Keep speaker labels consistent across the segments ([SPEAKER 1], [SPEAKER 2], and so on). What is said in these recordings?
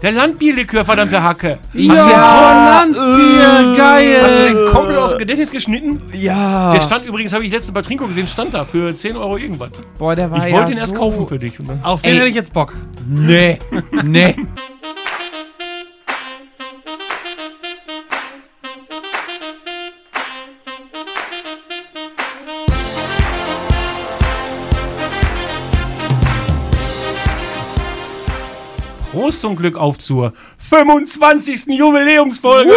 [SPEAKER 1] Der Landbierlikör, verdammte Hacke.
[SPEAKER 2] Ja,
[SPEAKER 3] Hast du jetzt-
[SPEAKER 2] äh,
[SPEAKER 1] Hast du den komplett aus dem Gedächtnis geschnitten?
[SPEAKER 2] Ja.
[SPEAKER 1] Der stand übrigens, habe ich letzte bei Trinko gesehen, stand da für 10 Euro irgendwas.
[SPEAKER 2] Boah, der war
[SPEAKER 1] Ich
[SPEAKER 2] Ah ja
[SPEAKER 1] wollte ihn erst
[SPEAKER 2] so-
[SPEAKER 1] kaufen für dich. Und dann
[SPEAKER 3] Auf den
[SPEAKER 2] Ey.
[SPEAKER 3] hätte ich jetzt Bock.
[SPEAKER 2] Nee, nee.
[SPEAKER 1] Prost und Glück auf zur 25. Jubiläumsfolge.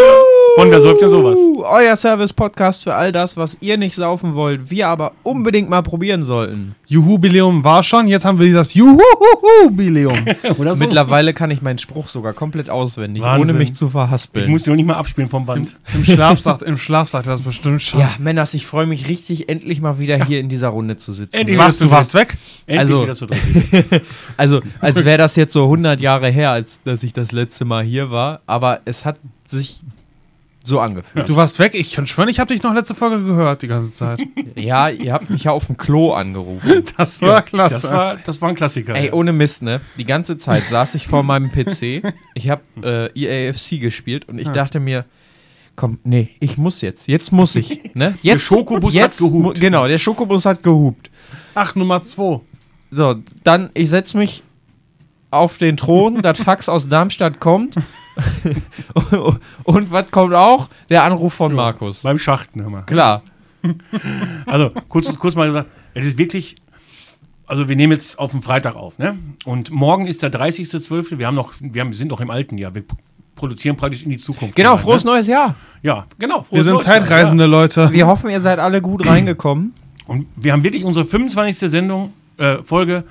[SPEAKER 1] Von wer säuft denn sowas?
[SPEAKER 2] Uh, euer Service-Podcast für all das, was ihr nicht saufen wollt, wir aber unbedingt mal probieren sollten.
[SPEAKER 3] Juhubiläum war schon, jetzt haben wir das Juhuhuhubiläum.
[SPEAKER 1] Oder
[SPEAKER 2] Mittlerweile kann ich meinen Spruch sogar komplett auswendig,
[SPEAKER 1] Wahnsinn.
[SPEAKER 2] ohne mich zu verhaspeln.
[SPEAKER 1] Ich muss die noch nicht mal abspielen vom Band.
[SPEAKER 3] Im Schlaf sagt, im Schlaf sagt er das bestimmt schon.
[SPEAKER 2] ja, Männers, ich freue mich richtig, endlich mal wieder hier in dieser Runde zu sitzen.
[SPEAKER 1] Endlich.
[SPEAKER 3] Du warst, du warst weg?
[SPEAKER 1] Endlich
[SPEAKER 2] Also-
[SPEAKER 1] wieder zu dritt.
[SPEAKER 2] Also, als wäre das jetzt so 100 Jahre her, als dass ich das letzte Mal hier war, aber es hat sich so angefühlt.
[SPEAKER 3] Du warst weg? Ich kann schwören, ich habe dich noch letzte Folge gehört die ganze Zeit.
[SPEAKER 2] Ja, ihr habt mich ja auf dem Klo angerufen.
[SPEAKER 3] Das war klasse.
[SPEAKER 1] Das war, das war ein Klassiker.
[SPEAKER 2] Ey, ohne Mist, ne? Die ganze Zeit saß ich vor meinem PC. Ich habe äh, EAFC gespielt
[SPEAKER 1] Ah.
[SPEAKER 2] und ich dachte mir, komm, nee, ich muss jetzt. Jetzt muss ich. Ne? Jetzt,
[SPEAKER 1] Schokobus hat
[SPEAKER 2] jetzt,
[SPEAKER 1] gehupt.
[SPEAKER 2] mu- Genau, der Schokobus hat gehupt.
[SPEAKER 3] Ach, Nummer 2.
[SPEAKER 2] So, dann, ich setze mich auf den Thron, das Fax aus Darmstadt kommt. und was kommt auch? Der Anruf von Markus.
[SPEAKER 1] Beim Schachten hör mal.
[SPEAKER 2] Klar.
[SPEAKER 1] Also, kurz, kurz mal gesagt, es ist wirklich. Also, wir nehmen jetzt auf den Freitag auf, ne? Und morgen ist der 30.12. Wir haben noch, wir haben, sind noch im alten Jahr. Wir produzieren praktisch in die Zukunft.
[SPEAKER 2] Genau,
[SPEAKER 1] hinein,
[SPEAKER 2] frohes
[SPEAKER 1] ne?
[SPEAKER 2] neues Jahr.
[SPEAKER 1] Ja, genau. Frohes
[SPEAKER 3] Wir sind
[SPEAKER 1] Neues, ja,
[SPEAKER 3] Zeitreisende Leute.
[SPEAKER 2] Wir hoffen, ihr seid alle gut reingekommen.
[SPEAKER 1] Ja. Und wir haben wirklich unsere 25. Sendung, äh, Folge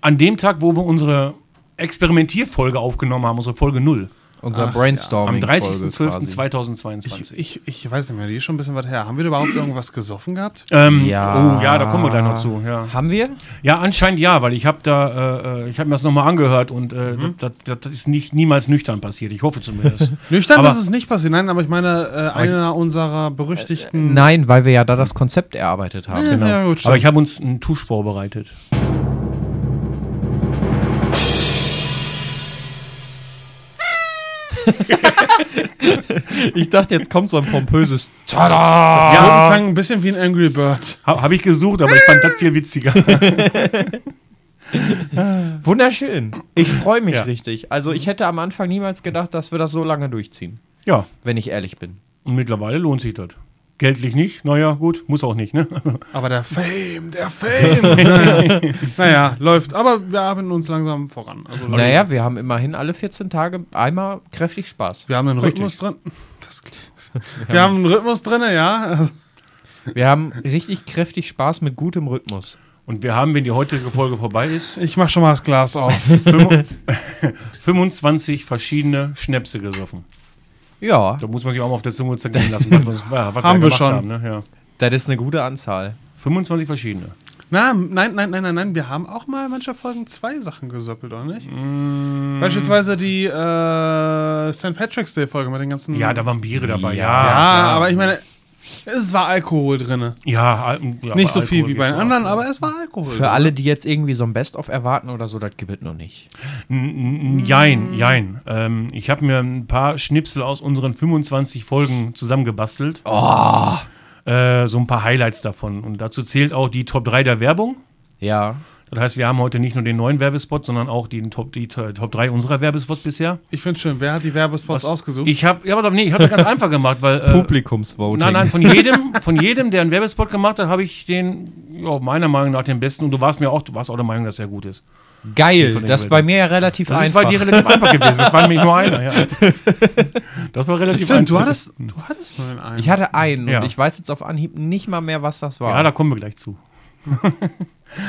[SPEAKER 1] an dem Tag, wo wir unsere Experimentierfolge aufgenommen haben, unsere Folge 0.
[SPEAKER 2] Unser
[SPEAKER 1] Am
[SPEAKER 2] Brainstorming.
[SPEAKER 1] 30.12.2022.
[SPEAKER 3] Ich, ich, ich weiß nicht mehr, die ist schon ein bisschen was her. Haben wir überhaupt irgendwas gesoffen gehabt?
[SPEAKER 1] Ähm,
[SPEAKER 2] Ja.
[SPEAKER 1] Oh ja, da kommen wir gleich noch zu. Ja,
[SPEAKER 2] Haben wir?
[SPEAKER 1] ja anscheinend ja, weil ich habe da, äh, äh, ich habe mir das nochmal angehört und äh,
[SPEAKER 3] Mhm.
[SPEAKER 1] das, das, das ist nicht, niemals nüchtern passiert. Ich hoffe zumindest.
[SPEAKER 3] Nüchtern
[SPEAKER 1] Aber-
[SPEAKER 3] ist es nicht passiert. Nein, aber ich meine, äh, einer unserer
[SPEAKER 1] Äh,
[SPEAKER 3] berüchtigten.
[SPEAKER 2] Nein, weil wir ja da das Konzept erarbeitet haben.
[SPEAKER 3] Genau. Ja, gut,
[SPEAKER 1] Aber
[SPEAKER 3] stimmt.
[SPEAKER 1] ich habe uns einen Tusch vorbereitet.
[SPEAKER 2] Ich dachte, jetzt kommt so ein pompöses
[SPEAKER 3] Das
[SPEAKER 2] Tada!
[SPEAKER 3] Dialog klang ein bisschen wie ein Angry Bird.
[SPEAKER 1] Ha, habe ich gesucht, aber ich fand das viel witziger.
[SPEAKER 2] Wunderschön. Ich freue mich
[SPEAKER 1] Ja.
[SPEAKER 2] richtig. Also, ich hätte am Anfang niemals gedacht, dass wir das so lange durchziehen,
[SPEAKER 1] ja,
[SPEAKER 2] wenn ich ehrlich bin.
[SPEAKER 1] und mittlerweile lohnt sich das. Geldlich nicht, naja, gut, muss auch nicht, ne?
[SPEAKER 3] Aber der Fame, der Fame. naja, läuft. Aber wir arbeiten uns langsam voran. Also, Leute,
[SPEAKER 2] Naja, wir haben immerhin alle 14 Tage einmal kräftig Spaß.
[SPEAKER 3] wir haben einen
[SPEAKER 1] Richtig.
[SPEAKER 3] Rhythmus drin. Das klingt- wir haben einen Rhythmus drin, ja. Also,
[SPEAKER 2] Wir haben richtig kräftig Spaß mit gutem Rhythmus.
[SPEAKER 1] Und wir haben, wenn die heutige Folge vorbei ist,
[SPEAKER 3] ich mach schon mal das Glas auf.
[SPEAKER 1] 25 verschiedene Schnäpse gesoffen.
[SPEAKER 2] Ja,
[SPEAKER 1] Da muss man sich auch mal auf der Zunge zergehen lassen, was, wir- was
[SPEAKER 3] Haben wir
[SPEAKER 1] gemacht
[SPEAKER 3] schon.
[SPEAKER 1] Haben, ne? ja.
[SPEAKER 2] das ist eine gute Anzahl.
[SPEAKER 1] 25 verschiedene.
[SPEAKER 3] Na, nein, nein, nein, nein, nein. Wir haben auch mal manche Folgen zwei Sachen gesöppelt, oder nicht? Mm. Beispielsweise die äh, St. Patrick's Day Folge mit den ganzen.
[SPEAKER 1] Ja, da waren Biere dabei,
[SPEAKER 3] Mhm. Ja,
[SPEAKER 1] ja.
[SPEAKER 3] aber ich meine, es war Alkohol drin.
[SPEAKER 1] Ja, Al- ja,
[SPEAKER 3] Nicht
[SPEAKER 1] bei
[SPEAKER 3] so viel
[SPEAKER 1] Alkohol
[SPEAKER 3] wie bei den
[SPEAKER 1] geht's
[SPEAKER 3] anderen, aber es war Alkohol.
[SPEAKER 2] Für alle, die jetzt irgendwie so ein Best-of erwarten oder so, das gibt es noch nicht.
[SPEAKER 1] N- n- Jein, jein. Ähm, ich habe mir ein paar Schnipsel aus unseren 25 Folgen zusammengebastelt. Äh, so ein paar Highlights davon. Und dazu zählt auch die Top 3 der Werbung.
[SPEAKER 2] Ja.
[SPEAKER 1] Das heißt, wir haben heute nicht nur den neuen Werbespot, sondern auch den Top, die T- Top 3 unserer Werbespots bisher.
[SPEAKER 3] Ich finde schön, wer hat die Werbespots ausgesucht?
[SPEAKER 1] Ich habe, ja, aber nee, ich habe das ganz einfach gemacht, weil. Äh,
[SPEAKER 2] Publikumsvoting.
[SPEAKER 1] Nein, nein, von jedem, von jedem, der einen Werbespot gemacht hat, habe ich den, ja, meiner Meinung nach den besten. Und du warst mir auch, du warst auch der Meinung, dass er gut ist.
[SPEAKER 2] Geil,
[SPEAKER 1] Von den
[SPEAKER 2] das ist bei mir ja relativ
[SPEAKER 1] Das ist,
[SPEAKER 2] einfach.
[SPEAKER 1] war dir relativ einfach gewesen. Das war nämlich nur einer, ja. Das war relativ
[SPEAKER 3] Stimmt, du
[SPEAKER 1] einfach.
[SPEAKER 3] hattest, du hattest nur den einen.
[SPEAKER 2] ich hatte einen
[SPEAKER 1] Ja.
[SPEAKER 2] und ich weiß jetzt auf Anhieb nicht mal mehr, was das war.
[SPEAKER 1] Ja, da kommen wir gleich zu.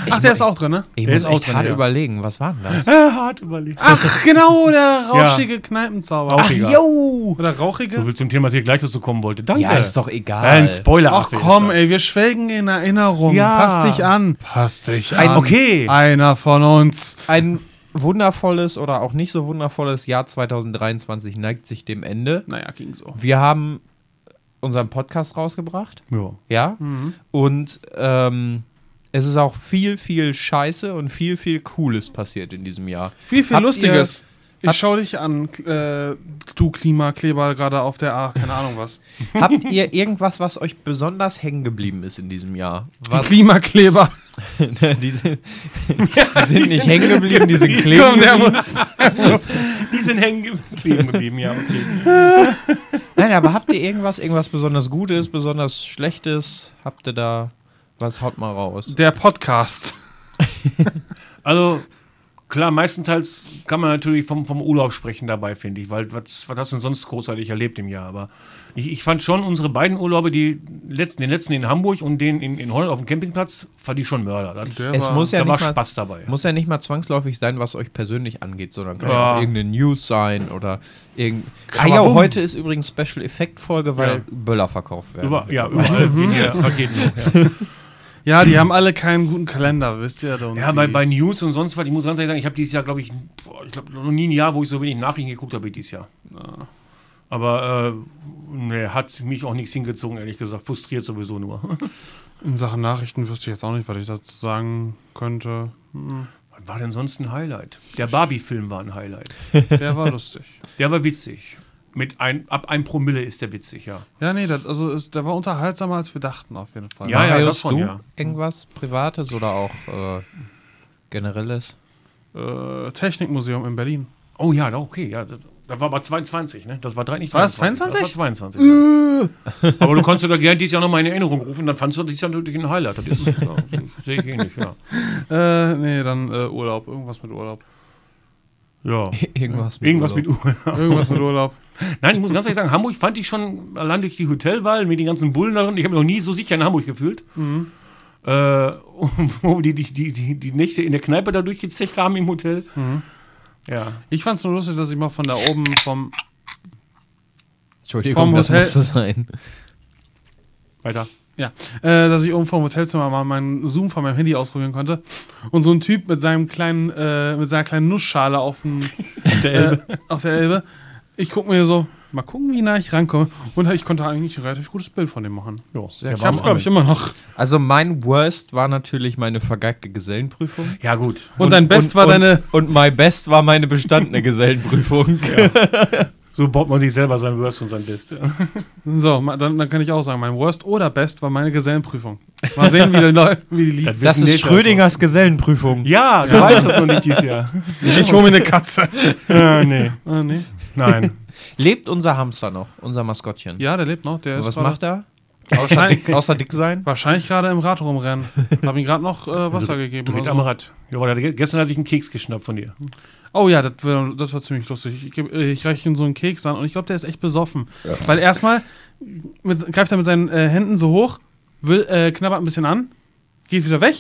[SPEAKER 3] Ach, der ist auch drin, ne?
[SPEAKER 2] ich
[SPEAKER 1] der
[SPEAKER 2] muss
[SPEAKER 1] ist auch
[SPEAKER 2] echt
[SPEAKER 1] drin,
[SPEAKER 2] hart
[SPEAKER 1] ja.
[SPEAKER 2] überlegen, was war denn das?
[SPEAKER 1] Hart überlegt.
[SPEAKER 3] Ach, genau, der rauschige Kneipenzauber.
[SPEAKER 1] Ach, Rauchiger.
[SPEAKER 2] yo!
[SPEAKER 3] Oder
[SPEAKER 1] So
[SPEAKER 3] rauchige?
[SPEAKER 1] viel zum Thema, dass ich gleich dazu kommen wollte. Danke. Äh,
[SPEAKER 2] Ja, ist doch egal.
[SPEAKER 1] Ein Spoiler.
[SPEAKER 3] Ach komm, ey, wir schwelgen in Erinnerung.
[SPEAKER 1] Ja.
[SPEAKER 3] Pass dich an. Pass dich an.
[SPEAKER 1] Okay.
[SPEAKER 3] Einer von uns.
[SPEAKER 2] Ein wundervolles oder auch nicht so wundervolles Jahr 2023 neigt sich dem Ende.
[SPEAKER 3] Naja, ging so.
[SPEAKER 2] Wir haben unseren Podcast rausgebracht,
[SPEAKER 1] Ja.
[SPEAKER 2] ja,
[SPEAKER 1] Mhm.
[SPEAKER 2] und ähm, es ist auch viel, viel Scheiße und viel, viel Cooles passiert in diesem Jahr.
[SPEAKER 3] Viel, viel
[SPEAKER 2] Habt ihr-
[SPEAKER 3] Lustiges. Ich schau dich an, äh, du Klimakleber gerade auf der A, keine Ahnung was.
[SPEAKER 2] Habt ihr irgendwas, was euch besonders hängen geblieben ist in diesem Jahr? Was?
[SPEAKER 3] Klimakleber.
[SPEAKER 2] die, sind, die sind nicht hängen geblieben, die sind kleben.
[SPEAKER 3] Komm, der
[SPEAKER 2] geblieben.
[SPEAKER 3] muss. Der muss.
[SPEAKER 1] Die sind hängen ge- kleben geblieben, ja, okay.
[SPEAKER 2] Nein, aber habt ihr irgendwas, irgendwas besonders Gutes, besonders Schlechtes? Habt ihr da was? Haut mal raus.
[SPEAKER 3] Der Podcast.
[SPEAKER 1] Also, klar, meistenteils kann man natürlich vom, vom Urlaub sprechen dabei, finde ich, weil was, was hast du denn sonst großartig erlebt im Jahr? Aber ich, ich fand schon unsere beiden Urlaube, die letzten, den letzten in Hamburg und den in, in Holland auf dem Campingplatz, fand ich schon Mörder. Das,
[SPEAKER 3] Der
[SPEAKER 2] Es
[SPEAKER 3] war-
[SPEAKER 2] muss ja,
[SPEAKER 1] da war
[SPEAKER 2] nicht mal,
[SPEAKER 1] Spaß dabei.
[SPEAKER 2] muss ja nicht mal zwangsläufig sein, was euch persönlich angeht, sondern kann ja,
[SPEAKER 1] Ja.
[SPEAKER 2] auch irgendeine News sein oder irgendein. Ah, ja,
[SPEAKER 3] Kababum.
[SPEAKER 2] heute ist übrigens Special Effekt Folge, weil
[SPEAKER 1] Ja.
[SPEAKER 2] Böller verkauft werden.
[SPEAKER 1] Über, ja, überall gehen hier Raketen hoch. Ja,
[SPEAKER 3] Ja, die haben alle keinen guten Kalender, wisst ihr? Und
[SPEAKER 1] ja bei,
[SPEAKER 3] die-
[SPEAKER 1] bei News und sonst was, ich muss ganz ehrlich sagen, ich habe dieses Jahr, glaube ich, boah, ich glaube noch nie ein Jahr, wo ich so wenig Nachrichten geguckt habe wie dieses Jahr. Aber äh, nee, hat mich auch nichts hingezogen, ehrlich gesagt. Frustriert sowieso nur.
[SPEAKER 3] in Sachen Nachrichten wüsste ich jetzt auch nicht, was ich dazu sagen könnte.
[SPEAKER 1] Was war denn sonst ein Highlight? Der Barbie-Film war ein Highlight.
[SPEAKER 3] Der war lustig.
[SPEAKER 1] Der war witzig. Mit ein, ab einem Promille ist der witzig, ja.
[SPEAKER 3] Ja, nee, das, also es, der war unterhaltsamer, als wir dachten, auf jeden Fall.
[SPEAKER 1] Ja, ja,
[SPEAKER 2] Marius,
[SPEAKER 1] das schon,
[SPEAKER 2] du
[SPEAKER 1] ja.
[SPEAKER 2] irgendwas Privates oder auch äh, Generelles?
[SPEAKER 3] Äh, Technikmuseum in Berlin.
[SPEAKER 1] Oh ja, da- okay, ja. Das, das war aber 22, ne? Das war drei, nicht
[SPEAKER 3] War das
[SPEAKER 1] 22? Das war 22. ja. aber du konntest dir da gerne dieses Jahr nochmal in Erinnerung rufen, dann fandst du dieses Jahr natürlich ein Highlight. Das ist, ja, sehe ich eh nicht, ja.
[SPEAKER 3] Äh, nee, dann äh, Urlaub. Irgendwas mit Urlaub.
[SPEAKER 1] ja.
[SPEAKER 2] Irgendwas mit
[SPEAKER 1] Irgendwas
[SPEAKER 2] Urlaub.
[SPEAKER 1] mit Uhr.
[SPEAKER 3] Irgendwas mit Urlaub.
[SPEAKER 1] Nein, ich muss ganz ehrlich sagen, Hamburg fand ich schon allein durch die Hotelwahl mit den ganzen Bullen darin. Ich habe mich noch nie so sicher in Hamburg gefühlt. Äh, und wo die, die, die, die, die Nächte in der Kneipe da durchgezecht haben im Hotel. Ja.
[SPEAKER 3] Ich fand's nur lustig, dass ich mal von da oben vom.
[SPEAKER 2] Entschuldigung,
[SPEAKER 3] Vom
[SPEAKER 2] das
[SPEAKER 3] Hotel-
[SPEAKER 2] musste sein.
[SPEAKER 1] Weiter.
[SPEAKER 3] Ja, äh, dass ich oben vom Hotelzimmer mal meinen Zoom von meinem Handy ausprobieren konnte. Und so ein Typ mit seinem kleinen, äh, mit seiner kleinen Nussschale auf, dem,
[SPEAKER 1] Der
[SPEAKER 3] äh, auf der Elbe. Ich guck mir so, mal gucken, wie nah ich rankomme. Und ich konnte eigentlich ein relativ gutes Bild von dem machen.
[SPEAKER 2] sehr
[SPEAKER 3] Ich hab's, glaube ich, immer noch.
[SPEAKER 2] Also mein Worst war natürlich meine vergeigte Gesellenprüfung.
[SPEAKER 1] Ja, gut.
[SPEAKER 3] Und, dein Best war
[SPEAKER 2] und,
[SPEAKER 3] deine.
[SPEAKER 2] Und my best war meine bestandene Gesellenprüfung.
[SPEAKER 1] So baut man sich selber sein Worst und sein Best.
[SPEAKER 3] So, ma- dann, dann kann ich auch sagen, mein Worst oder Best war meine Gesellenprüfung. Mal sehen, wie die, Leu- wie die lief.
[SPEAKER 2] Das ist
[SPEAKER 3] also-
[SPEAKER 2] Schrödingers Gesellenprüfung.
[SPEAKER 1] Ja, du weißt das noch nicht dieses Jahr.
[SPEAKER 3] Ich hole mir eine Katze.
[SPEAKER 1] äh, nee.
[SPEAKER 3] Ah, nee.
[SPEAKER 1] Nein.
[SPEAKER 2] Lebt unser Hamster noch, unser Maskottchen?
[SPEAKER 3] Ja, der lebt noch. Der ist
[SPEAKER 2] Was
[SPEAKER 3] gerade-
[SPEAKER 2] macht er? Außer
[SPEAKER 3] Wahrscheinlich,
[SPEAKER 2] dick, außer dick sein?
[SPEAKER 3] wahrscheinlich gerade im Rad rumrennen. Hab ihm gerade noch äh,
[SPEAKER 2] Also,
[SPEAKER 3] Wasser gegeben.
[SPEAKER 1] Dreht
[SPEAKER 3] oder
[SPEAKER 1] am
[SPEAKER 3] so.
[SPEAKER 1] Rad. Ja, aber der- gestern hatte ich einen Keks geschnappt von dir.
[SPEAKER 3] Oh ja, das war, das war ziemlich lustig. Ich, geb- äh, ich reiche ihm so einen Keks an und ich glaube, der ist echt besoffen. Weil erstmal mit, greift er mit seinen äh, Händen so hoch, will, äh, knabbert ein bisschen an, geht wieder weg.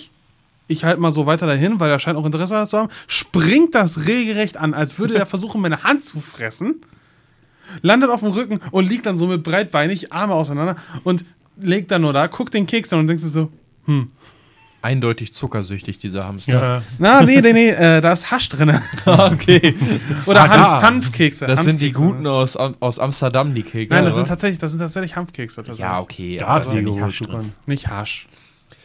[SPEAKER 3] Ich halte mal so weiter dahin, weil er scheint auch Interesse daran zu haben. Springt das regelrecht an, als würde er versuchen, meine Hand zu fressen. Landet auf dem Rücken und liegt dann so mit breitbeinig, Arme auseinander und legt dann nur da, guckt den Keks an und denkt sich so,
[SPEAKER 2] Eindeutig zuckersüchtig, dieser
[SPEAKER 1] Äh,
[SPEAKER 2] Hamster. Ah,
[SPEAKER 3] na, nee, nee, nee, äh, da ist Hasch drin.
[SPEAKER 2] okay.
[SPEAKER 3] Oder
[SPEAKER 1] Ah, da.
[SPEAKER 3] Hanf, Hanfkekse.
[SPEAKER 2] Das sind die
[SPEAKER 3] Hanfkekse, ne?
[SPEAKER 2] Guten aus, Am- aus Amsterdam, die Kekse.
[SPEAKER 3] Nein, das
[SPEAKER 2] oder?
[SPEAKER 3] sind tatsächlich, das sind tatsächlich Hanfkekse. Das
[SPEAKER 2] Ja,
[SPEAKER 3] sind
[SPEAKER 2] okay.
[SPEAKER 1] Da
[SPEAKER 2] aber
[SPEAKER 1] hat
[SPEAKER 2] ist
[SPEAKER 1] sie
[SPEAKER 2] ja nicht
[SPEAKER 1] geholt.
[SPEAKER 2] Hasch drin.
[SPEAKER 1] Stefan.
[SPEAKER 3] Nicht harsch.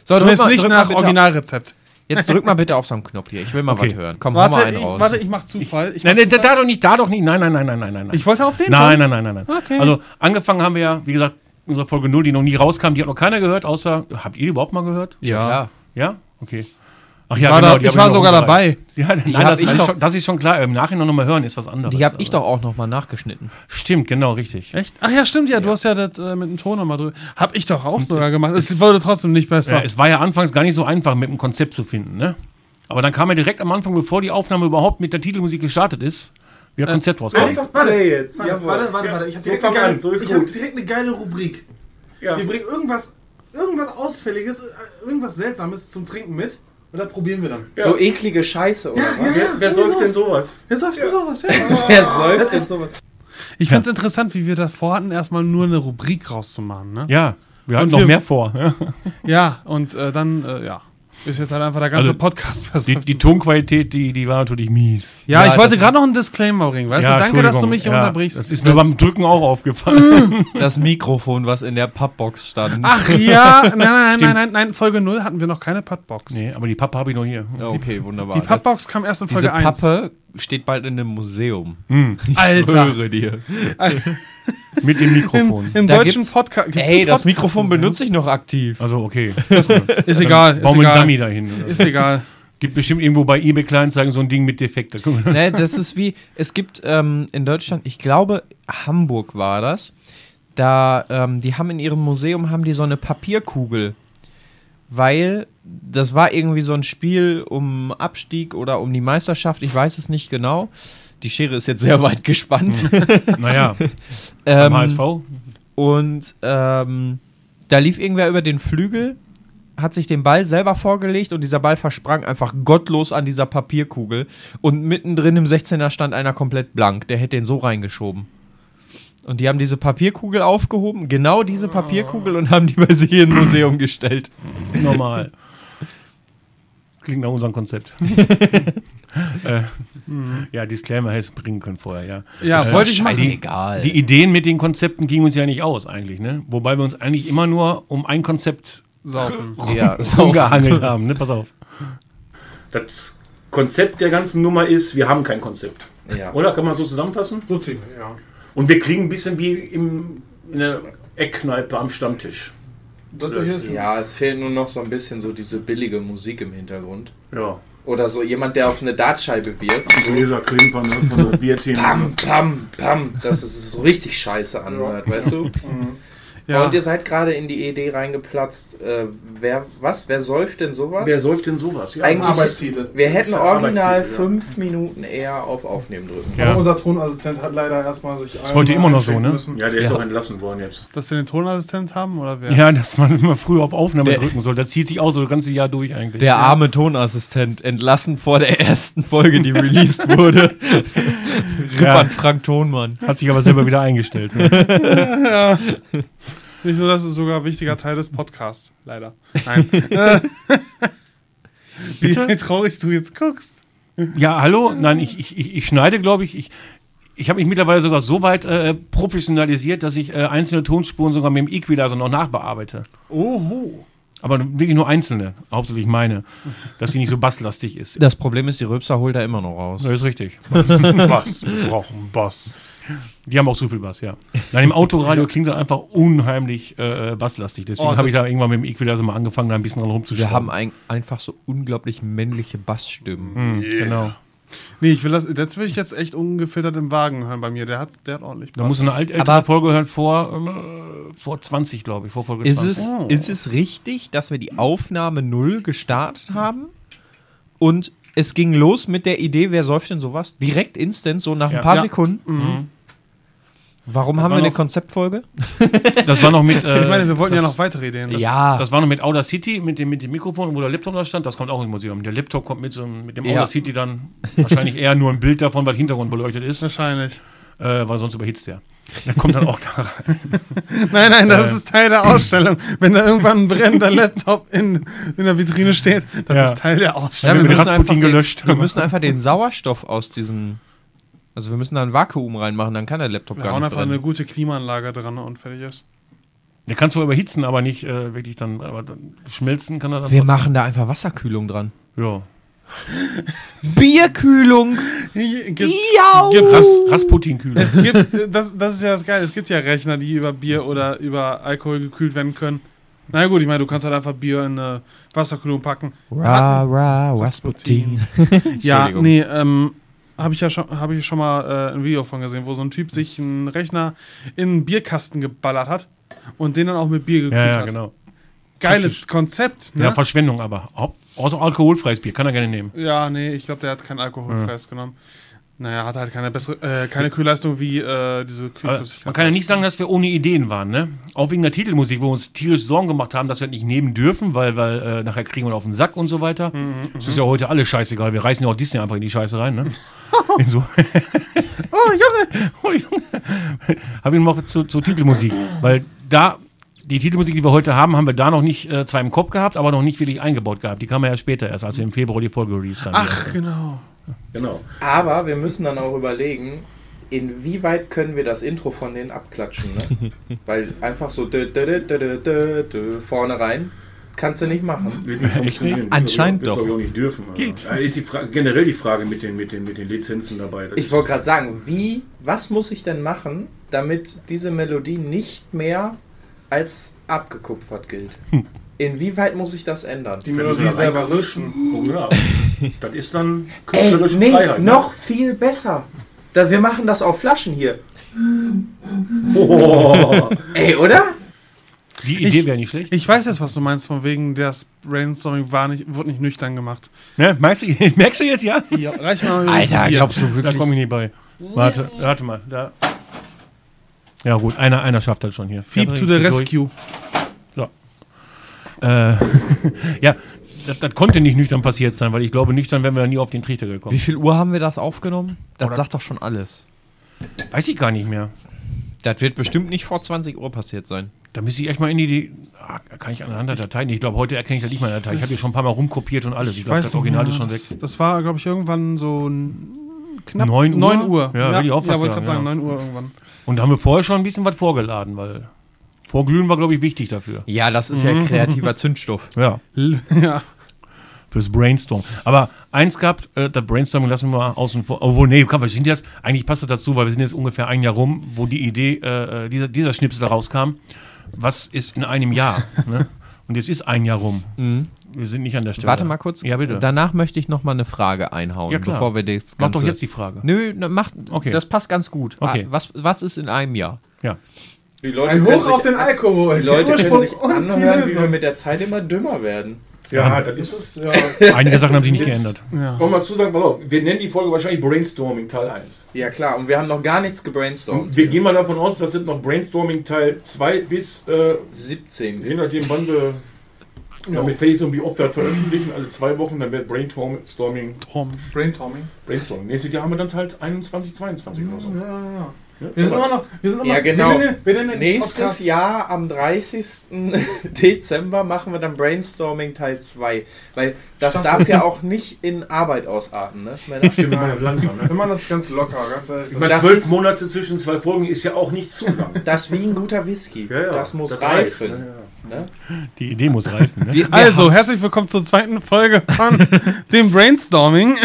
[SPEAKER 2] So, drück
[SPEAKER 3] Zumindest
[SPEAKER 2] mal,
[SPEAKER 3] nicht
[SPEAKER 2] drück
[SPEAKER 3] nach
[SPEAKER 2] mal bitte-
[SPEAKER 3] Originalrezept.
[SPEAKER 2] Jetzt drück mal bitte auf so einen Knopf hier. Ich will mal
[SPEAKER 1] Okay.
[SPEAKER 2] was hören. Komm, hau mal
[SPEAKER 3] Warte,
[SPEAKER 2] einen
[SPEAKER 3] ich,
[SPEAKER 2] raus.
[SPEAKER 3] warte, ich mach Zufall. Ich,
[SPEAKER 1] Nein,
[SPEAKER 3] mach
[SPEAKER 1] nein, da, da doch nicht, da doch nicht. Nein, nein, nein, nein, nein, nein. nein.
[SPEAKER 3] ich wollte auf den
[SPEAKER 1] Nein,
[SPEAKER 3] schon.
[SPEAKER 1] nein, nein, nein, nein.
[SPEAKER 3] Okay.
[SPEAKER 1] Also angefangen haben wir ja, wie gesagt, unsere Folge 0, die noch nie rauskam, die hat noch keiner gehört, außer, habt ihr die überhaupt mal gehört?
[SPEAKER 2] ja. klar.
[SPEAKER 1] Ja? Okay. Ach ja, genau,
[SPEAKER 3] war da-
[SPEAKER 1] die
[SPEAKER 3] ich
[SPEAKER 1] hab
[SPEAKER 3] war
[SPEAKER 1] noch
[SPEAKER 3] sogar
[SPEAKER 1] umgereiht. Ja, nein,
[SPEAKER 2] hab
[SPEAKER 1] das,
[SPEAKER 2] ich
[SPEAKER 1] das, ist
[SPEAKER 2] doch-
[SPEAKER 1] schon, das ist schon klar. Im Nachhinein nochmal hören ist was anderes.
[SPEAKER 2] Die habe ich
[SPEAKER 1] Also,
[SPEAKER 2] doch auch nochmal nachgeschnitten.
[SPEAKER 1] Stimmt, genau, richtig.
[SPEAKER 3] Echt? Ach ja, stimmt, ja, du hast ja das äh, mit dem Ton nochmal drüber. Hab ich doch auch sogar gemacht. Es wurde trotzdem nicht
[SPEAKER 1] Ja,
[SPEAKER 3] besser.
[SPEAKER 1] Äh, es war ja anfangs gar nicht so einfach, mit dem Konzept zu finden, ne? Aber dann kam ja direkt am Anfang, bevor die Aufnahme überhaupt mit der Titelmusik gestartet ist, wieder Konzept rauskommt.
[SPEAKER 4] Warte jetzt.
[SPEAKER 5] Warte, warte, warte, warte. Ich habe direkt,
[SPEAKER 4] fang
[SPEAKER 5] eine geile-
[SPEAKER 4] an, so ist
[SPEAKER 5] ich hab
[SPEAKER 4] gut.
[SPEAKER 5] direkt eine geile Rubrik. Wir bringen irgendwas, irgendwas Ausfälliges, äh, irgendwas Seltsames zum Trinken mit und das probieren wir dann.
[SPEAKER 4] So eklige Scheiße, oder was?
[SPEAKER 5] ja,
[SPEAKER 4] wer
[SPEAKER 5] irgendwie
[SPEAKER 4] säuft denn
[SPEAKER 5] sowas.
[SPEAKER 4] sowas?
[SPEAKER 5] Jetzt läuft mir sowas, ja.
[SPEAKER 4] Wer säuft denn sowas?
[SPEAKER 3] Ich find's interessant, wie wir davor hatten, erstmal nur eine Rubrik rauszumachen, ne?
[SPEAKER 1] Ja, wir hatten
[SPEAKER 3] Und
[SPEAKER 1] noch ne?
[SPEAKER 3] wir-
[SPEAKER 1] mehr vor. Ja.
[SPEAKER 3] Ja, und äh, dann, äh, ja. Ist jetzt halt einfach der ganze
[SPEAKER 1] Also,
[SPEAKER 3] Podcast
[SPEAKER 1] Die,
[SPEAKER 3] versagt.
[SPEAKER 1] die Tonqualität, die, die war natürlich mies.
[SPEAKER 3] Ja,
[SPEAKER 2] Ja,
[SPEAKER 3] ich wollte
[SPEAKER 2] das-
[SPEAKER 3] gerade noch einen Disclaimer bringen, weißt
[SPEAKER 1] Ja,
[SPEAKER 3] du? Also Danke, dass du
[SPEAKER 1] Entschuldigung,
[SPEAKER 3] mich hier
[SPEAKER 1] ja,
[SPEAKER 3] unterbrichst.
[SPEAKER 1] Das ist mir
[SPEAKER 2] Das-
[SPEAKER 1] beim Drücken auch aufgefallen.
[SPEAKER 2] Das Mikrofon, was in der Pappbox stand.
[SPEAKER 3] Ach ja, nein, nein, nein, nein, nein, Folge 0 hatten wir noch keine Puttbox.
[SPEAKER 1] nee, aber die Pappe habe ich noch hier.
[SPEAKER 2] Ja, Okay, wunderbar.
[SPEAKER 3] Die
[SPEAKER 2] Das-
[SPEAKER 3] Puttbox kam erst in
[SPEAKER 2] diese
[SPEAKER 3] Folge 1.
[SPEAKER 2] Pappe steht bald in einem Museum. Ich
[SPEAKER 3] Alter.
[SPEAKER 2] schwöre dir.
[SPEAKER 1] Mit dem Mikrofon.
[SPEAKER 3] Im
[SPEAKER 2] Da
[SPEAKER 3] deutschen
[SPEAKER 2] gibt's-
[SPEAKER 3] Podcast. ne?
[SPEAKER 2] Ey, das Mikrofon benutze ich noch aktiv.
[SPEAKER 1] Also, okay.
[SPEAKER 3] Ist egal, ist
[SPEAKER 1] Bauen wir einen Dummy
[SPEAKER 3] egal.
[SPEAKER 1] dahin.
[SPEAKER 3] Ist egal.
[SPEAKER 1] Gibt bestimmt irgendwo bei eBay Kleinanzeigen so ein Ding mit Defekt. Da können wir-
[SPEAKER 2] ne, das ist wie, es gibt ähm, in Deutschland, ich glaube, Hamburg war das, da, ähm, die haben in ihrem Museum, haben die so eine Papierkugel, weil das war irgendwie so ein Spiel um Abstieg oder um die Meisterschaft, ich weiß es nicht genau. Die Schere ist jetzt sehr weit gespannt.
[SPEAKER 1] Naja, beim
[SPEAKER 2] ähm,
[SPEAKER 1] HSV.
[SPEAKER 2] und ähm, da lief irgendwer über den Flügel, hat sich den Ball selber vorgelegt und dieser Ball versprang einfach gottlos an dieser Papierkugel. Und mittendrin im 16er stand einer komplett blank. Der hätte den so reingeschoben. Und die haben diese Papierkugel aufgehoben, genau diese Papierkugel, und haben die bei sich in ein Museum gestellt.
[SPEAKER 1] Normal. Klingt nach unserem Konzept. äh, ja, Disclaimer hättest du bringen können vorher, ja.
[SPEAKER 3] Ja, wollte ich machen.
[SPEAKER 2] scheißegal.
[SPEAKER 1] Die Ideen mit den Konzepten gingen uns ja nicht aus, eigentlich, ne? Wobei wir uns eigentlich immer nur um ein Konzept
[SPEAKER 3] Saufen.
[SPEAKER 2] ja,
[SPEAKER 1] rumgehangelt haben, ne? Pass auf.
[SPEAKER 6] Das Konzept der ganzen Nummer ist, wir haben kein Konzept.
[SPEAKER 2] Ja.
[SPEAKER 6] Oder kann man so zusammenfassen?
[SPEAKER 5] So ziemlich, ja.
[SPEAKER 6] Und wir klingen ein bisschen wie im, in der Eckkneipe am Stammtisch.
[SPEAKER 5] Das hier ist
[SPEAKER 7] Ja, es fehlt nur noch so ein bisschen so diese billige Musik im Hintergrund.
[SPEAKER 6] Ja.
[SPEAKER 7] Oder so jemand, der auf eine Dartscheibe wirft.
[SPEAKER 6] Gläser klimpern, ne? Von der Bierthemen.
[SPEAKER 7] Pam, pam, pam. Dass es so richtig scheiße anhört, weißt du?
[SPEAKER 2] Mhm.
[SPEAKER 3] Ja.
[SPEAKER 7] Und ihr seid gerade in die Idee reingeplatzt. Äh, wer, was? Wer säuft denn sowas?
[SPEAKER 6] Wer säuft denn sowas? Ja,
[SPEAKER 7] Eigentlich-
[SPEAKER 5] Arbeitstitel.
[SPEAKER 7] wir hätten
[SPEAKER 6] Ja,
[SPEAKER 7] original
[SPEAKER 6] Arbeitstitel, ja.
[SPEAKER 7] fünf Minuten eher auf Aufnehmen drücken.
[SPEAKER 1] Ja.
[SPEAKER 5] Aber unser Tonassistent hat leider erstmal sich. Das
[SPEAKER 1] heute immer noch so, ne?
[SPEAKER 6] ja der ist
[SPEAKER 2] Ja.
[SPEAKER 6] auch entlassen worden jetzt.
[SPEAKER 3] Dass wir den Tonassistent haben oder wer?
[SPEAKER 1] Ja, dass man immer früh auf Aufnahme
[SPEAKER 2] Der-
[SPEAKER 1] drücken soll. Das zieht sich auch so das ganze Jahr durch eigentlich.
[SPEAKER 2] Der arme Tonassistent, entlassen vor der ersten Folge, die released wurde. Ripp
[SPEAKER 1] Ja.
[SPEAKER 2] an Frank Tonmann.
[SPEAKER 1] Hat sich aber selber wieder eingestellt. Ne?
[SPEAKER 3] Nicht nur, das ist sogar ein wichtiger Teil des Podcasts. Leider. Nein. Wie traurig du jetzt guckst.
[SPEAKER 1] Ja, hallo? Nein, ich, ich, ich- ich schneide, glaube ich. Ich, ich habe mich mittlerweile sogar so weit äh, professionalisiert, dass ich äh, einzelne Tonspuren sogar mit dem Equalizer noch nachbearbeite.
[SPEAKER 3] Oho.
[SPEAKER 1] Aber wirklich nur einzelne, hauptsächlich meine, dass sie nicht so basslastig ist.
[SPEAKER 2] Das Problem ist, die Röpser holt er immer noch raus.
[SPEAKER 1] Das ist richtig.
[SPEAKER 3] Bass. Wir brauchen Bass.
[SPEAKER 1] Die haben auch zu viel Bass, ja. Nein, im Autoradio klingt das einfach unheimlich äh, basslastig. Deswegen
[SPEAKER 3] Oh,
[SPEAKER 1] habe ich
[SPEAKER 3] das-
[SPEAKER 1] da irgendwann mit dem Equalizer mal angefangen, da ein bisschen dran rumzuschrauben.
[SPEAKER 2] Wir haben ein, einfach so unglaublich männliche Bassstimmen.
[SPEAKER 1] Mhm, Genau.
[SPEAKER 3] Nee, ich will das, das will ich jetzt echt ungefiltert im Wagen hören bei mir. Der hat, der hat ordentlich
[SPEAKER 1] Da muss eine altältere
[SPEAKER 2] Aber-
[SPEAKER 1] Folge hören vor, ähm, äh, vor 20, glaube ich, vor Folge
[SPEAKER 2] Ist
[SPEAKER 1] 20.
[SPEAKER 2] es, ist es richtig, dass wir die Aufnahme null gestartet haben und es ging los mit der Idee, wer säuft denn sowas? Direkt instant, so nach
[SPEAKER 1] Ja.
[SPEAKER 2] ein paar
[SPEAKER 1] Ja.
[SPEAKER 2] Sekunden. Mhm. Warum haben
[SPEAKER 1] war
[SPEAKER 2] wir eine
[SPEAKER 1] noch-
[SPEAKER 2] Konzeptfolge?
[SPEAKER 1] Das war noch mit. Äh,
[SPEAKER 3] Ich meine, wir wollten
[SPEAKER 1] das,
[SPEAKER 3] ja noch weitere Ideen. Das-
[SPEAKER 2] ja,
[SPEAKER 1] Das war noch mit Outer City, mit dem, mit dem Mikrofon, wo der Laptop da stand. Das kommt auch im Museum. Der Laptop kommt mit, so, einem- mit dem
[SPEAKER 2] Ja.
[SPEAKER 1] Outer City dann wahrscheinlich eher nur ein Bild davon, weil Hintergrund beleuchtet ist, äh,
[SPEAKER 3] Wahrscheinlich.
[SPEAKER 1] weil sonst überhitzt der. Der kommt dann auch da rein.
[SPEAKER 3] Nein, nein, das ist Teil der Ausstellung. Wenn da irgendwann ein brennender Laptop in, in der Vitrine steht, das
[SPEAKER 1] Ja.
[SPEAKER 3] ist Teil der
[SPEAKER 2] ja,
[SPEAKER 3] Ausstellung.
[SPEAKER 1] wir
[SPEAKER 2] wir, müssen
[SPEAKER 1] Rasputin
[SPEAKER 2] einfach den,
[SPEAKER 1] gelöscht.
[SPEAKER 2] wir müssen einfach den Sauerstoff aus diesem. Also wir müssen da ein Vakuum reinmachen, dann kann der Laptop
[SPEAKER 3] Wir
[SPEAKER 2] gar
[SPEAKER 3] hauen
[SPEAKER 2] nicht
[SPEAKER 3] einfach
[SPEAKER 2] brennen.
[SPEAKER 3] eine gute Klimaanlage dran und fertig ist.
[SPEAKER 1] Der kann zwar überhitzen, aber nicht äh, wirklich dann, aber dann schmelzen kann er dann.
[SPEAKER 2] Wir
[SPEAKER 1] trotzdem.
[SPEAKER 2] machen da einfach Wasserkühlung dran.
[SPEAKER 1] Ja.
[SPEAKER 2] Bierkühlung!
[SPEAKER 3] Gibt's,
[SPEAKER 2] Jau!
[SPEAKER 3] gibt's,
[SPEAKER 1] Ras, Rasputin-Kühler.
[SPEAKER 3] es gibt, das, das ist ja das Geile. Es gibt ja Rechner, die über Bier oder über Alkohol gekühlt werden können. Na gut, ich meine, du kannst halt einfach Bier in eine Wasserkühlung packen.
[SPEAKER 2] Ra, ra,
[SPEAKER 3] Rasputin.
[SPEAKER 2] Rasputin.
[SPEAKER 3] Ja,
[SPEAKER 2] Entschuldigung.
[SPEAKER 3] nee, ähm, habe ich ja schon, hab ich schon mal äh, ein Video von gesehen, wo so ein Typ sich einen Rechner in einen Bierkasten geballert hat und den dann auch mit Bier gekühlt
[SPEAKER 1] Ja, ja,
[SPEAKER 3] hat.
[SPEAKER 1] genau.
[SPEAKER 3] Geiles Konzept, ne?
[SPEAKER 1] Ja, Verschwendung aber. Au- Außer alkoholfreies Bier kann er gerne nehmen.
[SPEAKER 3] Ja, nee, ich glaube, der hat kein alkoholfreies genommen. Naja, hat halt keine bessere, äh, keine Kühlleistung wie äh, diese
[SPEAKER 1] Aber
[SPEAKER 3] Kühlflüssigkeit.
[SPEAKER 1] man kann ja nicht sagen, dass wir ohne Ideen waren, ne? Auch wegen der Titelmusik, wo wir uns tierisch Sorgen gemacht haben, dass wir das nicht nehmen dürfen, weil, weil äh, nachher kriegen wir auf den Sack und so weiter. Das ist ja heute alles scheißegal. Wir reißen ja auch Disney einfach in die Scheiße rein, ne? In so oh, Junge! oh, Junge! Hab ich noch zu, zur Titelmusik, weil da die Titelmusik, die wir heute haben, haben wir da noch nicht äh, zwar im Kopf gehabt, aber noch nicht wirklich eingebaut gehabt. Die kam ja erst später erst, als wir im Februar die Folge released haben.
[SPEAKER 3] Ach, genau.
[SPEAKER 6] Genau.
[SPEAKER 7] Aber wir müssen dann auch überlegen, inwieweit können wir das Intro von denen abklatschen, ne? Weil einfach so dö, dö, dö, dö, dö, dö, dö, vorne rein kannst du nicht machen.
[SPEAKER 6] Wird nicht funktionieren.
[SPEAKER 2] Anscheinend
[SPEAKER 6] das
[SPEAKER 2] doch.
[SPEAKER 6] Wir auch nicht dürfen. aber- Da Ist die Frage, generell die Frage mit den, mit den, mit den Lizenzen dabei. Das
[SPEAKER 7] Ich wollte gerade sagen, wie, was muss ich denn machen, damit diese Melodie nicht mehr als abgekupfert gilt? Inwieweit muss ich das ändern?
[SPEAKER 6] die Melodie
[SPEAKER 5] selber
[SPEAKER 6] rützen. Ja. genau. Das ist dann
[SPEAKER 7] Ey,
[SPEAKER 6] künstlerische
[SPEAKER 7] nee,
[SPEAKER 6] Freiheit. ne?
[SPEAKER 7] noch viel besser. Da, wir machen das auf Flaschen hier.
[SPEAKER 6] Oh.
[SPEAKER 7] Ey, oder?
[SPEAKER 1] Die Idee
[SPEAKER 3] Ich-
[SPEAKER 1] wäre nicht schlecht.
[SPEAKER 3] Ich weiß jetzt, was du meinst, von wegen das Brainstorming war nicht, wurde nicht nüchtern gemacht.
[SPEAKER 1] Ne? Merkst, du, merkst du jetzt, ja?
[SPEAKER 3] Ja, reich mal.
[SPEAKER 2] Alter, glaubst du
[SPEAKER 1] Da
[SPEAKER 2] wirklich?
[SPEAKER 1] komme ich nicht bei. Warte, warte mal. Da. Ja gut, einer, einer schafft das schon hier.
[SPEAKER 3] Feed
[SPEAKER 1] Der
[SPEAKER 3] to
[SPEAKER 1] bringt
[SPEAKER 3] the
[SPEAKER 1] sie durch.
[SPEAKER 3] rescue.
[SPEAKER 1] Äh, ja, das, das konnte nicht nüchtern passiert sein, weil ich glaube, nüchtern wären wir nie auf den Trichter gekommen.
[SPEAKER 2] Wie viel Uhr haben wir das aufgenommen? Das
[SPEAKER 1] Oder-
[SPEAKER 2] sagt doch schon alles.
[SPEAKER 1] Weiß ich gar nicht mehr.
[SPEAKER 2] Das wird bestimmt nicht vor 20 Uhr passiert sein.
[SPEAKER 1] Da müsste ich echt mal in die. die ah, kann ich aneinander Dateien? Ich glaube, heute erkenne ich das nicht mehr Datei. Ich habe hier schon ein paar Mal rumkopiert und alles. Ich, glaube, das
[SPEAKER 3] nicht
[SPEAKER 1] Original
[SPEAKER 3] mehr,
[SPEAKER 1] ist schon
[SPEAKER 3] das,
[SPEAKER 1] weg.
[SPEAKER 3] Das war, glaube ich, irgendwann so n- knapp
[SPEAKER 1] 9 Uhr?
[SPEAKER 3] 9 Uhr.
[SPEAKER 1] Ja, will ich auch fast
[SPEAKER 3] wollte
[SPEAKER 1] sagen, ja.
[SPEAKER 3] gerade sagen, 9 Uhr irgendwann.
[SPEAKER 1] Und da haben wir vorher schon ein bisschen was vorgeladen, weil vorglühen war, glaube ich, wichtig dafür.
[SPEAKER 2] Ja, das ist ja kreativer Zündstoff.
[SPEAKER 1] Ja.
[SPEAKER 3] L- ja.
[SPEAKER 1] Fürs Brainstorm. Aber eins gab, äh, das Brainstorming lassen wir mal außen vor. Obwohl, nee, komm, wir sind jetzt, eigentlich passt das dazu, weil wir sind jetzt ungefähr ein Jahr rum, wo die Idee, äh, äh, dieser, dieser Schnipsel rauskam. Was ist in einem Jahr? ne? Und jetzt ist ein Jahr rum.
[SPEAKER 3] Mhm.
[SPEAKER 1] Wir sind nicht an der Stelle.
[SPEAKER 2] Warte mal kurz.
[SPEAKER 1] Ja, bitte.
[SPEAKER 2] Danach möchte ich noch mal eine Frage einhauen,
[SPEAKER 1] Ja, klar.
[SPEAKER 2] bevor wir das
[SPEAKER 1] Mach
[SPEAKER 2] Ganze...
[SPEAKER 1] doch jetzt die Frage.
[SPEAKER 2] Nö, na, mach,
[SPEAKER 1] Okay.
[SPEAKER 2] das passt ganz gut. Ah,
[SPEAKER 1] Okay.
[SPEAKER 2] Was, was ist in einem Jahr?
[SPEAKER 1] Ja.
[SPEAKER 7] Die Leute
[SPEAKER 5] Ein
[SPEAKER 7] können
[SPEAKER 5] Hoch
[SPEAKER 7] sich-
[SPEAKER 5] auf den Alkohol.
[SPEAKER 7] Die Leute können
[SPEAKER 5] Ursprung
[SPEAKER 7] sich
[SPEAKER 5] und die
[SPEAKER 7] anhören, wie wir
[SPEAKER 5] Lösung.
[SPEAKER 7] mit der Zeit immer dümmer werden.
[SPEAKER 6] ja, das
[SPEAKER 5] Das
[SPEAKER 6] ist.
[SPEAKER 5] ist, ja.
[SPEAKER 1] Einige Sachen haben sich nicht geändert.
[SPEAKER 6] Wollen wir mal zu sagen, pass auf, wir nennen die Folge wahrscheinlich Brainstorming Teil 1.
[SPEAKER 7] Ja klar, und wir haben noch gar nichts gebrainstormt.
[SPEAKER 6] Wir gehen mal davon aus, das sind noch Brainstorming Teil 2 bis, äh,
[SPEAKER 7] 17.
[SPEAKER 6] je nachdem wann wir damit fertig sind, wie oft wir das veröffentlichen, alle zwei Wochen, dann wird Brainstorming,
[SPEAKER 3] Tom.
[SPEAKER 5] Brainstorming.
[SPEAKER 6] Brainstorming. Nächstes Jahr haben wir dann Teil 21, 22 oder so.
[SPEAKER 5] Ja, ja, ja.
[SPEAKER 6] Ne?
[SPEAKER 5] Wir sind immer noch. Wir sind immer,
[SPEAKER 7] Ja, genau.
[SPEAKER 5] Wir nennen, wir nennen den
[SPEAKER 7] Nächstes
[SPEAKER 5] Podcast-
[SPEAKER 7] Jahr am 30. Dezember machen wir dann Brainstorming Teil 2. Weil das darf ja auch nicht in Arbeit ausarten, ne? Männer?
[SPEAKER 6] Stimmt, wir machen das langsam, ne?
[SPEAKER 5] Wir machen das ganz locker, ganz äh, ehrlich.
[SPEAKER 6] Ich meine,
[SPEAKER 7] Das
[SPEAKER 6] zwölf
[SPEAKER 7] ist-
[SPEAKER 6] Monate zwischen zwei Folgen ist ja auch nicht zu lang.
[SPEAKER 7] Das ist wie ein guter Whisky. das muss
[SPEAKER 6] reicht.
[SPEAKER 7] reifen.
[SPEAKER 6] Ja, ja.
[SPEAKER 7] Ne?
[SPEAKER 1] Die Idee muss reifen. Ne?
[SPEAKER 2] Wir- wir
[SPEAKER 3] Also,
[SPEAKER 2] haben's-
[SPEAKER 3] herzlich willkommen zur zweiten Folge von dem Brainstorming.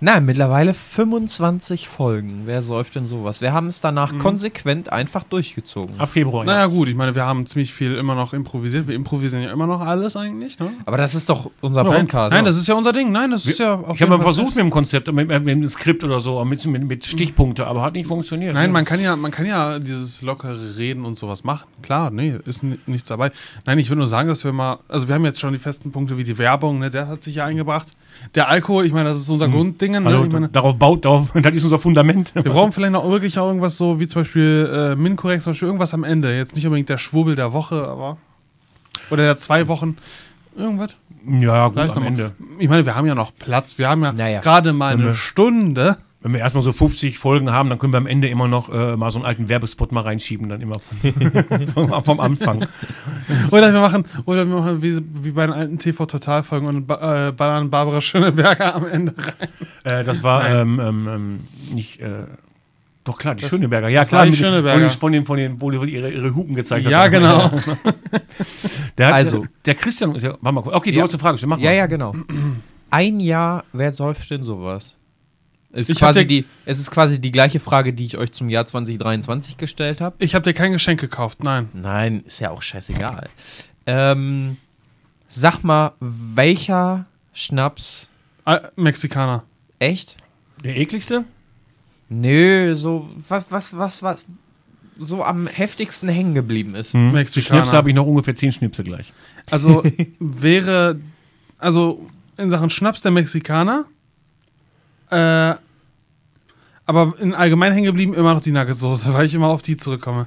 [SPEAKER 2] Nein, mittlerweile 25 Folgen. Wer säuft denn sowas? Wir haben es danach konsequent einfach durchgezogen.
[SPEAKER 1] Ab Februar. Ja.
[SPEAKER 3] Naja, gut, ich meine, wir haben ziemlich viel immer noch improvisiert. Wir improvisieren ja immer noch alles eigentlich, ne?
[SPEAKER 2] Aber das ist doch unser
[SPEAKER 3] Nein,
[SPEAKER 2] Podcast.
[SPEAKER 3] nein, das ist ja unser Ding. Nein, das ist ja. auf
[SPEAKER 1] Ich habe
[SPEAKER 3] jeden
[SPEAKER 1] mal
[SPEAKER 3] Fall
[SPEAKER 1] versucht
[SPEAKER 3] fest.
[SPEAKER 1] mit dem Konzept, mit, mit dem Skript oder so, mit, mit, mit Stichpunkte, aber hat nicht funktioniert.
[SPEAKER 3] Nein,
[SPEAKER 1] ne?
[SPEAKER 3] man kann ja, man kann ja dieses lockere Reden und sowas machen. Klar, nee, ist ni- nichts dabei. Nein, ich würde nur sagen, dass wir mal, also wir haben jetzt schon die festen Punkte wie die Werbung, ne, der hat sich ja eingebracht. Der Alkohol, ich meine, das ist unser Grundding, ne?
[SPEAKER 1] Also,
[SPEAKER 3] ich meine,
[SPEAKER 1] darauf baut, darauf, das ist unser Fundament.
[SPEAKER 3] wir brauchen vielleicht noch wirklich auch irgendwas so, wie zum Beispiel äh, Minkorrekt, zum Beispiel irgendwas am Ende. Jetzt nicht unbedingt der Schwurbel der Woche, aber. Oder der zwei Wochen. Irgendwas.
[SPEAKER 1] Ja, gut,
[SPEAKER 3] Vielleicht
[SPEAKER 1] am
[SPEAKER 3] noch mal.
[SPEAKER 1] Ende.
[SPEAKER 3] Ich meine, wir haben ja noch Platz. Wir haben ja
[SPEAKER 2] Naja.
[SPEAKER 3] gerade mal eine
[SPEAKER 1] wir-
[SPEAKER 3] Stunde.
[SPEAKER 1] Wenn wir erstmal so 50 Folgen haben, dann können wir am Ende immer noch äh, mal so einen alten Werbespot mal reinschieben, dann immer vom, vom, vom Anfang.
[SPEAKER 3] Oder wir machen, oder wir machen wie, wie bei den alten TV-Total-Folgen und ba äh, ballern Barbara Schöneberger am Ende rein.
[SPEAKER 1] Äh, das war ähm, ähm, ähm, nicht. Äh, doch klar, die Schöneberger. Ja,
[SPEAKER 3] das
[SPEAKER 1] klar,
[SPEAKER 3] war die
[SPEAKER 1] mit-
[SPEAKER 3] Schöneberger.
[SPEAKER 1] Und von den, von den, wo die ihre, ihre Hupen gezeigt hat.
[SPEAKER 3] Ja, genau.
[SPEAKER 1] Der, hat-
[SPEAKER 2] Also.
[SPEAKER 1] Der Christian ist ja. Warte mal, kurz. okay, du
[SPEAKER 2] Ja.
[SPEAKER 1] hast eine Frage gestellt. Mach
[SPEAKER 2] ja,
[SPEAKER 1] mal.
[SPEAKER 2] ja, genau. Ein Jahr, wer säuft denn sowas? Es ist,
[SPEAKER 3] Ich hab
[SPEAKER 2] quasi
[SPEAKER 3] dir-
[SPEAKER 2] die, es ist quasi die gleiche Frage, die ich euch zum Jahr 2023 gestellt habe.
[SPEAKER 3] Ich habe dir kein Geschenk gekauft, nein.
[SPEAKER 2] Nein, ist ja auch scheißegal. Ähm, sag mal, welcher Schnaps.
[SPEAKER 3] Äh, Mexikaner.
[SPEAKER 2] Echt?
[SPEAKER 1] Der ekligste?
[SPEAKER 2] Nö, so. Was, was, was, was. So am heftigsten hängen geblieben ist.
[SPEAKER 3] Hm. Mexikaner.
[SPEAKER 1] Schnipse habe ich noch ungefähr 10 Schnipse gleich.
[SPEAKER 3] Also wäre, also in Sachen Schnaps der Mexikaner, äh, aber in allgemein hängen geblieben immer noch die Nuggetsauce, weil ich immer auf die zurückkomme.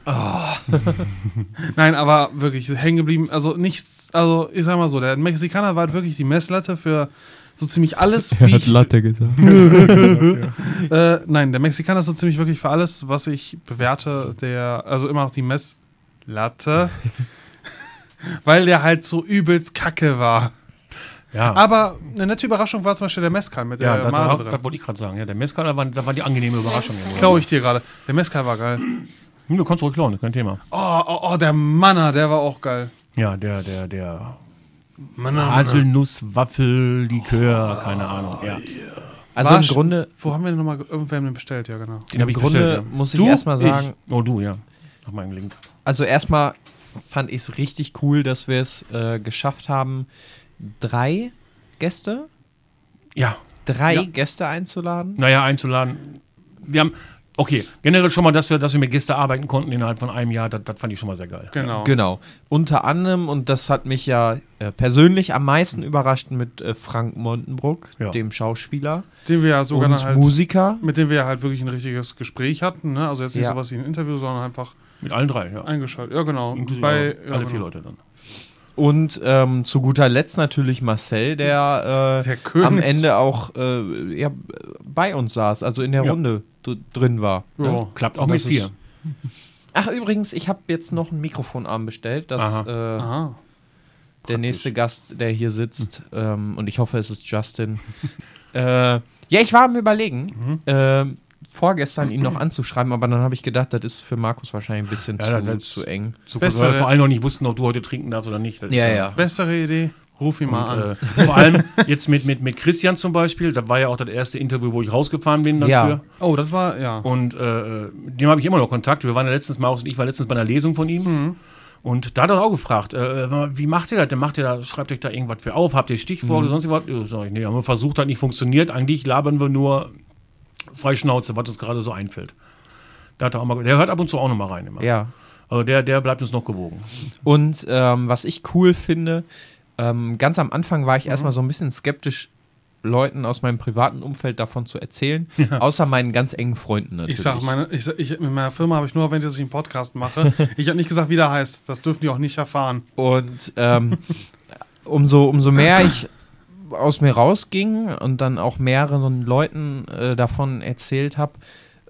[SPEAKER 3] Nein, aber wirklich hängen geblieben, also nichts, also ich sag mal so, der Mexikaner war halt wirklich die Messlatte für so ziemlich alles, wie ich,
[SPEAKER 2] gesagt.
[SPEAKER 3] äh, nein, der Mexikaner ist so ziemlich wirklich für alles, was ich bewerte, der, also immer noch die Mess, Latte. Weil der halt so übelst kacke war.
[SPEAKER 1] Ja,
[SPEAKER 3] Aber eine nette Überraschung war zum Beispiel der Mezcal mit
[SPEAKER 1] ja
[SPEAKER 3] der
[SPEAKER 1] das,
[SPEAKER 3] Mare
[SPEAKER 1] war,
[SPEAKER 3] drin.
[SPEAKER 1] das wollte ich gerade sagen. Ja, der Mezcal, da war, da war die angenehme Überraschung. im Urlaub.
[SPEAKER 3] Klaue ich dir gerade. Der Mezcal war geil.
[SPEAKER 1] Hm, Du kannst ruhig klauen, kein Thema.
[SPEAKER 3] Oh, oh, oh, der Manner, der war auch geil.
[SPEAKER 1] Ja, der, der, der Haselnuss, Waffel, Likör,
[SPEAKER 3] Oh,
[SPEAKER 1] keine Ahnung. Ja,
[SPEAKER 2] Also im
[SPEAKER 3] Warst-
[SPEAKER 2] Grunde,
[SPEAKER 3] Wo haben wir denn nochmal, irgendwer haben den bestellt, ja genau.
[SPEAKER 1] den habe
[SPEAKER 2] im
[SPEAKER 1] ich
[SPEAKER 2] Grunde
[SPEAKER 1] bestellt. Ja.
[SPEAKER 2] muss ich
[SPEAKER 3] Du?
[SPEAKER 2] erstmal sagen,
[SPEAKER 1] Oh, du, ja. Nach meinem Link.
[SPEAKER 2] also erstmal fand ich es richtig cool, dass wir es äh, geschafft haben, drei Gäste,
[SPEAKER 1] Ja, Genau.
[SPEAKER 2] drei Gäste einzuladen.
[SPEAKER 1] naja, einzuladen. Wir haben, okay, generell schon mal, dass wir, dass wir mit Gästen arbeiten konnten innerhalb von einem Jahr, das, das fand ich schon mal sehr geil.
[SPEAKER 3] Genau.
[SPEAKER 2] Genau. Unter anderem, und das hat mich ja äh, persönlich am meisten überrascht, mit äh, Frank Montenbrock,
[SPEAKER 1] Ja.
[SPEAKER 2] dem Schauspieler
[SPEAKER 3] Den wir ja sogar
[SPEAKER 2] und
[SPEAKER 3] dann halt,
[SPEAKER 2] Musiker.
[SPEAKER 3] mit dem wir ja halt wirklich ein richtiges Gespräch hatten, ne? Also jetzt nicht
[SPEAKER 2] Ja.
[SPEAKER 3] sowas wie ein Interview, sondern einfach
[SPEAKER 1] Mit allen drei, ja.
[SPEAKER 3] eingeschaltet. Ja, genau.
[SPEAKER 1] Inklusive
[SPEAKER 3] Bei,
[SPEAKER 1] alle
[SPEAKER 3] ja,
[SPEAKER 1] vier
[SPEAKER 3] genau.
[SPEAKER 1] Leute dann.
[SPEAKER 2] Und ähm, zu guter Letzt natürlich Marcel, der,
[SPEAKER 3] Der
[SPEAKER 2] äh,
[SPEAKER 3] König.
[SPEAKER 2] am Ende auch äh, ja, bei uns saß, also in der
[SPEAKER 1] Ja.
[SPEAKER 2] Runde dr- drin war.
[SPEAKER 3] Ja.
[SPEAKER 1] Klappt auch
[SPEAKER 2] Und
[SPEAKER 1] mit
[SPEAKER 2] das
[SPEAKER 1] vier.
[SPEAKER 2] ist- Ach, übrigens, ich habe jetzt noch einen Mikrofonarm bestellt, dass äh,
[SPEAKER 3] Aha.
[SPEAKER 2] der nächste Gast, der hier sitzt, ähm, und ich hoffe, es ist Justin. äh, ja, ich war am Überlegen,
[SPEAKER 3] Mhm.
[SPEAKER 2] ähm, vorgestern ihn noch anzuschreiben, aber dann habe ich gedacht, das ist für Markus wahrscheinlich ein bisschen
[SPEAKER 1] Ja,
[SPEAKER 2] zu,
[SPEAKER 1] das-
[SPEAKER 2] zu eng.
[SPEAKER 1] Zu
[SPEAKER 3] Bessere-
[SPEAKER 1] weil wir vor allem noch nicht wussten, ob du heute trinken darfst oder nicht. Das ist
[SPEAKER 3] Bessere Idee, ruf ihn mal an.
[SPEAKER 1] Und, äh, vor allem jetzt mit, mit, mit Christian zum Beispiel, da war ja auch das erste Interview, wo ich rausgefahren bin dafür.
[SPEAKER 2] Ja.
[SPEAKER 3] oh, das war, ja.
[SPEAKER 1] Und äh, dem habe ich immer noch Kontakt. Wir waren ja letztens mal aus, ich war letztens bei einer Lesung von ihm. Und da hat er auch gefragt, äh, wie macht ihr das? Denn macht ihr da, schreibt euch da irgendwas für auf? Habt ihr Stichworte sonst irgendwas? Ja, Sag ich, nee, haben wir versucht, hat nicht funktioniert. Eigentlich labern wir nur frei Schnauze, was uns gerade so einfällt. Da hat er auch mal, der hört ab und zu auch noch mal rein. Immer.
[SPEAKER 2] Ja.
[SPEAKER 1] Also der, der bleibt uns noch gewogen.
[SPEAKER 2] Und ähm, was ich cool finde, ähm, ganz am Anfang war ich
[SPEAKER 3] Mhm.
[SPEAKER 2] erstmal so ein bisschen skeptisch, Leuten aus meinem privaten Umfeld davon zu erzählen, außer meinen ganz engen Freunden natürlich.
[SPEAKER 3] Ich sag, meine, ich, ich, mit meiner Firma habe ich nur erwähnt, dass ich einen Podcast mache. ich habe nicht gesagt, wie der heißt. Das dürfen die auch nicht erfahren.
[SPEAKER 2] Und ähm, umso, umso mehr ich aus mir rausging und dann auch mehreren Leuten äh, davon erzählt habe,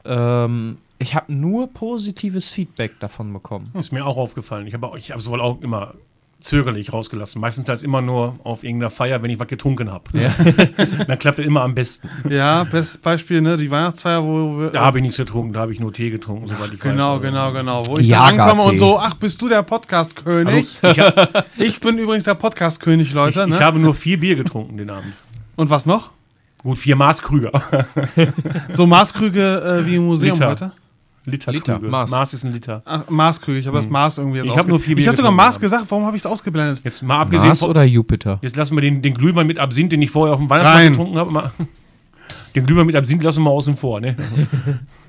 [SPEAKER 2] ähm, ich habe nur positives Feedback davon bekommen.
[SPEAKER 1] Ist mir auch aufgefallen. Ich habe auch- ich habe es wohl auch immer zögerlich rausgelassen. Meistens immer nur auf irgendeiner Feier, wenn ich was getrunken habe.
[SPEAKER 2] Ja.
[SPEAKER 1] Dann klappt das immer am besten.
[SPEAKER 3] Ja, bestes Beispiel, ne? Die Weihnachtsfeier, wo wir.
[SPEAKER 1] Da habe ich nichts getrunken, da habe ich nur Tee getrunken. Soweit ich
[SPEAKER 3] Genau,
[SPEAKER 1] weiß.
[SPEAKER 3] genau, genau. Wo ich dann
[SPEAKER 2] Jagertee.
[SPEAKER 3] ankomme und so, ach, bist du der
[SPEAKER 1] Also,
[SPEAKER 3] Podcast-König?
[SPEAKER 1] ich, ha-
[SPEAKER 3] Ich bin übrigens der Podcast-König,
[SPEAKER 1] ich,
[SPEAKER 3] Leute. Ne?
[SPEAKER 1] ich habe nur vier Bier getrunken den Abend.
[SPEAKER 3] und was noch?
[SPEAKER 1] Gut, vier Maß Krüger.
[SPEAKER 3] So Maßkrüge äh, wie im Museum
[SPEAKER 1] Liter.
[SPEAKER 3] heute?
[SPEAKER 1] Liter,
[SPEAKER 2] Liter,
[SPEAKER 1] Krüge.
[SPEAKER 2] Maß.
[SPEAKER 1] Maß ist ein Liter.
[SPEAKER 3] Ach, Maßkrüge, ich habe das Maß irgendwie jetzt
[SPEAKER 1] Hm. Ich habe
[SPEAKER 3] ausge-
[SPEAKER 1] nur viel
[SPEAKER 3] Ich
[SPEAKER 1] Bier
[SPEAKER 3] habe sogar
[SPEAKER 1] getrunken
[SPEAKER 3] Maß
[SPEAKER 1] am
[SPEAKER 3] gesagt, warum habe ich es ausgeblendet?
[SPEAKER 1] Jetzt mal abgesehen
[SPEAKER 2] Mars
[SPEAKER 1] von...
[SPEAKER 2] oder Jupiter?
[SPEAKER 1] Jetzt lassen wir den, den Glühwein mit Absinth, den ich vorher auf dem Weihnachtsmarkt
[SPEAKER 3] Rein.
[SPEAKER 1] getrunken habe. Mal, den Glühwein mit Absinth lassen wir mal außen vor. Ne?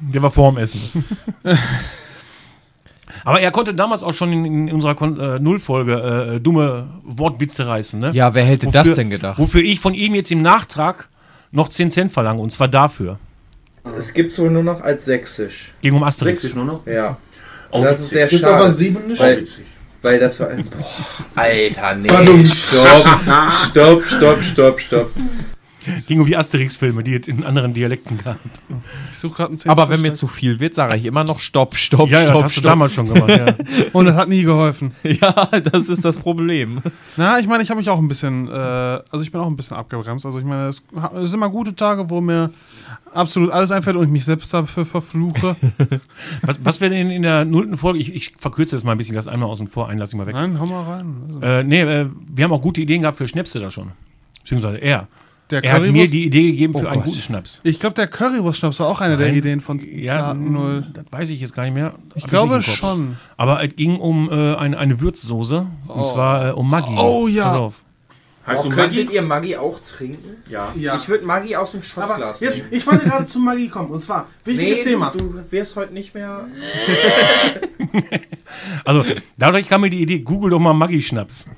[SPEAKER 1] Der war vorm Essen. Aber er konnte damals auch schon in, in unserer Kon äh, Nullfolge äh, dumme Wortwitze reißen. Ne?
[SPEAKER 2] Ja, wer hätte das denn gedacht?
[SPEAKER 1] Wofür ich von ihm jetzt im Nachtrag noch 10 Cent verlange. Und zwar dafür.
[SPEAKER 7] Es gibt's wohl nur noch als sächsisch.
[SPEAKER 1] Gegen um Asterix.
[SPEAKER 6] nur noch?
[SPEAKER 7] Ja. das ist sehr
[SPEAKER 5] Gibt's auch
[SPEAKER 7] schade.
[SPEAKER 5] einen siebenden
[SPEAKER 7] Weil, weil das war. Boah, Alter, nee. Stopp, stopp, stopp, stopp, stopp.
[SPEAKER 1] Ging um die Asterix-Filme, die es in anderen Dialekten gab.
[SPEAKER 3] Ich suche gerade einen 10
[SPEAKER 2] Aber wenn mir zu viel wird, sage ich immer noch Stopp, Stopp,
[SPEAKER 1] Ja, ja,
[SPEAKER 2] Stopp,
[SPEAKER 1] hast du
[SPEAKER 2] Stopp.
[SPEAKER 1] damals schon gemacht. Ja.
[SPEAKER 3] Und das hat nie geholfen.
[SPEAKER 2] Ja, das ist das Problem.
[SPEAKER 3] Na, ich meine, ich habe mich auch ein bisschen, äh, also ich bin auch ein bisschen abgebremst. Also ich meine, es, es sind immer gute Tage, wo mir absolut alles einfällt und ich mich selbst dafür verfluche.
[SPEAKER 1] Was, was wir denn in der nullten Folge, ich, ich verkürze das mal ein bisschen, lass einmal außen vor ein, lass ich mal weg.
[SPEAKER 3] Nein, hau mal rein. Also,
[SPEAKER 1] Äh, nee, äh, wir haben auch gute Ideen gehabt für Schnäpse da schon. Beziehungsweise er.
[SPEAKER 3] der
[SPEAKER 1] Er hat mir
[SPEAKER 3] Currywurst. Oh
[SPEAKER 1] die Idee gegeben für einen
[SPEAKER 2] Gott.
[SPEAKER 1] guten Schnaps.
[SPEAKER 3] Ich glaube, der Currywurst-Schnaps war auch eine der
[SPEAKER 1] Nein.
[SPEAKER 3] Ideen von
[SPEAKER 1] Ja,
[SPEAKER 3] Zarten Null.
[SPEAKER 1] das weiß ich jetzt gar nicht mehr. Hab
[SPEAKER 3] Ich
[SPEAKER 1] nicht
[SPEAKER 3] glaube
[SPEAKER 1] im Kopf.
[SPEAKER 3] schon.
[SPEAKER 1] Aber es ging um äh, eine, eine Würzsoße. Und zwar äh, um Maggi.
[SPEAKER 3] Oh, ja.
[SPEAKER 1] Pass auf.
[SPEAKER 6] Hast du
[SPEAKER 7] Könntet
[SPEAKER 6] Maggi?
[SPEAKER 7] ihr Maggi auch trinken?
[SPEAKER 6] Ja.
[SPEAKER 5] Ja.
[SPEAKER 7] Ich würde Maggi aus dem Shop
[SPEAKER 5] Aber
[SPEAKER 7] lassen.
[SPEAKER 5] jetzt, ich wollte gerade zu Magie kommen. Und zwar, wichtiges
[SPEAKER 7] Nee,
[SPEAKER 5] Thema.
[SPEAKER 7] du wirst heute nicht mehr.
[SPEAKER 1] Also, dadurch kam mir die Idee, google doch mal Maggi-Schnaps.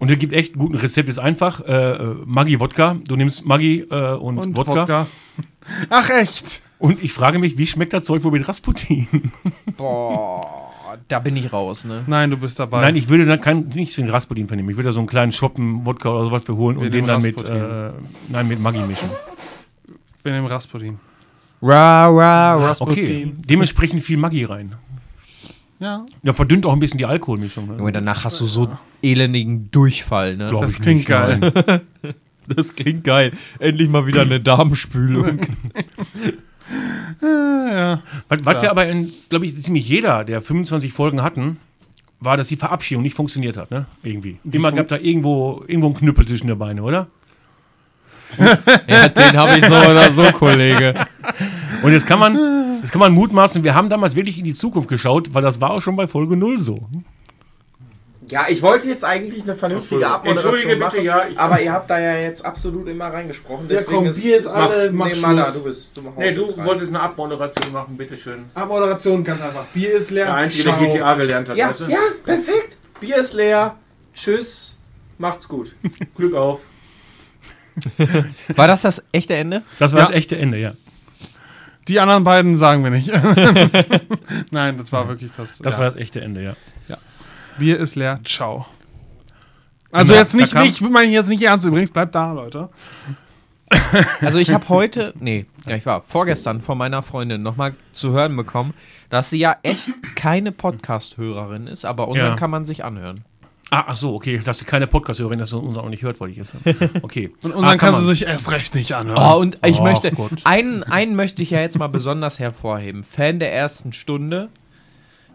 [SPEAKER 1] Und es gibt echt einen guten Rezept, ist einfach. Äh, äh, Maggi-Wodka. Du nimmst Maggi äh, und,
[SPEAKER 3] Und
[SPEAKER 1] Wodka.
[SPEAKER 3] Wodka. Ach echt?
[SPEAKER 1] Und ich frage mich, wie schmeckt das Zeug wohl mit Rasputin?
[SPEAKER 2] Boah, da bin ich raus, ne?
[SPEAKER 3] Nein, du bist dabei.
[SPEAKER 1] Nein, ich würde dann kein, nicht den Rasputin vernehmen. Ich würde da so einen kleinen Schoppen Wodka oder sowas für holen
[SPEAKER 3] Wir
[SPEAKER 1] und den
[SPEAKER 3] nehmen
[SPEAKER 1] dann mit, äh,
[SPEAKER 3] Rasputin.
[SPEAKER 1] nein, mit Maggi mischen.
[SPEAKER 3] bin im Rasputin.
[SPEAKER 2] Ra, ra, ra.
[SPEAKER 1] Okay, dementsprechend viel Maggi rein.
[SPEAKER 3] Ja.
[SPEAKER 1] Ja, verdünnt auch ein bisschen die Alkoholmischung. Ne?
[SPEAKER 2] Junge, danach hast du so elendigen Durchfall, ne?
[SPEAKER 1] Glaub
[SPEAKER 3] das
[SPEAKER 1] ich
[SPEAKER 3] klingt geil.
[SPEAKER 1] nein.
[SPEAKER 2] Das klingt geil. Endlich mal wieder eine Darmspülung.
[SPEAKER 3] Ja.
[SPEAKER 1] Was, was wir aber, glaube ich, ziemlich jeder der 25 Folgen hatten, war, dass die Verabschiedung nicht funktioniert hat, ne? Irgendwie. Immer gab da irgendwo, irgendwo einen Knüppel zwischen der Beine, oder?
[SPEAKER 2] ja, den habe ich so oder so, Kollege.
[SPEAKER 1] Und jetzt kann man, jetzt kann man mutmaßen, wir haben damals wirklich in die Zukunft geschaut, weil das war auch schon bei Folge 0 so.
[SPEAKER 7] Ja, ich wollte jetzt eigentlich eine vernünftige
[SPEAKER 6] Entschuldigung.
[SPEAKER 7] Abmoderation machen,
[SPEAKER 6] Entschuldige bitte, ja, ich-
[SPEAKER 7] aber ihr habt da ja jetzt absolut immer reingesprochen. Deswegen
[SPEAKER 5] komm, Bier ist alle, mach
[SPEAKER 7] nee, Mana,
[SPEAKER 5] Schluss.
[SPEAKER 7] du bist, du machst
[SPEAKER 6] Nee,
[SPEAKER 7] jetzt
[SPEAKER 6] du
[SPEAKER 7] rein.
[SPEAKER 6] wolltest eine Abmoderation machen, bitteschön.
[SPEAKER 5] Abmoderation ganz einfach. Bier ist leer.
[SPEAKER 6] Der Einzige, der
[SPEAKER 5] Ciao.
[SPEAKER 6] GTA gelernt hat,
[SPEAKER 7] Ja,
[SPEAKER 6] weißt du?
[SPEAKER 7] ja, perfekt. Bier ist leer. Tschüss. Macht's gut.
[SPEAKER 6] Glück auf.
[SPEAKER 2] War das das echte Ende?
[SPEAKER 1] Das war
[SPEAKER 3] Ja.
[SPEAKER 1] das echte Ende, ja.
[SPEAKER 3] Die anderen beiden sagen wir nicht. Nein, das war wirklich das.
[SPEAKER 1] Das
[SPEAKER 3] ja.
[SPEAKER 1] war das echte Ende, ja.
[SPEAKER 3] Bier ist leer. Ciao. Also
[SPEAKER 1] Ja,
[SPEAKER 3] jetzt nicht,
[SPEAKER 1] Genau. da kam- Ah,
[SPEAKER 3] nicht, meine ich jetzt nicht ernst übrigens, bleibt da, Leute.
[SPEAKER 2] Also ich habe heute, nee, ja, ich war vorgestern von meiner Freundin nochmal zu hören bekommen, dass sie ja echt keine Podcast-Hörerin ist, aber unseren
[SPEAKER 1] Ja.
[SPEAKER 2] kann man sich anhören.
[SPEAKER 1] Ah, ach so, okay, dass sie keine Podcast-Hörerin, dass sie uns auch nicht hört, wollte ich jetzt sagen. Okay. Ah,
[SPEAKER 3] Und unseren
[SPEAKER 1] kann
[SPEAKER 3] kann sie
[SPEAKER 1] man.
[SPEAKER 3] sich erst recht nicht anhören.
[SPEAKER 2] Oh, und ich
[SPEAKER 1] Ach
[SPEAKER 2] möchte,
[SPEAKER 1] Gott.
[SPEAKER 2] einen, einen möchte ich ja jetzt mal besonders hervorheben. Fan der ersten Stunde.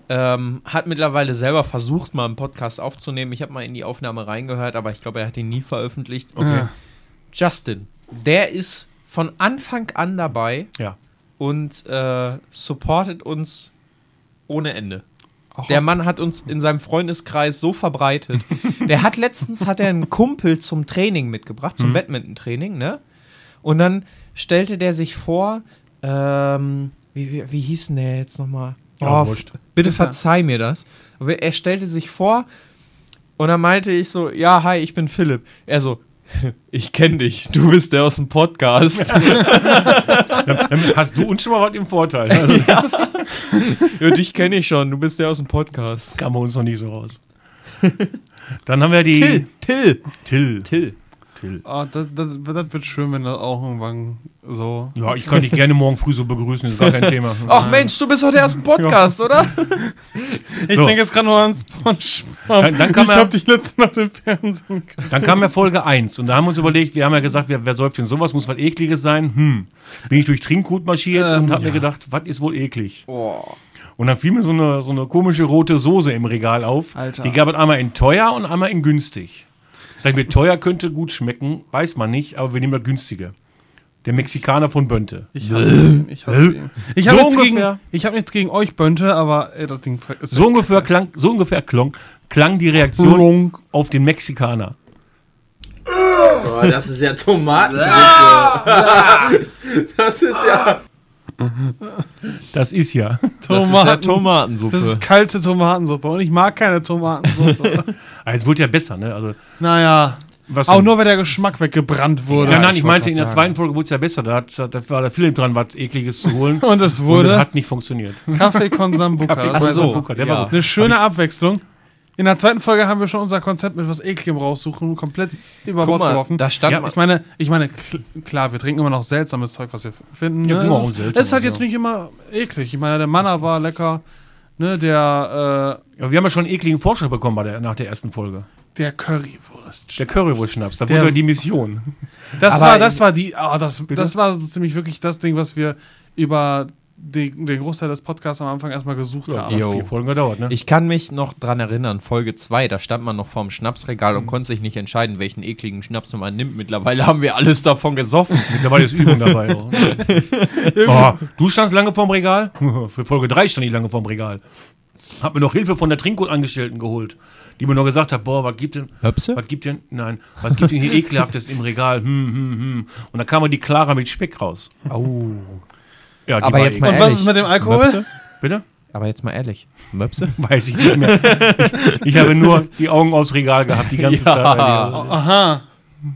[SPEAKER 2] Ähm, hat mittlerweile selber versucht, mal einen Podcast aufzunehmen. Ich habe mal in die Aufnahme reingehört, aber ich glaube, er hat ihn nie veröffentlicht.
[SPEAKER 3] Ja.
[SPEAKER 2] Justin, der ist von Anfang an dabei
[SPEAKER 1] Ja.
[SPEAKER 2] und äh, supportet uns ohne Ende.
[SPEAKER 3] Auch-
[SPEAKER 2] Der Mann hat uns in seinem Freundeskreis so verbreitet. Der hat letztens hat er einen Kumpel zum Training mitgebracht,
[SPEAKER 1] Mhm.
[SPEAKER 2] zum Badminton-Training, ne? Und dann stellte der sich vor, ähm, wie, wie, wie hieß denn der jetzt nochmal?
[SPEAKER 1] Ja,
[SPEAKER 2] Oh,
[SPEAKER 1] wurscht.
[SPEAKER 2] bitte verzeih mir das. Aber er stellte sich vor und dann meinte ich so, ja, hi, ich bin Philipp. Er so, ich kenne dich, du bist der aus dem Podcast.
[SPEAKER 1] Dann Ähm, hast du uns schon mal was im Vorteil. Also,
[SPEAKER 2] Ja, dich kenne ich schon, du bist der aus dem Podcast.
[SPEAKER 1] kamen wir uns noch nie so raus. Dann haben wir die.
[SPEAKER 2] Till, Till,
[SPEAKER 1] Till.
[SPEAKER 2] Till.
[SPEAKER 3] Oh, das, das, das wird schön, wenn das auch irgendwann so.
[SPEAKER 1] Ja, ich kann dich gerne morgen früh so begrüßen, ist gar kein Thema.
[SPEAKER 3] Oh,
[SPEAKER 2] Ach Mensch, du bist doch der aus dem Podcast, oder?
[SPEAKER 3] Ich
[SPEAKER 1] So.
[SPEAKER 3] denke jetzt gerade nur an SpongeBob.
[SPEAKER 1] Dann- dann kann
[SPEAKER 3] ich
[SPEAKER 1] man-
[SPEAKER 3] habe dich letzte Nacht im Fernsehen gesehen.
[SPEAKER 1] Dann kam ja Folge 1 und da haben wir uns überlegt, wir haben ja gesagt, wer, wer säuft denn sowas, muss was Ekliges sein? Hm. Bin ich durch Trinkgut marschiert
[SPEAKER 3] Ähm,
[SPEAKER 1] und habe mir gedacht, was ist wohl eklig?
[SPEAKER 3] Oh.
[SPEAKER 1] Und dann fiel mir so eine, so eine komische rote Soße im Regal auf.
[SPEAKER 3] Alter.
[SPEAKER 1] Die gab es einmal in teuer und einmal in günstig. Sag mir, teuer könnte gut schmecken, weiß man nicht, aber wir nehmen das günstige. Der Mexikaner von Bönte.
[SPEAKER 3] Ich hasse ihn. Ich hasse ihn. Ich habe
[SPEAKER 1] Äh. So
[SPEAKER 3] nichts, gegen-
[SPEAKER 1] ungefähr.
[SPEAKER 3] ich hab nichts gegen euch, Bönte, aber ey, das Ding ist
[SPEAKER 1] So ungefähr klang, so ungefähr klang, klang die Reaktion
[SPEAKER 3] Klonk.
[SPEAKER 1] auf den Mexikaner.
[SPEAKER 7] Oh, das ist ja Tomatensuppe. das ist ja.
[SPEAKER 1] Das ist ja.
[SPEAKER 3] Tomaten.
[SPEAKER 2] Tomatensuppe.
[SPEAKER 3] Das ist kalte Tomatensuppe und ich mag keine Tomatensuppe.
[SPEAKER 1] Ah, Es wurde ja besser, ne? Also,
[SPEAKER 3] naja.
[SPEAKER 1] was
[SPEAKER 3] Auch
[SPEAKER 1] denn?
[SPEAKER 3] nur, weil der Geschmack weggebrannt wurde.
[SPEAKER 1] Ja, nein, ich, meinte,
[SPEAKER 3] wollte
[SPEAKER 1] in der
[SPEAKER 3] sagen.
[SPEAKER 1] zweiten Folge wurde es ja besser. Da, hat, da war der Philipp dran, was Ekliges zu holen.
[SPEAKER 3] Und es
[SPEAKER 1] Und das
[SPEAKER 3] wurde
[SPEAKER 1] hat nicht funktioniert.
[SPEAKER 3] Kaffee con Sambuca.
[SPEAKER 1] Kaffee
[SPEAKER 3] Das
[SPEAKER 1] con
[SPEAKER 3] war
[SPEAKER 1] Sambuca,
[SPEAKER 3] super.
[SPEAKER 1] der
[SPEAKER 2] ja.
[SPEAKER 1] war gut.
[SPEAKER 3] Eine schöne Abwechslung. In der zweiten Folge haben wir schon unser Konzept mit was Ekligem raussuchen komplett über
[SPEAKER 2] Guck
[SPEAKER 3] Bord
[SPEAKER 2] mal,
[SPEAKER 3] geworfen.
[SPEAKER 2] da stand
[SPEAKER 1] Ja,
[SPEAKER 2] mal-
[SPEAKER 3] Ich meine, ich meine, kl- klar, wir trinken immer noch seltsames Zeug, was wir f- finden.
[SPEAKER 1] Ja,
[SPEAKER 3] ne?
[SPEAKER 1] immer auch
[SPEAKER 3] es, ist,
[SPEAKER 1] seltsam, also.
[SPEAKER 3] es ist halt jetzt
[SPEAKER 1] ja.
[SPEAKER 3] nicht immer eklig. Ich meine, der Manner war lecker, ne, der, äh,
[SPEAKER 1] Ja, wir haben ja schon einen ekligen Vorschlag bekommen bei der, nach der ersten Folge.
[SPEAKER 3] der Currywurst.
[SPEAKER 1] Der Currywurst-Schnaps. Da
[SPEAKER 3] Der-
[SPEAKER 1] wurde ja die Mission.
[SPEAKER 3] Das
[SPEAKER 2] Aber
[SPEAKER 3] war, das war die, ah, das, das
[SPEAKER 1] Bitte?
[SPEAKER 3] war so ziemlich wirklich das Ding, was wir über den, den Großteil des Podcasts am Anfang erstmal gesucht haben.
[SPEAKER 2] Jo.
[SPEAKER 1] Die Folgen gedauert, ne?
[SPEAKER 2] Ich kann mich noch dran erinnern, Folge 2, da stand man noch vorm Schnapsregal und konnte sich nicht entscheiden, welchen ekligen Schnaps man nimmt. Mittlerweile haben wir alles davon gesoffen.
[SPEAKER 1] Mittlerweile ist Übung dabei. auch. oh, du standst lange vorm Regal? Für Folge 3 stand ich lange vorm Regal. Hab mir noch Hilfe von der Trinkgutangestellten geholt, die mir noch gesagt hat, boah, was gibt denn,
[SPEAKER 2] Höpse?
[SPEAKER 1] was gibt denn, nein, was gibt denn hier ekelhaftes im Regal? Hm, hm, hm. Und dann kam mal die Clara mit Speck raus.
[SPEAKER 2] Au.
[SPEAKER 1] Ja, die
[SPEAKER 2] Aber
[SPEAKER 1] war
[SPEAKER 2] jetzt
[SPEAKER 1] ekel.
[SPEAKER 2] mal
[SPEAKER 3] Und was ist mit dem Alkohol?
[SPEAKER 2] Möpse?
[SPEAKER 1] Bitte?
[SPEAKER 2] Aber jetzt mal ehrlich, Möpse?
[SPEAKER 1] Weiß ich nicht mehr. Ich, ich habe nur die Augen aufs Regal gehabt, die ganze
[SPEAKER 2] Ja.
[SPEAKER 1] Zeit.
[SPEAKER 3] Aha.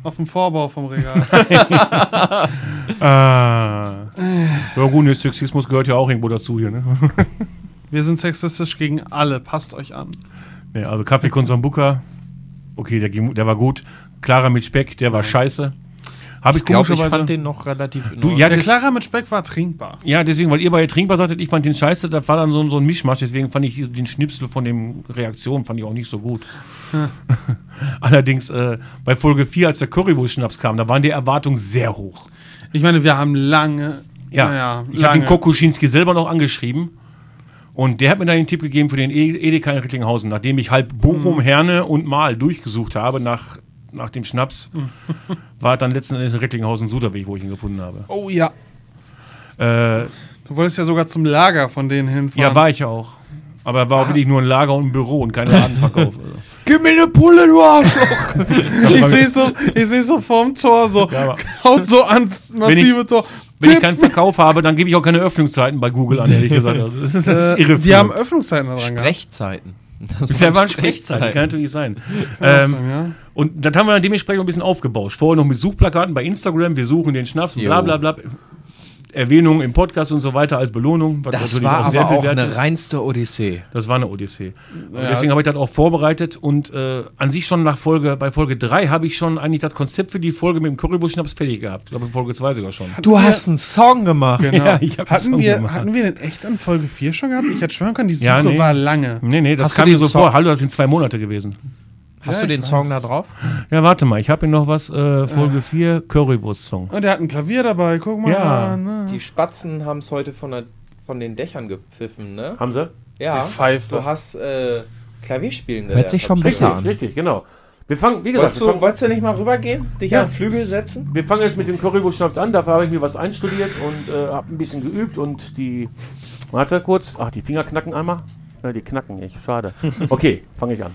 [SPEAKER 3] Auf dem Vorbau vom Regal.
[SPEAKER 1] Ah. Ja, gut, ne, Sexismus gehört ja auch irgendwo dazu hier, ne?
[SPEAKER 3] Wir sind sexistisch gegen alle, passt euch an.
[SPEAKER 1] Nee, also Kaffee con Sambuca, okay, der, ging- der war gut. Clara mit Speck, der war scheiße. Hab Habe ich,
[SPEAKER 2] Ich glaube, ich
[SPEAKER 1] komischerweise-
[SPEAKER 2] fand den noch relativ in
[SPEAKER 1] Du,
[SPEAKER 2] Ordnung.
[SPEAKER 1] ja,
[SPEAKER 3] Der
[SPEAKER 1] das,
[SPEAKER 3] Clara mit Speck war trinkbar.
[SPEAKER 1] ja, deswegen, weil ihr bei Trinkbar sagtet, ich fand den scheiße, das war dann so, ein- so ein Mischmasch, deswegen fand ich den Schnipsel von den Reaktionen fand ich auch nicht so gut. Allerdings äh, bei Folge 4, als der Currywurst-Schnaps kam, da waren die Erwartungen sehr hoch.
[SPEAKER 3] Ich meine, wir haben lange.
[SPEAKER 1] Ja,
[SPEAKER 3] naja,
[SPEAKER 1] ich habe
[SPEAKER 3] lange.
[SPEAKER 1] den Kokuschinski selber noch angeschrieben und der hat mir dann den Tipp gegeben für den E- Edeka in Recklinghausen, nachdem ich halb Bochum, Herne und Mal durchgesucht habe nach, nach dem Schnaps, war dann letzten Endes in Recklinghausen Suderweg, wo ich ihn gefunden habe.
[SPEAKER 3] Oh ja.
[SPEAKER 1] Äh,
[SPEAKER 3] Du wolltest ja sogar zum Lager von denen hinfahren.
[SPEAKER 1] ja, war ich ja auch. Aber er war
[SPEAKER 3] Ah.
[SPEAKER 1] auch wirklich nur ein Lager und ein Büro und kein Ladenverkauf. Also.
[SPEAKER 2] Gib mir eine Pulle, du Arschloch!
[SPEAKER 3] ich sehe so, ich seh so vorm Tor so.
[SPEAKER 1] Ja, aber-
[SPEAKER 3] haut so ans massive Tor.
[SPEAKER 1] Wenn ich keinen Verkauf habe, dann gebe ich auch keine Öffnungszeiten bei Google an, ehrlich gesagt. Also, das ist
[SPEAKER 3] Äh,
[SPEAKER 1] irreführend.
[SPEAKER 3] die haben Öffnungszeiten da dran gehabt.
[SPEAKER 2] Sprechzeiten. Das
[SPEAKER 1] Vielleicht waren Sprechzeiten, kann natürlich sein. Ähm,
[SPEAKER 3] Sein, ja?
[SPEAKER 1] Und das haben wir dann dementsprechend ein bisschen aufgebauscht. Vorher noch mit Suchplakaten bei Instagram, wir suchen den Schnaps und bla
[SPEAKER 2] Jo.
[SPEAKER 1] bla bla. Erwähnung im Podcast und so weiter als Belohnung. Was
[SPEAKER 2] Das
[SPEAKER 1] natürlich
[SPEAKER 2] war aber auch eine
[SPEAKER 1] ist.
[SPEAKER 2] reinste Odyssee.
[SPEAKER 1] Das war eine Odyssee. Und deswegen habe ich das auch vorbereitet und äh, an sich schon nach Folge, bei Folge 3 habe ich schon eigentlich das Konzept für die Folge mit dem Currywurst-Schnaps fertig gehabt. Ich glaube, in Folge 2 sogar schon.
[SPEAKER 2] Du hast einen Song gemacht.
[SPEAKER 3] Genau.
[SPEAKER 1] Ja, ich hab
[SPEAKER 3] hatten,
[SPEAKER 1] das
[SPEAKER 3] wir,
[SPEAKER 1] gemacht.
[SPEAKER 3] hatten wir den echt an Folge 4 schon gehabt? Ich hätte schwören können, die Suche
[SPEAKER 1] Ja, nee.
[SPEAKER 3] war lange.
[SPEAKER 1] Nee, nee, das
[SPEAKER 2] Hast du
[SPEAKER 1] kam mir
[SPEAKER 2] den
[SPEAKER 1] so
[SPEAKER 2] Song-
[SPEAKER 1] vor. Hallo, das sind zwei Monate gewesen.
[SPEAKER 2] Hast
[SPEAKER 3] Ja,
[SPEAKER 2] du
[SPEAKER 3] ich
[SPEAKER 2] den
[SPEAKER 3] weiß.
[SPEAKER 2] Song da drauf?
[SPEAKER 1] Ja, warte mal, ich habe hier noch was. Äh, Folge 4, Currywurst-Song.
[SPEAKER 3] Und er hat ein Klavier dabei, guck mal.
[SPEAKER 1] Ja.
[SPEAKER 3] an, ne?
[SPEAKER 2] Hm.
[SPEAKER 7] Die Spatzen haben es heute von, der, von den Dächern gepfiffen, ne?
[SPEAKER 1] Haben sie?
[SPEAKER 7] Ja.
[SPEAKER 6] Pfeife.
[SPEAKER 7] Du hast äh, Klavierspielen
[SPEAKER 2] Hört sich schon besser an.
[SPEAKER 1] richtig, genau. Wir fangen, wie
[SPEAKER 7] Wolltest du, wolltest du nicht mal rübergehen? Dich
[SPEAKER 1] Ja.
[SPEAKER 7] an den Flügel setzen?
[SPEAKER 1] Wir fangen jetzt mit dem Currywurst-Schnaps an. Dafür habe ich mir was einstudiert und äh, habe ein bisschen geübt und die. Warte kurz. Ach, die Finger knacken einmal. Äh, die knacken nicht. Schade. Okay, fange ich an.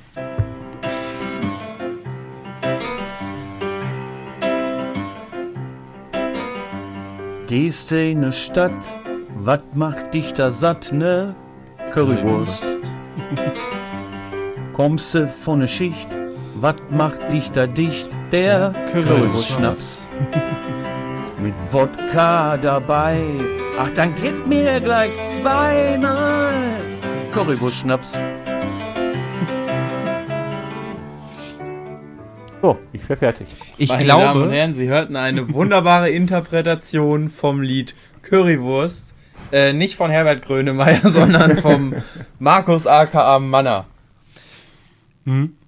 [SPEAKER 8] Gehst in ne Stadt, wat macht dich da satt, ne? Currywurst. Kommst du von ne Schicht, wat macht dich da dicht, der Currywurst-Schnaps. Mit Wodka dabei, ach dann gib mir gleich zwei, ne? Currywurst-Schnaps.
[SPEAKER 1] So, ich wäre fertig.
[SPEAKER 2] Ich
[SPEAKER 7] Meine Damen und
[SPEAKER 2] glaube,
[SPEAKER 7] Herren, Sie hörten eine wunderbare Interpretation vom Lied Currywurst. Äh, nicht von Herbert Grönemeyer, sondern vom Markus aka Manner.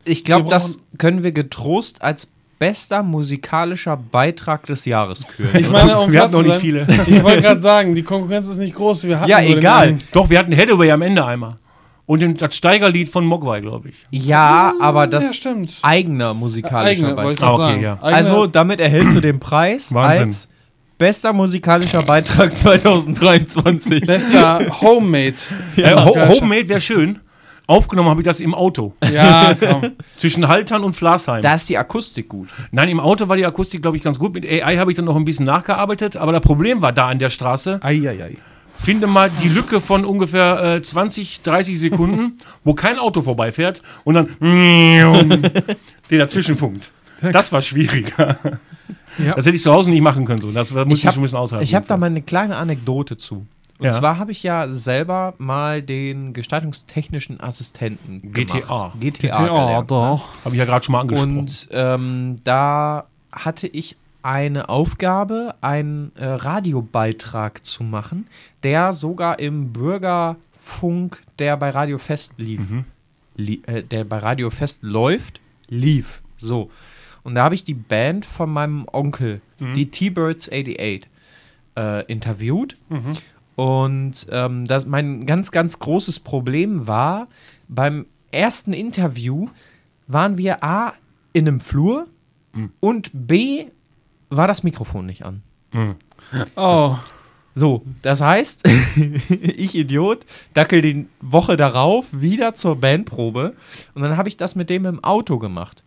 [SPEAKER 2] ich glaube, das können wir getrost als bester musikalischer Beitrag des Jahres küren.
[SPEAKER 3] Ich meine, um
[SPEAKER 1] wir
[SPEAKER 3] Platz
[SPEAKER 1] hatten noch
[SPEAKER 3] zu
[SPEAKER 1] nicht
[SPEAKER 3] sein,
[SPEAKER 1] viele.
[SPEAKER 3] Ich wollte gerade sagen, die Konkurrenz ist nicht groß. Wir hatten
[SPEAKER 2] Ja,
[SPEAKER 3] nur den
[SPEAKER 2] egal.
[SPEAKER 3] einen.
[SPEAKER 1] Doch, wir hatten Hathaway am Ende einmal. Und den, das Steigerlied von Mogwai, glaube ich.
[SPEAKER 2] Ja, aber das
[SPEAKER 3] Ja, stimmt.
[SPEAKER 2] eigener musikalischer
[SPEAKER 3] Eigene, wollte
[SPEAKER 2] Beitrag.
[SPEAKER 3] ich gerade
[SPEAKER 1] Ah, okay,
[SPEAKER 3] sagen.
[SPEAKER 1] ja.
[SPEAKER 3] Eigene-
[SPEAKER 2] Also damit erhältst du den Preis
[SPEAKER 1] Wahnsinn.
[SPEAKER 2] als bester musikalischer Beitrag 2023.
[SPEAKER 3] bester Homemade.
[SPEAKER 1] äh, ho
[SPEAKER 3] geil.
[SPEAKER 1] Homemade wäre schön. Aufgenommen habe ich das im Auto.
[SPEAKER 3] Ja, komm.
[SPEAKER 1] Zwischen Haltern und Flasheim.
[SPEAKER 2] Da ist die Akustik gut.
[SPEAKER 1] Nein, im Auto war die Akustik, glaube ich, ganz gut. Mit AI habe ich dann noch ein bisschen nachgearbeitet. Aber das Problem war da an der Straße.
[SPEAKER 3] Eieiei.
[SPEAKER 1] finde mal die Lücke von ungefähr äh, 20, 30 Sekunden, wo kein Auto vorbeifährt und dann den dazwischenfunkt. Das war schwieriger.
[SPEAKER 3] Ja.
[SPEAKER 1] Das hätte ich zu Hause nicht machen können. So. Das muss ich,
[SPEAKER 2] hab-
[SPEAKER 1] schon ein bisschen aushalten.
[SPEAKER 2] Ich habe da mal eine kleine Anekdote zu. Und
[SPEAKER 1] Ja.
[SPEAKER 2] zwar habe ich ja selber mal den gestaltungstechnischen Assistenten
[SPEAKER 1] GTA.
[SPEAKER 2] gemacht. GTA.
[SPEAKER 3] Ja,
[SPEAKER 2] gelernt.
[SPEAKER 3] doch.
[SPEAKER 1] Habe ich ja gerade schon mal angesprochen.
[SPEAKER 2] Und ähm, da hatte ich eine Aufgabe, einen äh, Radiobeitrag zu machen, der sogar im Bürgerfunk, der bei Radio Fest lief, li äh, der bei Radio Fest läuft, lief. So. Und da habe ich die Band von meinem Onkel, die T-Birds 88, äh, interviewt. Und ähm, das, mein ganz, ganz großes Problem war, beim ersten Interview waren wir A in einem Flur
[SPEAKER 1] Mhm.
[SPEAKER 2] und B war das Mikrofon nicht an.
[SPEAKER 1] Mhm.
[SPEAKER 3] Oh.
[SPEAKER 2] So, das heißt, ich Idiot, dackel die Woche darauf wieder zur Bandprobe und dann habe ich das mit dem im Auto gemacht.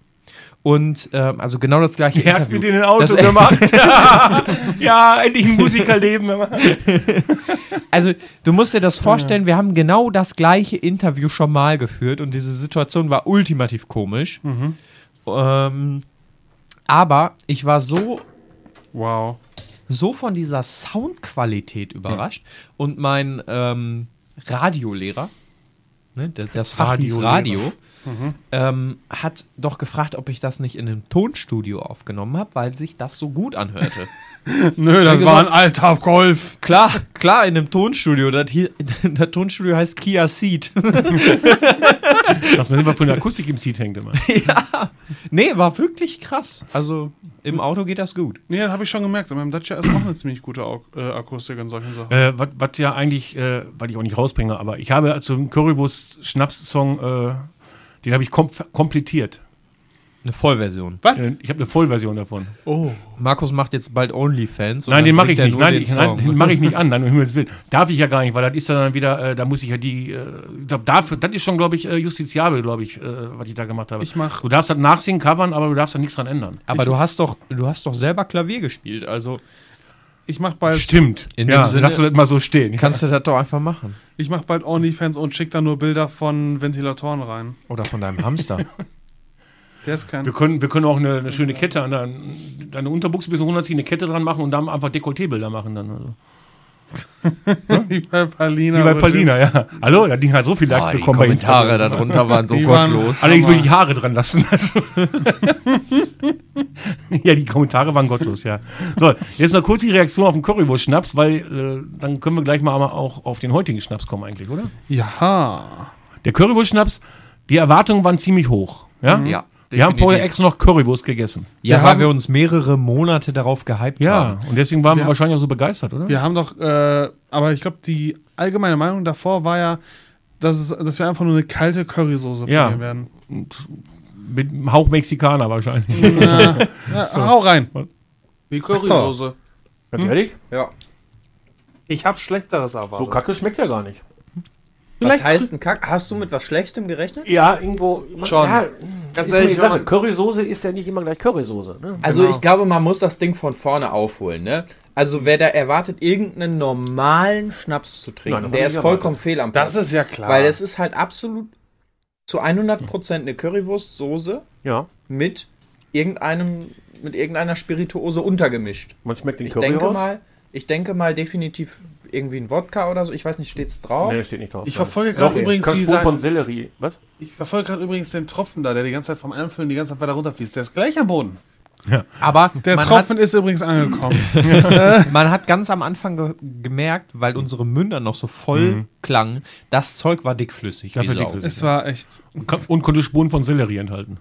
[SPEAKER 2] Und ähm, also genau das gleiche
[SPEAKER 1] er hat
[SPEAKER 2] Interview.
[SPEAKER 1] mir den in Auto
[SPEAKER 2] das,
[SPEAKER 1] gemacht. ja, endlich ein Musikerleben.
[SPEAKER 2] Also, du musst dir das vorstellen, wir haben genau das gleiche Interview schon mal geführt und diese Situation war ultimativ komisch.
[SPEAKER 1] Mhm.
[SPEAKER 2] Ähm, aber ich war so
[SPEAKER 3] Wow.
[SPEAKER 2] so von dieser Soundqualität überrascht. Und mein ähm, Radiolehrer, ne, das, das
[SPEAKER 1] Radio,
[SPEAKER 2] Fachdienst Radio, ähm, hat doch gefragt, ob ich das nicht in einem Tonstudio aufgenommen habe, weil sich das so gut anhörte.
[SPEAKER 3] Nö, das war ein alter Golf.
[SPEAKER 2] klar, klar, in einem Tonstudio. Das, hier, das Tonstudio heißt Kia Seed.
[SPEAKER 1] Dass man immer von der Akustik im Seat hängt immer.
[SPEAKER 2] nee, war wirklich krass. Also im Auto geht das gut.
[SPEAKER 3] Nee, das habe ich schon gemerkt. In meinem Dacia ist auch eine ziemlich gute Au äh, Akustik in solchen Sachen.
[SPEAKER 1] Äh, was, was ja eigentlich, äh, was ich auch nicht rausbringe, aber ich habe also zum Currywurst-Schnaps-Song, äh, den habe ich kom komplettiert.
[SPEAKER 2] Eine Vollversion.
[SPEAKER 1] Äh, Ich habe eine Vollversion davon.
[SPEAKER 2] Markus macht jetzt bald Onlyfans. und
[SPEAKER 1] nein,
[SPEAKER 2] dann
[SPEAKER 1] den mache ich
[SPEAKER 2] bringt er
[SPEAKER 1] nicht.
[SPEAKER 2] nur
[SPEAKER 1] Nein,
[SPEAKER 2] den
[SPEAKER 1] ich, nein,
[SPEAKER 2] Song.
[SPEAKER 1] den mache ich nicht an. Nein, um Himmels Willen. Darf ich ja gar nicht, weil das ist ja dann wieder, äh, da muss ich ja die, äh, ich glaub, dafür, das ist schon, glaube ich, äh, justiziabel, glaube ich, äh, was ich da gemacht habe.
[SPEAKER 3] Ich mach-
[SPEAKER 1] Du darfst das nachsingen, covern, aber du darfst da nichts dran ändern.
[SPEAKER 2] Aber du hast doch, du hast doch selber Klavier gespielt, also
[SPEAKER 3] Ich mache bald,
[SPEAKER 1] Stimmt.
[SPEAKER 2] In
[SPEAKER 1] ja,
[SPEAKER 2] dem Sinne-
[SPEAKER 1] lass du das mal so stehen.
[SPEAKER 2] kannst du das doch einfach machen.
[SPEAKER 3] ich mach bald OnlyFans und schick da nur Bilder von Ventilatoren rein.
[SPEAKER 2] Oder von deinem Hamster.
[SPEAKER 3] Der ist kein.
[SPEAKER 1] Wir können, wir können auch eine, eine schöne Kette an dein- deine Unterbuchse ein bisschen runterziehen, eine Kette dran machen und dann einfach Dekolletébilder machen dann. Also.
[SPEAKER 3] Wie bei Palina.
[SPEAKER 1] Wie bei
[SPEAKER 3] aber
[SPEAKER 1] Palina,
[SPEAKER 3] Jens.
[SPEAKER 1] ja. Hallo, das Ding hat halt so viel Likes
[SPEAKER 2] Ah, die
[SPEAKER 1] bekommen bei
[SPEAKER 2] Kommentare
[SPEAKER 1] Instagram.
[SPEAKER 2] darunter waren so
[SPEAKER 3] Die waren-
[SPEAKER 2] gottlos.
[SPEAKER 1] Allerdings würde ich Haare dran lassen. Also. ja, die Kommentare waren gottlos, ja. So, jetzt noch kurz die Reaktion auf den Currywurst-Schnaps, weil äh, dann können wir gleich mal aber auch auf den heutigen Schnaps kommen eigentlich, oder?
[SPEAKER 3] Jaha.
[SPEAKER 1] Der Currywurst-Schnaps, die Erwartungen waren ziemlich hoch. Ja?
[SPEAKER 2] Mhm. Ja,
[SPEAKER 1] Wir haben vorher
[SPEAKER 2] definitiv.
[SPEAKER 1] extra noch Currywurst gegessen.
[SPEAKER 2] ja,
[SPEAKER 3] Wir
[SPEAKER 2] weil
[SPEAKER 3] haben-
[SPEAKER 2] wir uns mehrere Monate darauf gehypt
[SPEAKER 1] Ja,
[SPEAKER 2] haben.
[SPEAKER 1] und deswegen waren wir,
[SPEAKER 3] Wir-
[SPEAKER 1] wahrscheinlich auch so begeistert, oder?
[SPEAKER 3] Wir haben doch, äh, aber ich glaube, die allgemeine Meinung davor war ja, dass, es, dass wir einfach nur eine kalte Currysoße
[SPEAKER 1] Ja.
[SPEAKER 3] probieren werden.
[SPEAKER 1] Mit einem Hauch Mexikaner wahrscheinlich.
[SPEAKER 3] Ja, Hau rein.
[SPEAKER 5] Wie Currysoße.
[SPEAKER 6] Ganz ehrlich?
[SPEAKER 7] Ja.
[SPEAKER 5] Ich habe Schlechteres erwartet.
[SPEAKER 6] So kacke schmeckt ja gar nicht.
[SPEAKER 7] Was heißt ein Kack? Hast du mit was Schlechtem gerechnet?
[SPEAKER 6] Ja, irgendwo.
[SPEAKER 7] Schon. ja,
[SPEAKER 6] ganz
[SPEAKER 7] ehrlich, die Sache, wenn man-
[SPEAKER 6] Currysoße ist ja nicht immer gleich Currysoße. Ne?
[SPEAKER 7] Also ich glaube, man muss das Ding von vorne aufholen, ne? Also wer da erwartet, irgendeinen normalen Schnaps zu trinken,
[SPEAKER 6] Nein,
[SPEAKER 7] der
[SPEAKER 6] das
[SPEAKER 7] ist
[SPEAKER 6] hab ich
[SPEAKER 7] vollkommen fehl am Platz.
[SPEAKER 5] Das ist ja klar.
[SPEAKER 7] Weil es ist halt absolut zu 100% eine Currywurstsoße
[SPEAKER 6] Ja,
[SPEAKER 7] mit irgendeinem, mit irgendeiner Spirituose untergemischt.
[SPEAKER 6] man schmeckt den
[SPEAKER 7] Ich
[SPEAKER 6] Curry
[SPEAKER 7] denke
[SPEAKER 6] raus.
[SPEAKER 7] mal, ich denke mal definitiv irgendwie ein Wodka oder so. Ich weiß nicht, steht's drauf?
[SPEAKER 6] Nee, steht nicht drauf.
[SPEAKER 5] Ich verfolge gerade übrigens, wie
[SPEAKER 6] Kannst du
[SPEAKER 5] gesagt,
[SPEAKER 6] von Sellerie. Was?
[SPEAKER 5] ich verfolge gerade übrigens den Tropfen da, der die ganze Zeit vom Einfüllen die ganze Zeit weiter runterfließt. Der ist gleich am Boden.
[SPEAKER 2] Aber
[SPEAKER 3] Der
[SPEAKER 2] man,
[SPEAKER 3] Tropfen
[SPEAKER 2] hat,
[SPEAKER 3] ist übrigens angekommen.
[SPEAKER 2] man hat ganz am Anfang ge gemerkt, weil unsere Münder noch so voll klangen, das Zeug Mhm. war dickflüssig.
[SPEAKER 1] Das
[SPEAKER 2] wie
[SPEAKER 1] war
[SPEAKER 2] Sau.
[SPEAKER 1] dickflüssig.
[SPEAKER 3] es war echt.
[SPEAKER 1] Und konnte Spuren von Sellerie enthalten.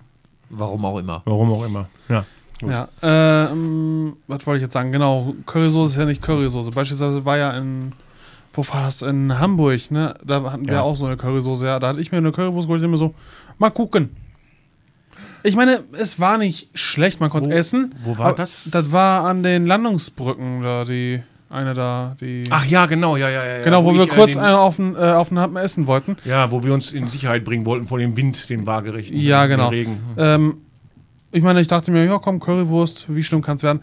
[SPEAKER 2] Warum auch immer.
[SPEAKER 1] Warum auch immer. Ja.
[SPEAKER 3] Ja. Ähm, was wollte ich jetzt sagen? Genau, Currysoße ist ja nicht Currysoße. Beispielsweise war ja in. Wo war das? In Hamburg, ne? Da hatten wir
[SPEAKER 1] Ja.
[SPEAKER 3] auch so eine Currysoße. Ja, da hatte ich mir eine Currywurst geholt und immer so, mal gucken. Ich meine, es war nicht schlecht, man konnte
[SPEAKER 1] Wo-
[SPEAKER 3] essen.
[SPEAKER 1] wo war
[SPEAKER 3] aber
[SPEAKER 1] das?
[SPEAKER 3] Das war an den Landungsbrücken da, die. Eine da, die.
[SPEAKER 1] Ach ja, genau, ja, ja, ja. ja.
[SPEAKER 3] genau, wo, wir
[SPEAKER 1] ich, äh,
[SPEAKER 3] kurz
[SPEAKER 1] den-
[SPEAKER 3] einen auf den, äh, auf den Happen essen wollten.
[SPEAKER 1] Ja, wo wir uns in Sicherheit bringen wollten vor dem Wind, dem waagerechten.
[SPEAKER 3] Ja, genau.
[SPEAKER 1] Den Regen.
[SPEAKER 3] Ähm, ich meine, ich dachte mir, ja komm, Currywurst, wie schlimm kann es werden?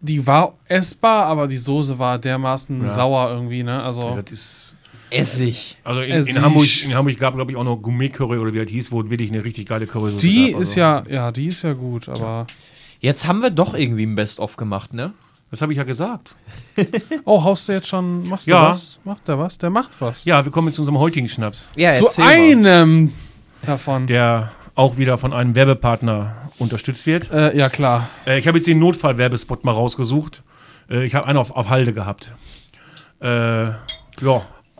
[SPEAKER 3] Die war essbar, aber die Soße war dermaßen sauer irgendwie, ne? Also,
[SPEAKER 1] Das ist.
[SPEAKER 2] Essig.
[SPEAKER 1] Also in,
[SPEAKER 3] Es
[SPEAKER 1] in, Hamburg,
[SPEAKER 3] ist-
[SPEAKER 1] in Hamburg gab glaube ich, auch noch Gourmet-Curry oder wie das hieß, wo wirklich eine richtig geile Curry
[SPEAKER 3] die
[SPEAKER 1] gab, also.
[SPEAKER 3] ist ja, ja, die ist ja gut, aber.
[SPEAKER 2] Jetzt haben wir doch irgendwie ein Best-of gemacht, ne?
[SPEAKER 1] Das habe ich ja gesagt.
[SPEAKER 3] Oh, haust du jetzt schon, machst
[SPEAKER 1] Ja.
[SPEAKER 3] du was? Macht er was? Der macht was.
[SPEAKER 1] Ja, wir kommen jetzt zu unserem heutigen Schnaps,
[SPEAKER 2] Ja,
[SPEAKER 3] Zu einem davon.
[SPEAKER 1] der auch wieder von einem Werbepartner unterstützt wird.
[SPEAKER 3] äh, ja, klar.
[SPEAKER 1] Äh, ich habe jetzt den Notfall-Werbespot mal rausgesucht. Äh, ich habe einen auf, auf Halde gehabt. Äh, ja.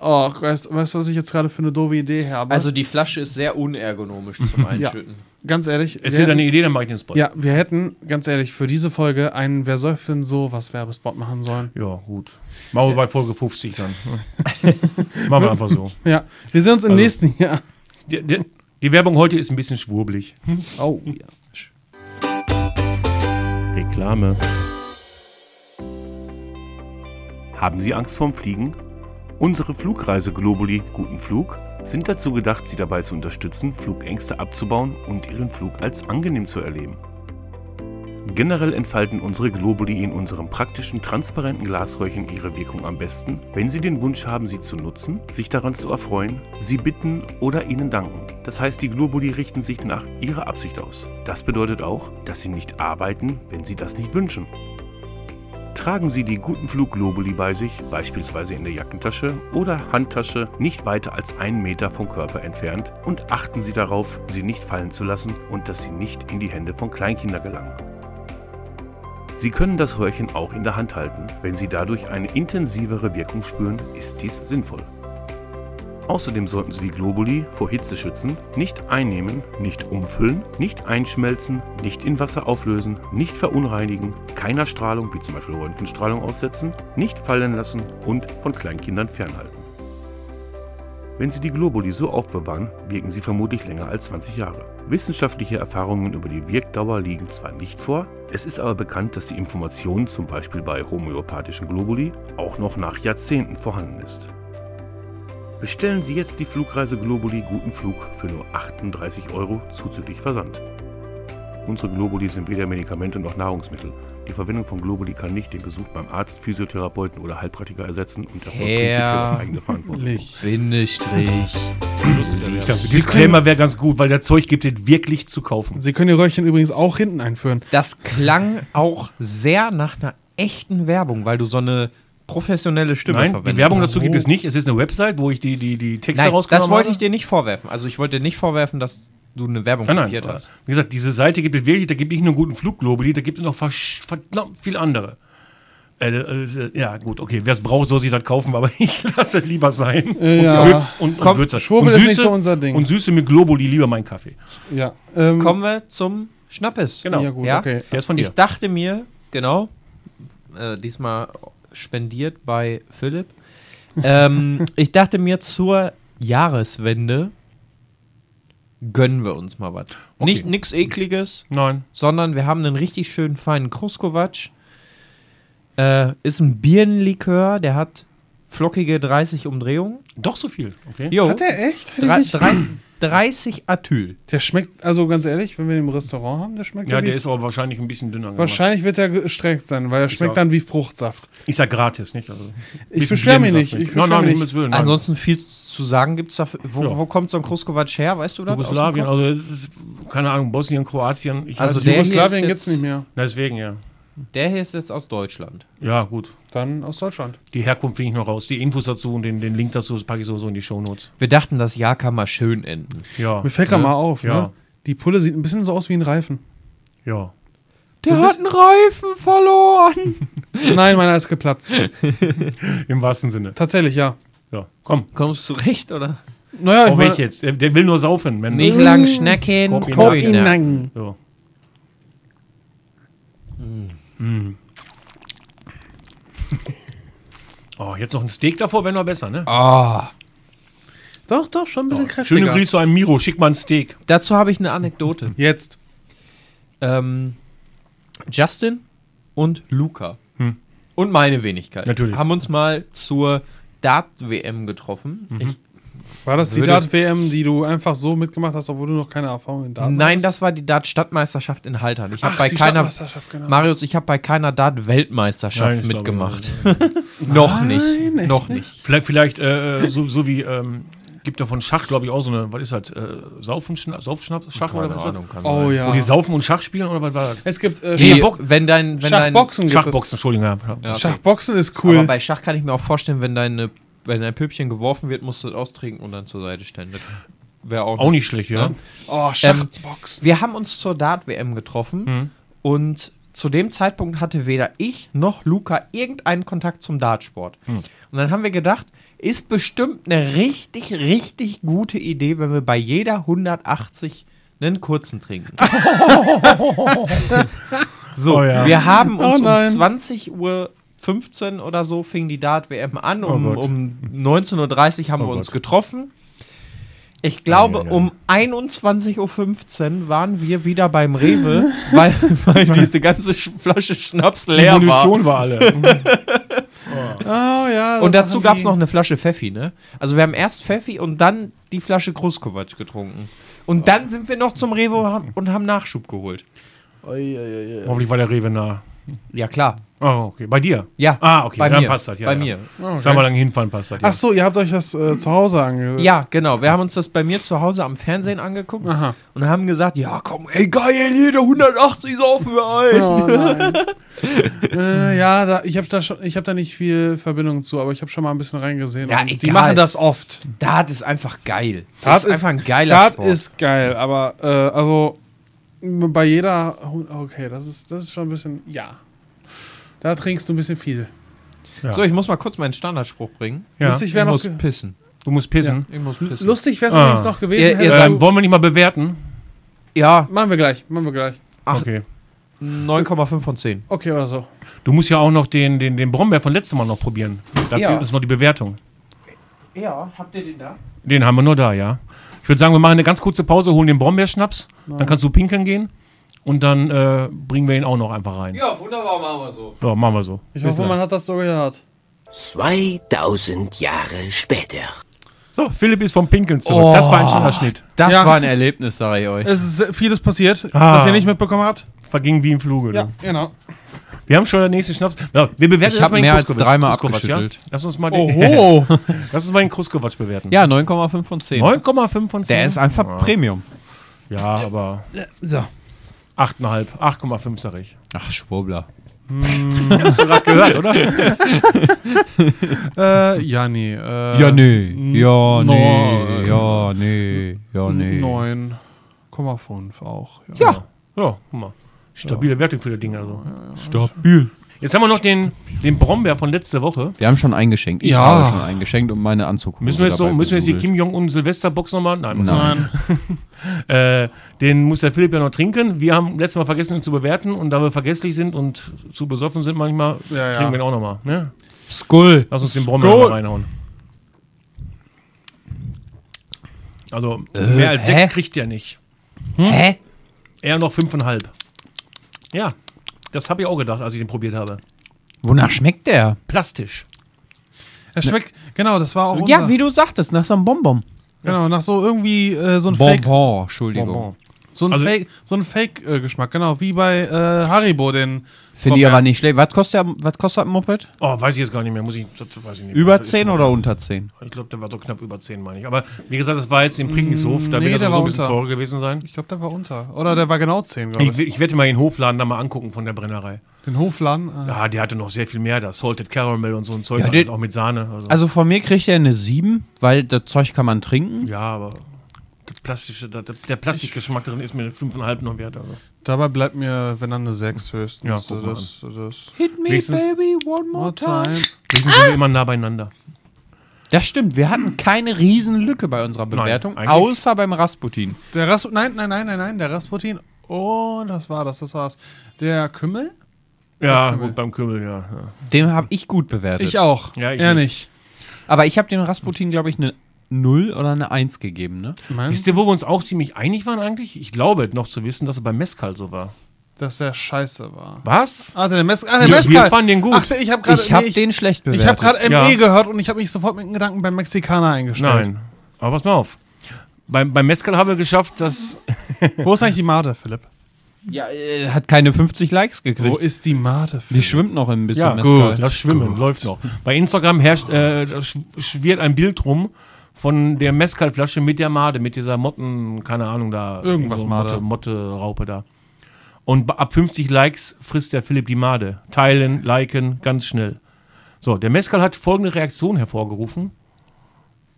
[SPEAKER 3] Oh, weißt, weißt du, was ich jetzt gerade für eine doofe Idee habe?
[SPEAKER 2] Also die Flasche ist sehr unergonomisch zum Einschütten.
[SPEAKER 3] ganz ehrlich. wir
[SPEAKER 1] Erzähl
[SPEAKER 3] hätten-
[SPEAKER 1] deine Idee, dann mache ich den Spot.
[SPEAKER 3] ja, wir hätten, ganz ehrlich, für diese Folge einen Wer soll denn so was Werbespot machen sollen.
[SPEAKER 1] Ja, gut. Machen wir bei Folge 50 dann. Machen wir einfach so.
[SPEAKER 3] Ja, wir sehen uns
[SPEAKER 1] Also
[SPEAKER 3] im nächsten Jahr.
[SPEAKER 1] Die, die, die Werbung heute ist ein bisschen schwurblig.
[SPEAKER 3] Oh, ja.
[SPEAKER 1] Reklame. Haben Sie Angst vorm Fliegen? Unsere Flugreise Globuli Guten Flug sind dazu gedacht, Sie dabei zu unterstützen, Flugängste abzubauen und Ihren Flug als angenehm zu erleben. Generell entfalten unsere Globuli in unserem praktischen, transparenten Glasröhrchen ihre Wirkung am besten, wenn Sie den Wunsch haben, sie zu nutzen, sich daran zu erfreuen, sie bitten oder ihnen danken. Das heißt, die Globuli richten sich nach ihrer Absicht aus. Das bedeutet auch, dass sie nicht arbeiten, wenn sie das nicht wünschen.
[SPEAKER 9] Tragen Sie die guten Fluglobuli bei sich, beispielsweise in der Jackentasche oder Handtasche, nicht weiter als einen Meter vom Körper entfernt und achten Sie darauf, sie nicht fallen zu lassen und dass sie nicht in die Hände von Kleinkindern gelangen. Sie können das Röhrchen auch in der Hand halten. Wenn Sie dadurch eine intensivere Wirkung spüren, ist dies sinnvoll. Außerdem sollten Sie die Globuli vor Hitze schützen, nicht einnehmen, nicht umfüllen, nicht einschmelzen, nicht in Wasser auflösen, nicht verunreinigen, keiner Strahlung wie zum Beispiel Röntgenstrahlung aussetzen, nicht fallen lassen und von Kleinkindern fernhalten. Wenn Sie die Globuli so aufbewahren, wirken sie vermutlich länger als 20 Jahre. Wissenschaftliche Erfahrungen über die Wirkdauer liegen zwar nicht vor, es ist aber bekannt, dass die Information zum Beispiel bei homöopathischen Globuli auch noch nach Jahrzehnten vorhanden ist. Bestellen Sie jetzt die Flugreise Globuli Guten Flug für nur 38 Euro zuzüglich Versand. Unsere Globuli sind weder Medikamente noch Nahrungsmittel. Die Verwendung von Globuli kann nicht den Besuch beim Arzt, Physiotherapeuten oder Heilpraktiker ersetzen und erfolgt
[SPEAKER 2] Herrlich.
[SPEAKER 9] auf eigene Verantwortung.
[SPEAKER 2] Bindestrich.
[SPEAKER 1] Ich dachte, Disclaimer wäre ganz gut, weil das Zeug gibt es wirklich zu kaufen.
[SPEAKER 3] Sie können Ihr Röhrchen übrigens auch hinten einführen.
[SPEAKER 2] Das klang auch sehr nach einer echten Werbung, weil du so eine professionelle Stimme
[SPEAKER 1] Nein,
[SPEAKER 2] verwendest.
[SPEAKER 1] die Werbung dazu
[SPEAKER 3] Oh.
[SPEAKER 1] gibt es nicht. Es ist eine Website, wo ich die, die, die Texte
[SPEAKER 2] Nein,
[SPEAKER 1] rausgenommen
[SPEAKER 2] das
[SPEAKER 1] habe.
[SPEAKER 2] wollte ich dir nicht vorwerfen. Also ich wollte dir nicht vorwerfen, dass du eine Werbung
[SPEAKER 1] Nein, nein.
[SPEAKER 2] kopiert
[SPEAKER 1] aber
[SPEAKER 2] hast.
[SPEAKER 1] Wie gesagt, diese Seite gibt es wirklich, da gibt es nicht nur einen guten Fluglobeli, da gibt es noch versch- verdammt viel andere. Äh, äh, ja, gut, okay, wer es braucht, soll sich das kaufen, aber ich lasse es lieber sein.
[SPEAKER 3] Äh, ja.
[SPEAKER 1] Und Würz und, und
[SPEAKER 3] Komm,
[SPEAKER 1] Würzer.
[SPEAKER 3] Schwurbel
[SPEAKER 1] und
[SPEAKER 3] ist nicht so unser Ding.
[SPEAKER 1] Und Süße mit Globuli lieber meinen Kaffee.
[SPEAKER 3] Ja. Ähm,
[SPEAKER 2] Kommen wir zum Schnappes.
[SPEAKER 1] Genau.
[SPEAKER 3] Ja, gut,
[SPEAKER 2] Ja?
[SPEAKER 3] okay.
[SPEAKER 1] Der ist von dir.
[SPEAKER 2] Ich dachte mir, genau, äh, diesmal spendiert bei Philipp. Ähm, ich dachte mir, zur Jahreswende gönnen wir uns mal was. Nicht nix ekliges,
[SPEAKER 1] Nein.
[SPEAKER 2] sondern wir haben einen richtig schönen feinen Kruskovac. Äh, ist ein Birnenlikör, der hat flockige 30 Umdrehungen.
[SPEAKER 1] Doch so viel. Okay.
[SPEAKER 2] Jo,
[SPEAKER 3] Hat der echt? Hätte
[SPEAKER 2] drei-
[SPEAKER 3] ich-
[SPEAKER 2] drei- 30 Atyl.
[SPEAKER 3] Der schmeckt, also ganz ehrlich, wenn wir den im Restaurant haben, der schmeckt
[SPEAKER 1] Ja,
[SPEAKER 3] wie-
[SPEAKER 1] der ist aber wahrscheinlich ein bisschen dünner gemacht.
[SPEAKER 3] Wahrscheinlich wird er gestreckt sein, weil er schmeckt
[SPEAKER 1] sag-
[SPEAKER 3] dann wie Fruchtsaft.
[SPEAKER 1] Ich sag gratis, nicht? Also,
[SPEAKER 3] Ich beschwere mich nicht.
[SPEAKER 1] Ich
[SPEAKER 3] Ich
[SPEAKER 1] nein,
[SPEAKER 3] beschwere
[SPEAKER 1] nein, um
[SPEAKER 3] mich
[SPEAKER 1] Himmels
[SPEAKER 3] nicht.
[SPEAKER 1] Willen. Nein.
[SPEAKER 2] Ansonsten viel zu sagen gibt es dafür. Wo,
[SPEAKER 1] Ja.
[SPEAKER 2] wo kommt so ein Kruskovac her? Weißt du das? aus dem
[SPEAKER 1] Jugoslawien,
[SPEAKER 2] Kopf?
[SPEAKER 1] also es ist, keine Ahnung, Bosnien, Kroatien. Ich
[SPEAKER 2] Also
[SPEAKER 1] weiß
[SPEAKER 2] der-
[SPEAKER 1] nicht.
[SPEAKER 3] Jugoslawien
[SPEAKER 2] hier ist
[SPEAKER 3] gibt's
[SPEAKER 2] jetzt-
[SPEAKER 3] nicht mehr.
[SPEAKER 1] Na, Deswegen, ja.
[SPEAKER 2] Der hier ist jetzt aus Deutschland.
[SPEAKER 1] Ja, gut.
[SPEAKER 3] Dann aus Deutschland.
[SPEAKER 1] Die Herkunft finde ich noch raus. Die Infos dazu und den, den Link dazu das packe ich sowieso in die Shownotes.
[SPEAKER 2] Wir dachten, das Jahr kann mal schön enden.
[SPEAKER 1] Ja.
[SPEAKER 3] Mir fällt gerade mal auf,
[SPEAKER 1] Ja.
[SPEAKER 3] ne? Die Pulle sieht ein bisschen so aus wie ein Reifen.
[SPEAKER 1] Ja.
[SPEAKER 2] Der hat einen Reifen verloren.
[SPEAKER 3] Nein, meiner ist geplatzt.
[SPEAKER 1] Im wahrsten Sinne.
[SPEAKER 3] Tatsächlich, ja.
[SPEAKER 1] Ja. Komm.
[SPEAKER 2] Kommst du recht, oder?
[SPEAKER 3] Naja, ich
[SPEAKER 1] Auf
[SPEAKER 3] meine,
[SPEAKER 1] welch jetzt? Der, der will nur saufen. Wenn
[SPEAKER 2] Nicht lang schnacken.
[SPEAKER 1] Komm
[SPEAKER 2] komm
[SPEAKER 1] ihn
[SPEAKER 2] ihn an.
[SPEAKER 3] Nein.
[SPEAKER 1] So.
[SPEAKER 3] Mm.
[SPEAKER 1] Mm. Oh, jetzt noch ein Steak davor, wäre noch besser, ne?
[SPEAKER 2] Ah.
[SPEAKER 3] Doch, doch, schon ein bisschen
[SPEAKER 1] Schöne
[SPEAKER 3] kräftiger.
[SPEAKER 1] Grüße an Miro, schick mal ein Steak.
[SPEAKER 2] Dazu habe ich eine Anekdote.
[SPEAKER 3] Jetzt.
[SPEAKER 2] ähm, Justin und Luca und meine Wenigkeit
[SPEAKER 1] Natürlich.
[SPEAKER 2] haben uns mal zur Dart-WM getroffen. Ich
[SPEAKER 3] War das die
[SPEAKER 2] Würde-
[SPEAKER 3] Dart-WM, die du einfach so mitgemacht hast, obwohl du noch keine Erfahrung in Dart
[SPEAKER 2] Nein,
[SPEAKER 3] hast?
[SPEAKER 2] das war die Dart-Stadtmeisterschaft in Haltern. Ich habe
[SPEAKER 3] Ach,
[SPEAKER 2] bei
[SPEAKER 3] die
[SPEAKER 2] keiner
[SPEAKER 3] Stadtmeisterschaft, genau.
[SPEAKER 2] Marius, ich habe bei keiner
[SPEAKER 1] Nein,
[SPEAKER 2] Dart-Weltmeisterschaft
[SPEAKER 1] ich glaube
[SPEAKER 2] mitgemacht. noch nicht,
[SPEAKER 3] echt
[SPEAKER 2] noch nicht.
[SPEAKER 1] Vielleicht, vielleicht äh, so, so wie, ähm, gibt ja von Schach, glaube ich, auch so eine, was ist das? Äh, Saufen, Schna Saufschnaps, Schach oder was ist das?
[SPEAKER 2] kann
[SPEAKER 3] Oh
[SPEAKER 2] sein.
[SPEAKER 1] Wo
[SPEAKER 3] ja.
[SPEAKER 1] die saufen und Schach spielen oder was war das?
[SPEAKER 3] Es gibt äh,
[SPEAKER 2] Nee,
[SPEAKER 3] Schachbox-
[SPEAKER 2] wenn dein, wenn dein,
[SPEAKER 3] Schachboxen. gibt es.
[SPEAKER 1] Schachboxen, Entschuldigung. Ja.
[SPEAKER 2] Ja, okay.
[SPEAKER 3] Schachboxen ist
[SPEAKER 2] Aber
[SPEAKER 3] cool.
[SPEAKER 2] bei Schach kann ich mir auch vorstellen, wenn deine, wenn dein Pöbchen geworfen wird, musst du es austrinken und dann zur Seite stellen. Das wäre auch,
[SPEAKER 1] Auch nicht schlecht, ja.
[SPEAKER 2] Ne?
[SPEAKER 3] Oh, Schachboxen.
[SPEAKER 2] Wir haben uns zur Dart-WM getroffen
[SPEAKER 1] Mhm.
[SPEAKER 2] und zu dem Zeitpunkt hatte weder ich noch Luca irgendeinen Kontakt zum Dartsport.
[SPEAKER 1] Mhm.
[SPEAKER 2] Und dann haben wir gedacht, ist bestimmt eine richtig, richtig gute Idee, wenn wir bei jeder 180 einen kurzen trinken. so,
[SPEAKER 1] Oh ja.
[SPEAKER 2] wir haben
[SPEAKER 3] Oh
[SPEAKER 2] uns um
[SPEAKER 3] nein.
[SPEAKER 2] 20 Uhr 15 oder so fing die Dart-WM an. Um,
[SPEAKER 1] Oh Gott. Oh
[SPEAKER 2] um 19.30 Uhr haben wir uns
[SPEAKER 1] Gott.
[SPEAKER 2] getroffen. Ich glaube, um 21.15 Uhr waren wir wieder beim Rewe, weil, weil diese ganze Sch Flasche Schnaps leer war.
[SPEAKER 1] war alle.
[SPEAKER 3] Oh ja.
[SPEAKER 2] Und
[SPEAKER 3] das
[SPEAKER 2] dazu
[SPEAKER 3] machen
[SPEAKER 2] gab es
[SPEAKER 3] die.
[SPEAKER 2] noch eine Flasche Pfeffi, ne? Also wir haben erst Pfeffi und dann die Flasche Kruskovac getrunken.
[SPEAKER 1] Ah.
[SPEAKER 2] Und dann sind wir noch zum Rewe und haben- und haben Nachschub geholt.
[SPEAKER 1] Hoffentlich war der Rewe nah.
[SPEAKER 2] Ja, klar.
[SPEAKER 1] Oh, okay. Bei dir?
[SPEAKER 2] Ja.
[SPEAKER 1] Ah, okay.
[SPEAKER 2] Bei
[SPEAKER 1] Dann
[SPEAKER 2] mir.
[SPEAKER 1] passt das. Ja,
[SPEAKER 2] bei
[SPEAKER 1] ja.
[SPEAKER 2] mir.
[SPEAKER 1] Zweimal lang hinfallen passt das. Ja.
[SPEAKER 3] Ach so, ihr habt euch das äh, zu Hause angehört.
[SPEAKER 2] Ja, genau. Wir haben uns das bei mir zu Hause am Fernsehen angeguckt
[SPEAKER 1] Ah.
[SPEAKER 2] und haben gesagt, ja, komm, ey, geil, jeder 180 saufen wir ein.
[SPEAKER 3] Oh nein. äh, ja, da, ich habe da schon, ich habe da nicht viel Verbindung zu, aber ich habe schon mal ein bisschen reingesehen.
[SPEAKER 2] Ja,
[SPEAKER 3] und Die
[SPEAKER 2] egal.
[SPEAKER 3] machen das oft.
[SPEAKER 2] Dart ist einfach geil.
[SPEAKER 3] Dart ist-
[SPEAKER 2] einfach ein geiler
[SPEAKER 3] Das
[SPEAKER 2] Sport.
[SPEAKER 3] ist geil, aber äh, also m- bei jeder, okay, das ist, das ist schon ein bisschen, ja. Da trinkst du ein bisschen viel.
[SPEAKER 2] So, ich muss mal kurz meinen Standardspruch bringen.
[SPEAKER 1] Ja.
[SPEAKER 3] Lustig
[SPEAKER 2] Ich
[SPEAKER 3] wäre noch,
[SPEAKER 2] muss
[SPEAKER 3] ge
[SPEAKER 2] pissen.
[SPEAKER 1] Du musst pissen.
[SPEAKER 2] Ich muss pissen.
[SPEAKER 3] lustig wär's
[SPEAKER 1] Ah.
[SPEAKER 3] übrigens noch gewesen.
[SPEAKER 2] Ihr- ihr
[SPEAKER 3] hättest
[SPEAKER 1] Ähm, wollen wir nicht mal bewerten?
[SPEAKER 2] Ja,
[SPEAKER 3] du, machen wir gleich, machen wir gleich.
[SPEAKER 2] Ach.
[SPEAKER 1] Okay.
[SPEAKER 2] 9,5 von 10.
[SPEAKER 3] Okay, oder so.
[SPEAKER 1] Du musst ja auch noch den, den, den Brombeer von letztem Mal noch probieren. Da
[SPEAKER 2] Ja.
[SPEAKER 1] fehlt uns noch die Bewertung.
[SPEAKER 2] Ja, habt ihr den da?
[SPEAKER 1] Den haben wir nur da, ja. Ich würde sagen, wir machen eine ganz kurze Pause, holen den Brombeerschnaps, dann kannst du pinkeln gehen und dann äh, bringen wir ihn auch noch einfach rein.
[SPEAKER 2] Ja, wunderbar, machen wir so.
[SPEAKER 1] So, machen wir so.
[SPEAKER 3] Ich hoffe, man hat das so gehört.
[SPEAKER 10] 2000 Jahre später.
[SPEAKER 1] So, Philipp ist vom Pinkeln zurück.
[SPEAKER 2] Oh.
[SPEAKER 1] Das war ein schöner Schnitt.
[SPEAKER 2] Das
[SPEAKER 3] Ja. Äh.
[SPEAKER 2] war ein Erlebnis, sage ich euch.
[SPEAKER 3] Es ist sehr- vieles passiert,
[SPEAKER 1] Ah.
[SPEAKER 3] was ihr nicht mitbekommen habt.
[SPEAKER 1] Verging wie im Fluge.
[SPEAKER 3] Ja,
[SPEAKER 1] du.
[SPEAKER 3] genau.
[SPEAKER 1] Wir haben schon den nächsten Schnaps. Ja, wir bewerten
[SPEAKER 2] Ich
[SPEAKER 1] erst
[SPEAKER 2] hab
[SPEAKER 1] mal den
[SPEAKER 2] mehr als
[SPEAKER 1] Kruskowatsch.
[SPEAKER 2] dreimal
[SPEAKER 1] Kruskowatsch,
[SPEAKER 2] abgeschüttelt.
[SPEAKER 1] Ja? Lass, uns mal den,
[SPEAKER 3] Oho!
[SPEAKER 1] lass uns mal den Kruskowatsch bewerten.
[SPEAKER 2] Ja, 9,5 von 10.
[SPEAKER 1] 9,5 von 10.
[SPEAKER 2] Der ist einfach Premium.
[SPEAKER 1] Ja, aber
[SPEAKER 3] so.
[SPEAKER 1] 8,5. 8,5 sag ich.
[SPEAKER 2] Ach, Schwurbler.
[SPEAKER 1] Hast du gerade gehört, oder?
[SPEAKER 3] Äh, ja, nee. Äh,
[SPEAKER 2] Ja, nee. Ja, nee.
[SPEAKER 3] Neun.
[SPEAKER 2] Ja, nee. Ja, Oh, nee.
[SPEAKER 3] 9,5 auch. Ja.
[SPEAKER 1] Ja, guck mal. Stabile Wertung für das Ding also.
[SPEAKER 2] Stabil.
[SPEAKER 1] Jetzt haben wir noch den, den Brombeer von letzter Woche.
[SPEAKER 2] Wir haben schon eingeschenkt. Ich
[SPEAKER 3] Ja.
[SPEAKER 2] habe schon eingeschenkt und meine Anzug.
[SPEAKER 1] Müssen wir jetzt, so, müssen wir jetzt die Kim Jong-un Silvesterbox nochmal? Nein, muss
[SPEAKER 2] Nein.
[SPEAKER 1] Äh, den muss der Philipp ja noch trinken. Wir haben letztes Mal vergessen, ihn zu bewerten. Und da wir vergesslich sind und zu besoffen sind manchmal,
[SPEAKER 3] Ja, ja.
[SPEAKER 1] trinken wir ihn auch nochmal. Ne?
[SPEAKER 2] Skull.
[SPEAKER 1] Lass uns den Brombeer
[SPEAKER 3] Skol.
[SPEAKER 1] noch reinhauen. Also, mehr als sechs
[SPEAKER 2] Äh, hä?
[SPEAKER 1] kriegt er nicht.
[SPEAKER 2] Hä?
[SPEAKER 1] Eher noch fünfeinhalb. Ja, das habe ich auch gedacht, als ich den probiert habe.
[SPEAKER 2] Wonach schmeckt der?
[SPEAKER 1] Plastisch.
[SPEAKER 3] Es schmeckt, genau, das war auch
[SPEAKER 2] Ja,
[SPEAKER 3] unser.
[SPEAKER 2] wie du sagtest, nach so einem Bonbon.
[SPEAKER 3] Genau, nach so irgendwie äh, so ein Fake,
[SPEAKER 2] Bonbon, Entschuldigung.
[SPEAKER 1] Bonbon.
[SPEAKER 3] so ein
[SPEAKER 1] Also-
[SPEAKER 3] Fake, so ein Fake-Geschmack, genau, wie bei äh, Haribo, den
[SPEAKER 2] Finde ich
[SPEAKER 3] Bonbon.
[SPEAKER 2] aber nicht schlecht. Was kostet, der- was kostet ein Moped?
[SPEAKER 1] Oh, weiß ich jetzt gar nicht mehr. Muss ich, das weiß ich nicht mehr.
[SPEAKER 2] Über
[SPEAKER 1] Das ist
[SPEAKER 2] 10
[SPEAKER 1] noch-
[SPEAKER 2] oder unter 10?
[SPEAKER 1] Ich glaube, der war so knapp über 10, meine ich. Aber wie gesagt, das war jetzt im Prinkenshof. Da
[SPEAKER 3] Nee,
[SPEAKER 1] wird das sowieso
[SPEAKER 3] der war
[SPEAKER 1] ein bisschen
[SPEAKER 3] unter.
[SPEAKER 1] teurer gewesen sein.
[SPEAKER 3] Ich glaube, der war unter. Oder der war genau 10, glaube
[SPEAKER 1] Ich,
[SPEAKER 3] ich.
[SPEAKER 1] ich werde mal den Hofladen da mal angucken von der Brennerei.
[SPEAKER 3] Den Hofladen. Äh.
[SPEAKER 1] Ja, der hatte noch sehr viel mehr da. Salted Caramel und so ein Zeug.
[SPEAKER 2] Ja,
[SPEAKER 1] Ja,
[SPEAKER 2] den-
[SPEAKER 1] auch mit Sahne. Also,
[SPEAKER 2] Also von mir kriegt er eine 7, weil das Zeug kann man trinken.
[SPEAKER 1] ja, aber das plastische, der, der Plastikgeschmack drin ist mir eine 5,5 noch wert. Also.
[SPEAKER 3] Dabei bleibt mir, wenn dann eine 6 höchstens.
[SPEAKER 1] Ja,
[SPEAKER 3] so
[SPEAKER 1] guck mal
[SPEAKER 3] das, das.
[SPEAKER 2] Hit me,
[SPEAKER 1] Wenigstens-
[SPEAKER 2] baby, one more
[SPEAKER 3] Mal
[SPEAKER 2] time.
[SPEAKER 3] sein.
[SPEAKER 1] Riechen sind wir immer nah beieinander.
[SPEAKER 2] Das stimmt, wir hatten keine Riesenlücke bei unserer Bewertung,
[SPEAKER 1] eigentlich-
[SPEAKER 2] außer beim Rasputin.
[SPEAKER 3] Der Ras nein, nein, nein, nein, nein, der Rasputin. Oh, das war das, das war's. Der Kümmel?
[SPEAKER 1] Ja, gut, beim Kümmel, ja. ja.
[SPEAKER 2] Den habe ich gut bewertet.
[SPEAKER 3] Ich auch.
[SPEAKER 1] Ja, ich
[SPEAKER 3] er nicht.
[SPEAKER 2] Aber ich habe dem Rasputin, glaube ich, eine 0 oder eine 1 gegeben, ne?
[SPEAKER 1] Wisst ihr, wo wir uns auch ziemlich einig waren eigentlich? Ich glaube noch zu wissen, dass es beim Mescal so war.
[SPEAKER 3] Dass der scheiße war.
[SPEAKER 1] Was?
[SPEAKER 3] Ah, der Mes ah, der
[SPEAKER 1] Wir-
[SPEAKER 3] Mescal.
[SPEAKER 1] wir fanden den gut.
[SPEAKER 3] Ach, ich habe gerade
[SPEAKER 2] ich habe
[SPEAKER 3] nee, ich-
[SPEAKER 2] den schlecht bewertet.
[SPEAKER 3] ich hab gerade ME
[SPEAKER 1] Ja.
[SPEAKER 3] gehört und ich habe mich sofort mit den Gedanken beim Mexikaner eingestellt.
[SPEAKER 1] Nein. Aber pass mal auf. Beim, beim Mescal haben wir geschafft, dass
[SPEAKER 3] Wo ist eigentlich die Made, Philipp?
[SPEAKER 2] ja, äh, hat keine 50 Likes gekriegt.
[SPEAKER 3] Wo ist die Made,
[SPEAKER 2] Die
[SPEAKER 3] Philipp?
[SPEAKER 2] schwimmt noch ein bisschen.
[SPEAKER 1] Ja,
[SPEAKER 2] Mescal.
[SPEAKER 1] gut. Das Schwimmen läuft noch. Bei Instagram herrscht, äh, sch- schwirrt ein Bild rum von der Mescalflasche mit der Made, mit dieser Motten, keine Ahnung, da.
[SPEAKER 3] Irgendwas
[SPEAKER 1] so
[SPEAKER 3] Made.
[SPEAKER 1] Motte, Motte, Raupe da. Und ba- ab 50 Likes frisst der Philipp die Made. Teilen, liken, ganz schnell. So, der Mescal hat folgende Reaktion hervorgerufen.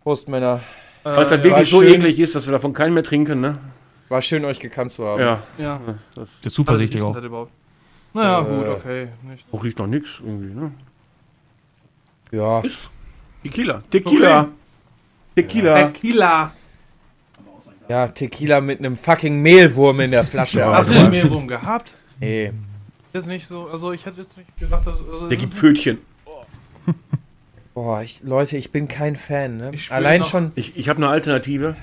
[SPEAKER 7] Prost, Männer.
[SPEAKER 6] Falls das
[SPEAKER 7] war
[SPEAKER 6] wirklich so
[SPEAKER 7] schön.
[SPEAKER 6] eklig ist, dass wir davon keinen mehr trinken, ne?
[SPEAKER 7] War schön, euch gekannt zu haben.
[SPEAKER 6] Ja.
[SPEAKER 3] Ja.
[SPEAKER 1] Der ist zuversichtlich
[SPEAKER 3] Oh. Also
[SPEAKER 1] auch.
[SPEAKER 3] Naja, gut, okay. Nicht.
[SPEAKER 6] Auch riecht noch nichts irgendwie, ne?
[SPEAKER 7] Ja.
[SPEAKER 6] Tequila. Tequila. Äh, Tequila.
[SPEAKER 3] Tequila.
[SPEAKER 7] Ja, Tequila mit einem fucking Mehlwurm in der Flasche. Also,
[SPEAKER 3] Hast du den Mehlwurm gehabt?
[SPEAKER 7] Ey.
[SPEAKER 3] Ist nicht so, also ich hätte jetzt nicht gedacht, dass. Also
[SPEAKER 6] Der
[SPEAKER 3] es
[SPEAKER 6] gibt
[SPEAKER 3] ist-
[SPEAKER 6] Pfötchen.
[SPEAKER 7] Boah, ich, Leute, ich bin kein Fan. Ne?
[SPEAKER 3] Ich spür
[SPEAKER 7] Allein
[SPEAKER 3] noch-
[SPEAKER 7] schon.
[SPEAKER 6] Ich, ich habe eine Alternative,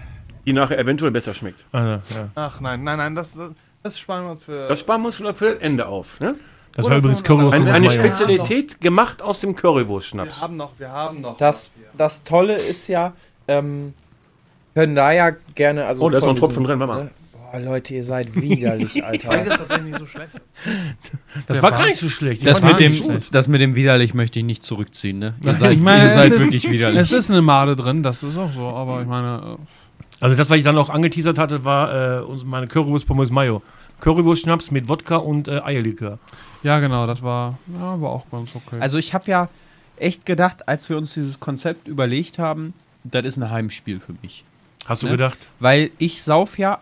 [SPEAKER 6] die nachher eventuell besser schmeckt.
[SPEAKER 1] Also, ja.
[SPEAKER 3] Ach nein, nein, nein, das, das sparen wir uns für.
[SPEAKER 6] Das sparen wir uns für für das Ende auf. Ne?
[SPEAKER 1] Das
[SPEAKER 3] Oder
[SPEAKER 1] war übrigens
[SPEAKER 3] von-
[SPEAKER 1] Currywurst
[SPEAKER 6] Eine,
[SPEAKER 1] mit
[SPEAKER 6] eine
[SPEAKER 1] Mayo.
[SPEAKER 6] Spezialität gemacht aus dem
[SPEAKER 3] wir
[SPEAKER 6] Currywurst-Schnaps.
[SPEAKER 3] haben noch, wir haben noch.
[SPEAKER 7] Das, das Tolle ist ja, ähm, können da ja gerne. Also
[SPEAKER 6] Oh, da ist
[SPEAKER 7] von
[SPEAKER 6] noch ein Tropfen
[SPEAKER 5] Oh,
[SPEAKER 7] diesem-
[SPEAKER 6] drin, warte mal.
[SPEAKER 7] Boah, Oh, Leute, ihr seid widerlich, Alter.
[SPEAKER 5] Zeige ist tatsächlich nicht so schlecht.
[SPEAKER 1] Das war gar nicht so schlecht.
[SPEAKER 2] Das
[SPEAKER 1] Die waren
[SPEAKER 2] mit,
[SPEAKER 1] gar
[SPEAKER 2] dem,
[SPEAKER 1] nicht schlecht.
[SPEAKER 2] das mit dem widerlich möchte ich nicht zurückziehen, ne? Ihr
[SPEAKER 1] Nein,
[SPEAKER 2] seid,
[SPEAKER 1] ich meine,
[SPEAKER 2] ihr
[SPEAKER 1] es
[SPEAKER 2] seid
[SPEAKER 1] ist-
[SPEAKER 2] wirklich widerlich.
[SPEAKER 3] Es ist eine Made drin, das ist auch so, aber ich meine. äh,
[SPEAKER 1] Also das, was ich dann noch angeteasert hatte, war äh, uns- meine Currywurst Pommes Mayo. Currywurst Schnaps mit Wodka und äh, Eierlikör.
[SPEAKER 3] Ja, genau, das war, ja, war auch ganz okay.
[SPEAKER 2] Also ich habe ja echt gedacht, als wir uns dieses Konzept überlegt haben, das ist ein Heimspiel für mich.
[SPEAKER 1] Hast du
[SPEAKER 2] Ne?
[SPEAKER 1] gedacht?
[SPEAKER 2] Weil ich sauf ja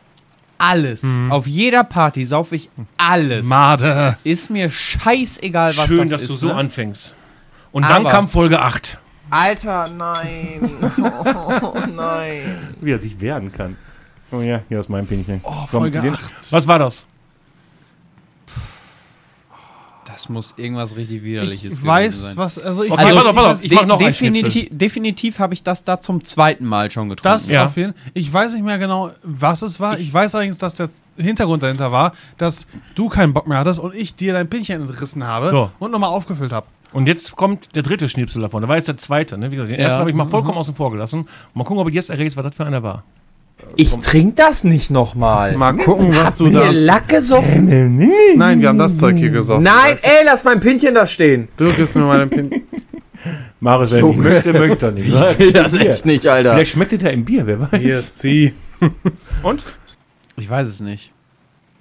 [SPEAKER 2] alles. Auf jeder Party sauf ich alles.
[SPEAKER 3] Made.
[SPEAKER 2] Ist mir scheißegal, was
[SPEAKER 1] Schön,
[SPEAKER 2] das
[SPEAKER 1] dass
[SPEAKER 2] ist.
[SPEAKER 1] du so
[SPEAKER 2] ne?
[SPEAKER 1] anfängst. Und dann
[SPEAKER 2] Aber-
[SPEAKER 1] kam Folge 8.
[SPEAKER 2] Alter, nein. Oh, nein.
[SPEAKER 9] Wie er sich wehren kann. Oh ja, hier ist mein Pinchen. Oh,
[SPEAKER 3] Folge
[SPEAKER 1] Was war das?
[SPEAKER 2] Das muss irgendwas richtig widerliches
[SPEAKER 3] Ich
[SPEAKER 2] gewesen
[SPEAKER 3] weiß,
[SPEAKER 2] sein.
[SPEAKER 3] was. Also, ich
[SPEAKER 1] Okay, pass auf, pass auf, ich mach noch einen
[SPEAKER 2] definitiv,
[SPEAKER 1] Schnipsel.
[SPEAKER 2] definitiv habe ich das da zum zweiten Mal schon getrunken.
[SPEAKER 3] Das
[SPEAKER 1] Ja.
[SPEAKER 3] auf jeden Ich weiß nicht mehr genau, was es war. Ich weiß allerdings, dass der Hintergrund dahinter war, dass du keinen Bock mehr hattest und ich dir dein Pinchen entrissen habe
[SPEAKER 1] So.
[SPEAKER 3] und nochmal aufgefüllt habe.
[SPEAKER 1] Und jetzt kommt der dritte Schnipsel davon. Da war jetzt der zweite. Ne? Wie gesagt, den ersten habe ich
[SPEAKER 2] Mhm.
[SPEAKER 1] mal vollkommen außen vor gelassen. Mal gucken, ob ich jetzt erregst, was das für einer war.
[SPEAKER 7] ich trinke das nicht nochmal.
[SPEAKER 5] Mal gucken, was du da.
[SPEAKER 7] Hm? Ihr Lacke so.
[SPEAKER 5] Nein, wir haben das Zeug hier gesoffen.
[SPEAKER 7] Nein, ey, lass mein Pinchen da stehen.
[SPEAKER 5] Dirk ist mir meinen Pin.
[SPEAKER 9] Marius, wer nicht möchte, möchte er nicht.
[SPEAKER 8] Ich will das echt nicht, Alter.
[SPEAKER 9] Vielleicht schmeckt es ja im Bier, wer weiß.
[SPEAKER 5] Hier, zieh.
[SPEAKER 9] Und?
[SPEAKER 2] Ich weiß es nicht.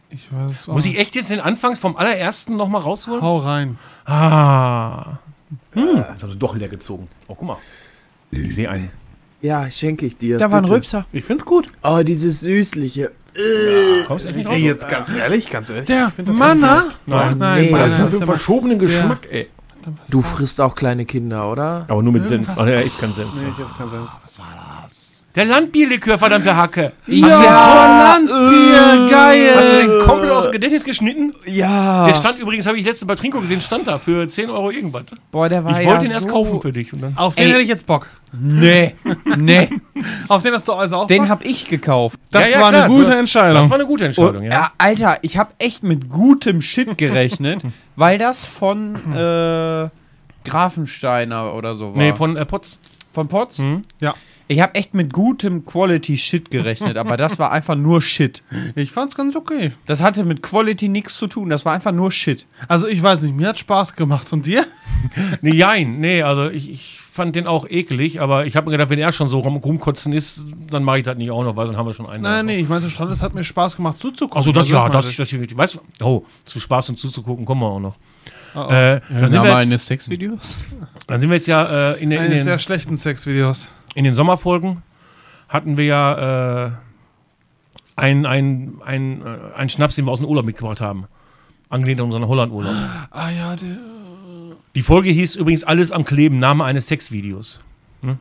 [SPEAKER 3] Ich weiß
[SPEAKER 1] Muss
[SPEAKER 3] auch.
[SPEAKER 2] Oh.
[SPEAKER 3] nicht.
[SPEAKER 1] ich echt jetzt den Anfangs vom allerersten nochmal rausholen?
[SPEAKER 3] Hau rein.
[SPEAKER 2] Oh.
[SPEAKER 1] Ah.
[SPEAKER 9] Das hat er doch leer gezogen. Oh, guck mal. Ich sehe einen.
[SPEAKER 7] Ja, schenke ich dir. bitte.
[SPEAKER 2] Rübser.
[SPEAKER 5] Ich find's gut.
[SPEAKER 7] Oh, dieses Süßliche.
[SPEAKER 1] Kommst echt nicht raus?
[SPEAKER 5] Ey, jetzt ganz ehrlich, ganz ehrlich.
[SPEAKER 3] Der Manner.
[SPEAKER 7] Nein,
[SPEAKER 3] Nein,
[SPEAKER 7] nee.
[SPEAKER 3] Mann,
[SPEAKER 9] Was
[SPEAKER 3] Mann,
[SPEAKER 9] ist das für ein verschobenen Geschmack, ey.
[SPEAKER 7] Du frisst auch kleine Kinder, oder?
[SPEAKER 9] Aber nur mit Senf. Ach, er ist kein Senf.
[SPEAKER 5] Nee, jetzt kann sein.
[SPEAKER 1] Der Landbierlikör, verdammte Hacke.
[SPEAKER 2] Ja, Äh. Landsbier,
[SPEAKER 1] Hast du
[SPEAKER 2] geil.
[SPEAKER 1] den komplett aus dem Gedächtnis geschnitten?
[SPEAKER 2] Ja.
[SPEAKER 1] Der stand übrigens, habe ich letzte bei Trinko gesehen, stand da für 10 Euro irgendwas.
[SPEAKER 2] Boah, der war
[SPEAKER 1] Ich
[SPEAKER 2] ja
[SPEAKER 1] wollte ihn erst
[SPEAKER 2] so-
[SPEAKER 1] kaufen für dich. Und dann
[SPEAKER 3] Auf den
[SPEAKER 2] Ey.
[SPEAKER 3] hätte ich jetzt Bock.
[SPEAKER 2] Nee, nee.
[SPEAKER 3] Auf den hast du also auch
[SPEAKER 2] Den
[SPEAKER 3] Bock?
[SPEAKER 2] hab ich gekauft.
[SPEAKER 3] Das
[SPEAKER 1] Ja, ja,
[SPEAKER 3] war
[SPEAKER 1] klar,
[SPEAKER 3] eine
[SPEAKER 1] du
[SPEAKER 3] gute
[SPEAKER 1] hast-
[SPEAKER 3] Entscheidung.
[SPEAKER 1] das war eine gute
[SPEAKER 3] Oh,
[SPEAKER 1] Entscheidung, ja.
[SPEAKER 2] Ja, Alter, ich habe echt mit gutem Shit gerechnet, weil das von äh, Grafensteiner oder so war.
[SPEAKER 1] Nee, von Hm? äh, Potz.
[SPEAKER 2] von Potts?
[SPEAKER 3] Ja.
[SPEAKER 2] Ich habe echt mit gutem Quality Shit gerechnet, aber das war einfach nur Shit.
[SPEAKER 3] ich fand's ganz okay.
[SPEAKER 2] Das hatte mit Quality nichts zu tun, das war einfach nur Shit.
[SPEAKER 3] Also ich weiß nicht, mir hat Spaß gemacht. Und dir?
[SPEAKER 1] Nee, jein. Nee, also ich, ich fand den auch eklig, aber ich habe mir gedacht, wenn er schon so rum, rumkotzen ist, dann mache ich das nicht auch noch, weil dann haben wir schon einen.
[SPEAKER 3] Nein, nee, ich meinte schon, es hat mir Spaß gemacht zuzugucken.
[SPEAKER 1] Also das,
[SPEAKER 3] Also
[SPEAKER 1] ja,
[SPEAKER 3] meinte
[SPEAKER 1] das,
[SPEAKER 3] ich.
[SPEAKER 1] das, das, weißt du, oh, zu Spaß und zuzugucken kommen wir auch noch.
[SPEAKER 3] Oh,
[SPEAKER 1] Äh, dann, sind wir jetzt,
[SPEAKER 2] Sexvideos?
[SPEAKER 1] dann sind wir jetzt ja äh, in, den, in,
[SPEAKER 3] Eines sehr
[SPEAKER 1] den,
[SPEAKER 3] schlechten Sexvideos.
[SPEAKER 1] in den Sommerfolgen hatten wir ja äh, einen ein, ein, äh, einen Schnaps, den wir aus dem Urlaub mitgebracht haben. Angelehnt an unseren Holland-Urlaub.
[SPEAKER 3] Ah ja, der.
[SPEAKER 1] Die Folge hieß übrigens Alles am Kleben, Name eines Sexvideos. Hm?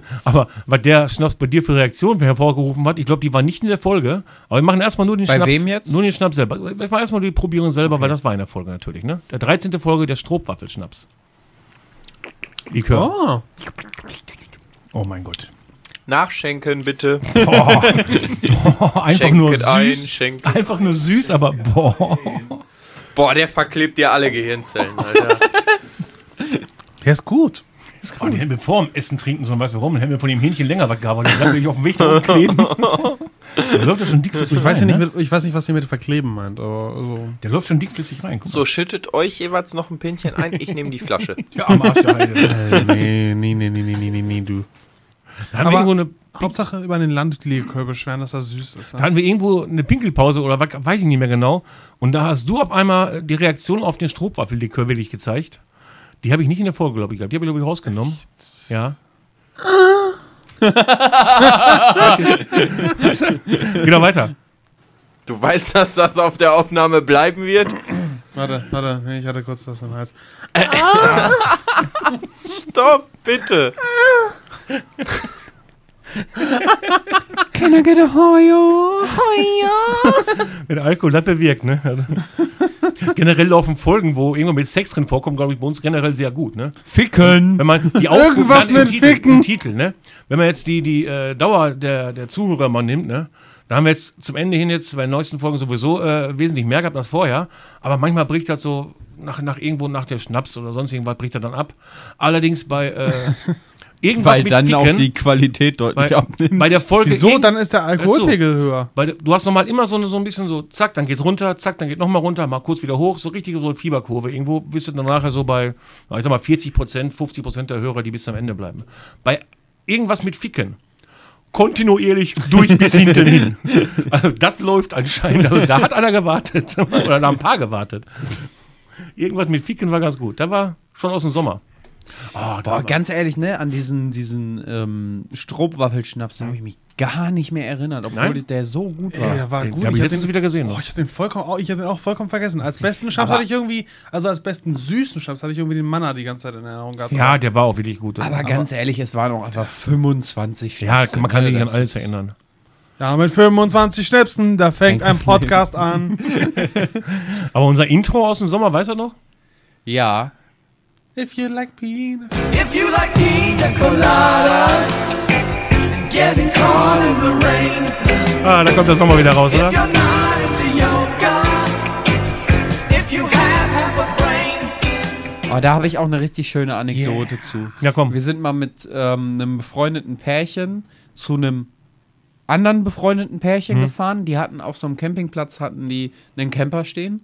[SPEAKER 1] Aber was der Schnaps bei dir für Reaktionen hervorgerufen hat, ich glaube, die war nicht in der Folge. Aber wir machen erstmal nur den
[SPEAKER 2] Bei
[SPEAKER 1] Schnaps.
[SPEAKER 2] wem jetzt?
[SPEAKER 1] Nur den Schnaps selber. Wir machen erstmal die Probieren selber, weil das war in der Folge natürlich. Ne? Der 13. Folge der Strohwaffelschnaps. Likör.
[SPEAKER 3] Oh.
[SPEAKER 1] Oh mein Gott.
[SPEAKER 7] Nachschenken, bitte.
[SPEAKER 1] Oh, einfach nur
[SPEAKER 7] Schenket ein,
[SPEAKER 1] süß.
[SPEAKER 7] schenket.
[SPEAKER 1] Einfach nur süß, aber boah.
[SPEAKER 7] Boah, der verklebt dir alle Gehirnzellen, Alter.
[SPEAKER 3] Der ist gut.
[SPEAKER 1] Und hätten wir vor dem Essen trinken sollen, weißt du warum? Dann hätten wir von dem Hähnchen länger was gehabt, weil dann bleiben wir auf dem Weg nach kleben. da läuft er schon dickflüssig
[SPEAKER 3] Ich weiß, ja
[SPEAKER 1] rein,
[SPEAKER 3] nicht,
[SPEAKER 1] ne?
[SPEAKER 3] mit, ich weiß nicht, was ihr mit verkleben meint, aber also.
[SPEAKER 1] Der läuft schon dickflüssig rein. Guck mal.
[SPEAKER 7] So, schüttet euch jeweils noch ein Pinchen ein. Ich nehme die Flasche.
[SPEAKER 1] Ja, am Arsch der Heide.
[SPEAKER 3] nee, nee, nee, nee, nee, nee, nee, du.
[SPEAKER 1] Da hatten, wir irgendwo eine,
[SPEAKER 3] Hauptsache über den Landlikör beschweren, dass er süß ist.
[SPEAKER 1] da hatten wir irgendwo eine Pinkelpause oder was, weiß ich nicht mehr genau. Und da hast du auf einmal die Reaktion auf den Strohwaffellikör wirklich gezeigt. Die habe ich nicht in der Folge, glaube ich, gehabt. Die habe ich, glaube ich, rausgenommen. Ja. genau, weiter.
[SPEAKER 7] Du weißt, dass das auf der Aufnahme bleiben wird?
[SPEAKER 3] Warte, warte, nee, ich hatte kurz was im Hals.
[SPEAKER 7] Stopp, bitte.
[SPEAKER 1] Wenn Alkohol das bewirkt, ne? generell laufen Folgen, wo irgendwann mit Sex drin vorkommt, glaube ich, bei uns generell sehr gut, ne?
[SPEAKER 2] Ficken.
[SPEAKER 1] Wenn man die
[SPEAKER 3] Irgendwas
[SPEAKER 1] dann im
[SPEAKER 3] mit
[SPEAKER 1] Titel,
[SPEAKER 3] Ficken.
[SPEAKER 1] Im Titel, ne? Wenn man jetzt die, die äh, Dauer der, der Zuhörer mal nimmt, ne? Da haben wir jetzt zum Ende hin jetzt bei den neuesten Folgen sowieso äh, wesentlich mehr gehabt als vorher. Aber manchmal bricht das so nach, nach irgendwo nach der Schnaps oder sonst irgendwas bricht das dann ab. Allerdings bei äh, Irgendwas
[SPEAKER 2] Weil
[SPEAKER 1] mit
[SPEAKER 2] dann auch
[SPEAKER 1] Ficken.
[SPEAKER 2] die Qualität deutlich
[SPEAKER 1] bei,
[SPEAKER 2] abnimmt.
[SPEAKER 1] Bei der Folge.
[SPEAKER 3] Wieso?
[SPEAKER 1] irgend-
[SPEAKER 3] Dann ist der
[SPEAKER 1] Hör zu.
[SPEAKER 3] Alkoholpegel höher.
[SPEAKER 1] Bei, der- du hast nochmal immer so, eine, so ein bisschen so, zack, dann geht's runter, zack, dann geht nochmal runter, mal kurz wieder hoch, so richtige so eine Fieberkurve. Irgendwo bist du dann nachher so bei, na, ich sag mal, 40 Prozent, 50 Prozent der Hörer, die bis zum Ende bleiben. Bei irgendwas mit Ficken. Kontinuierlich durch bis hinten hin. Also das läuft anscheinend. Also da hat einer gewartet. Oder da haben ein paar gewartet. Irgendwas mit Ficken war ganz gut. Da war schon aus dem Sommer. Oh, da
[SPEAKER 5] Boah, ganz ehrlich, ne, an diesen, diesen ähm, Strohwaffelschnaps habe ich mich gar nicht mehr erinnert, obwohl
[SPEAKER 1] Nein?
[SPEAKER 5] der so gut
[SPEAKER 3] Ja,
[SPEAKER 5] war.
[SPEAKER 3] der war
[SPEAKER 1] Den
[SPEAKER 3] gut.
[SPEAKER 1] hab ich
[SPEAKER 3] hab
[SPEAKER 1] letztens wieder gesehen.
[SPEAKER 3] Oh, ich habe den vollkommen, au- ich hab den auch vollkommen vergessen. Als besten Schnaps hatte ich irgendwie, also als besten süßen Schnaps hatte ich irgendwie den Manner die ganze Zeit in Erinnerung gehabt.
[SPEAKER 1] ja, der war auch wirklich gut.
[SPEAKER 2] aber ganz ehrlich, es waren auch einfach 25
[SPEAKER 1] ja, man kann sich
[SPEAKER 2] ne?
[SPEAKER 1] nicht an
[SPEAKER 2] Das
[SPEAKER 1] alles
[SPEAKER 2] ist-
[SPEAKER 1] erinnern.
[SPEAKER 3] ja, mit 25 Schnipsen, da
[SPEAKER 2] Fängt
[SPEAKER 3] fängt ein
[SPEAKER 2] das
[SPEAKER 3] Podcast an.
[SPEAKER 1] Aber unser Intro aus dem Sommer, weiß er noch?
[SPEAKER 2] Ja.
[SPEAKER 3] If you like Pina.
[SPEAKER 10] If you like pina coladas and getting caught in the rain,
[SPEAKER 1] Ah, da kommt der Sommer wieder raus,
[SPEAKER 10] if
[SPEAKER 1] oder?
[SPEAKER 10] you're not into yoga, if you have half a brain,
[SPEAKER 2] Aber da habe ich auch eine richtig schöne Anekdote zu.
[SPEAKER 1] Ja, komm.
[SPEAKER 2] Wir sind mal mit ähm, einem befreundeten Pärchen zu einem anderen befreundeten
[SPEAKER 1] Mhm.
[SPEAKER 2] Pärchen gefahren. Die hatten auf so einem Campingplatz hatten die einen Camper stehen.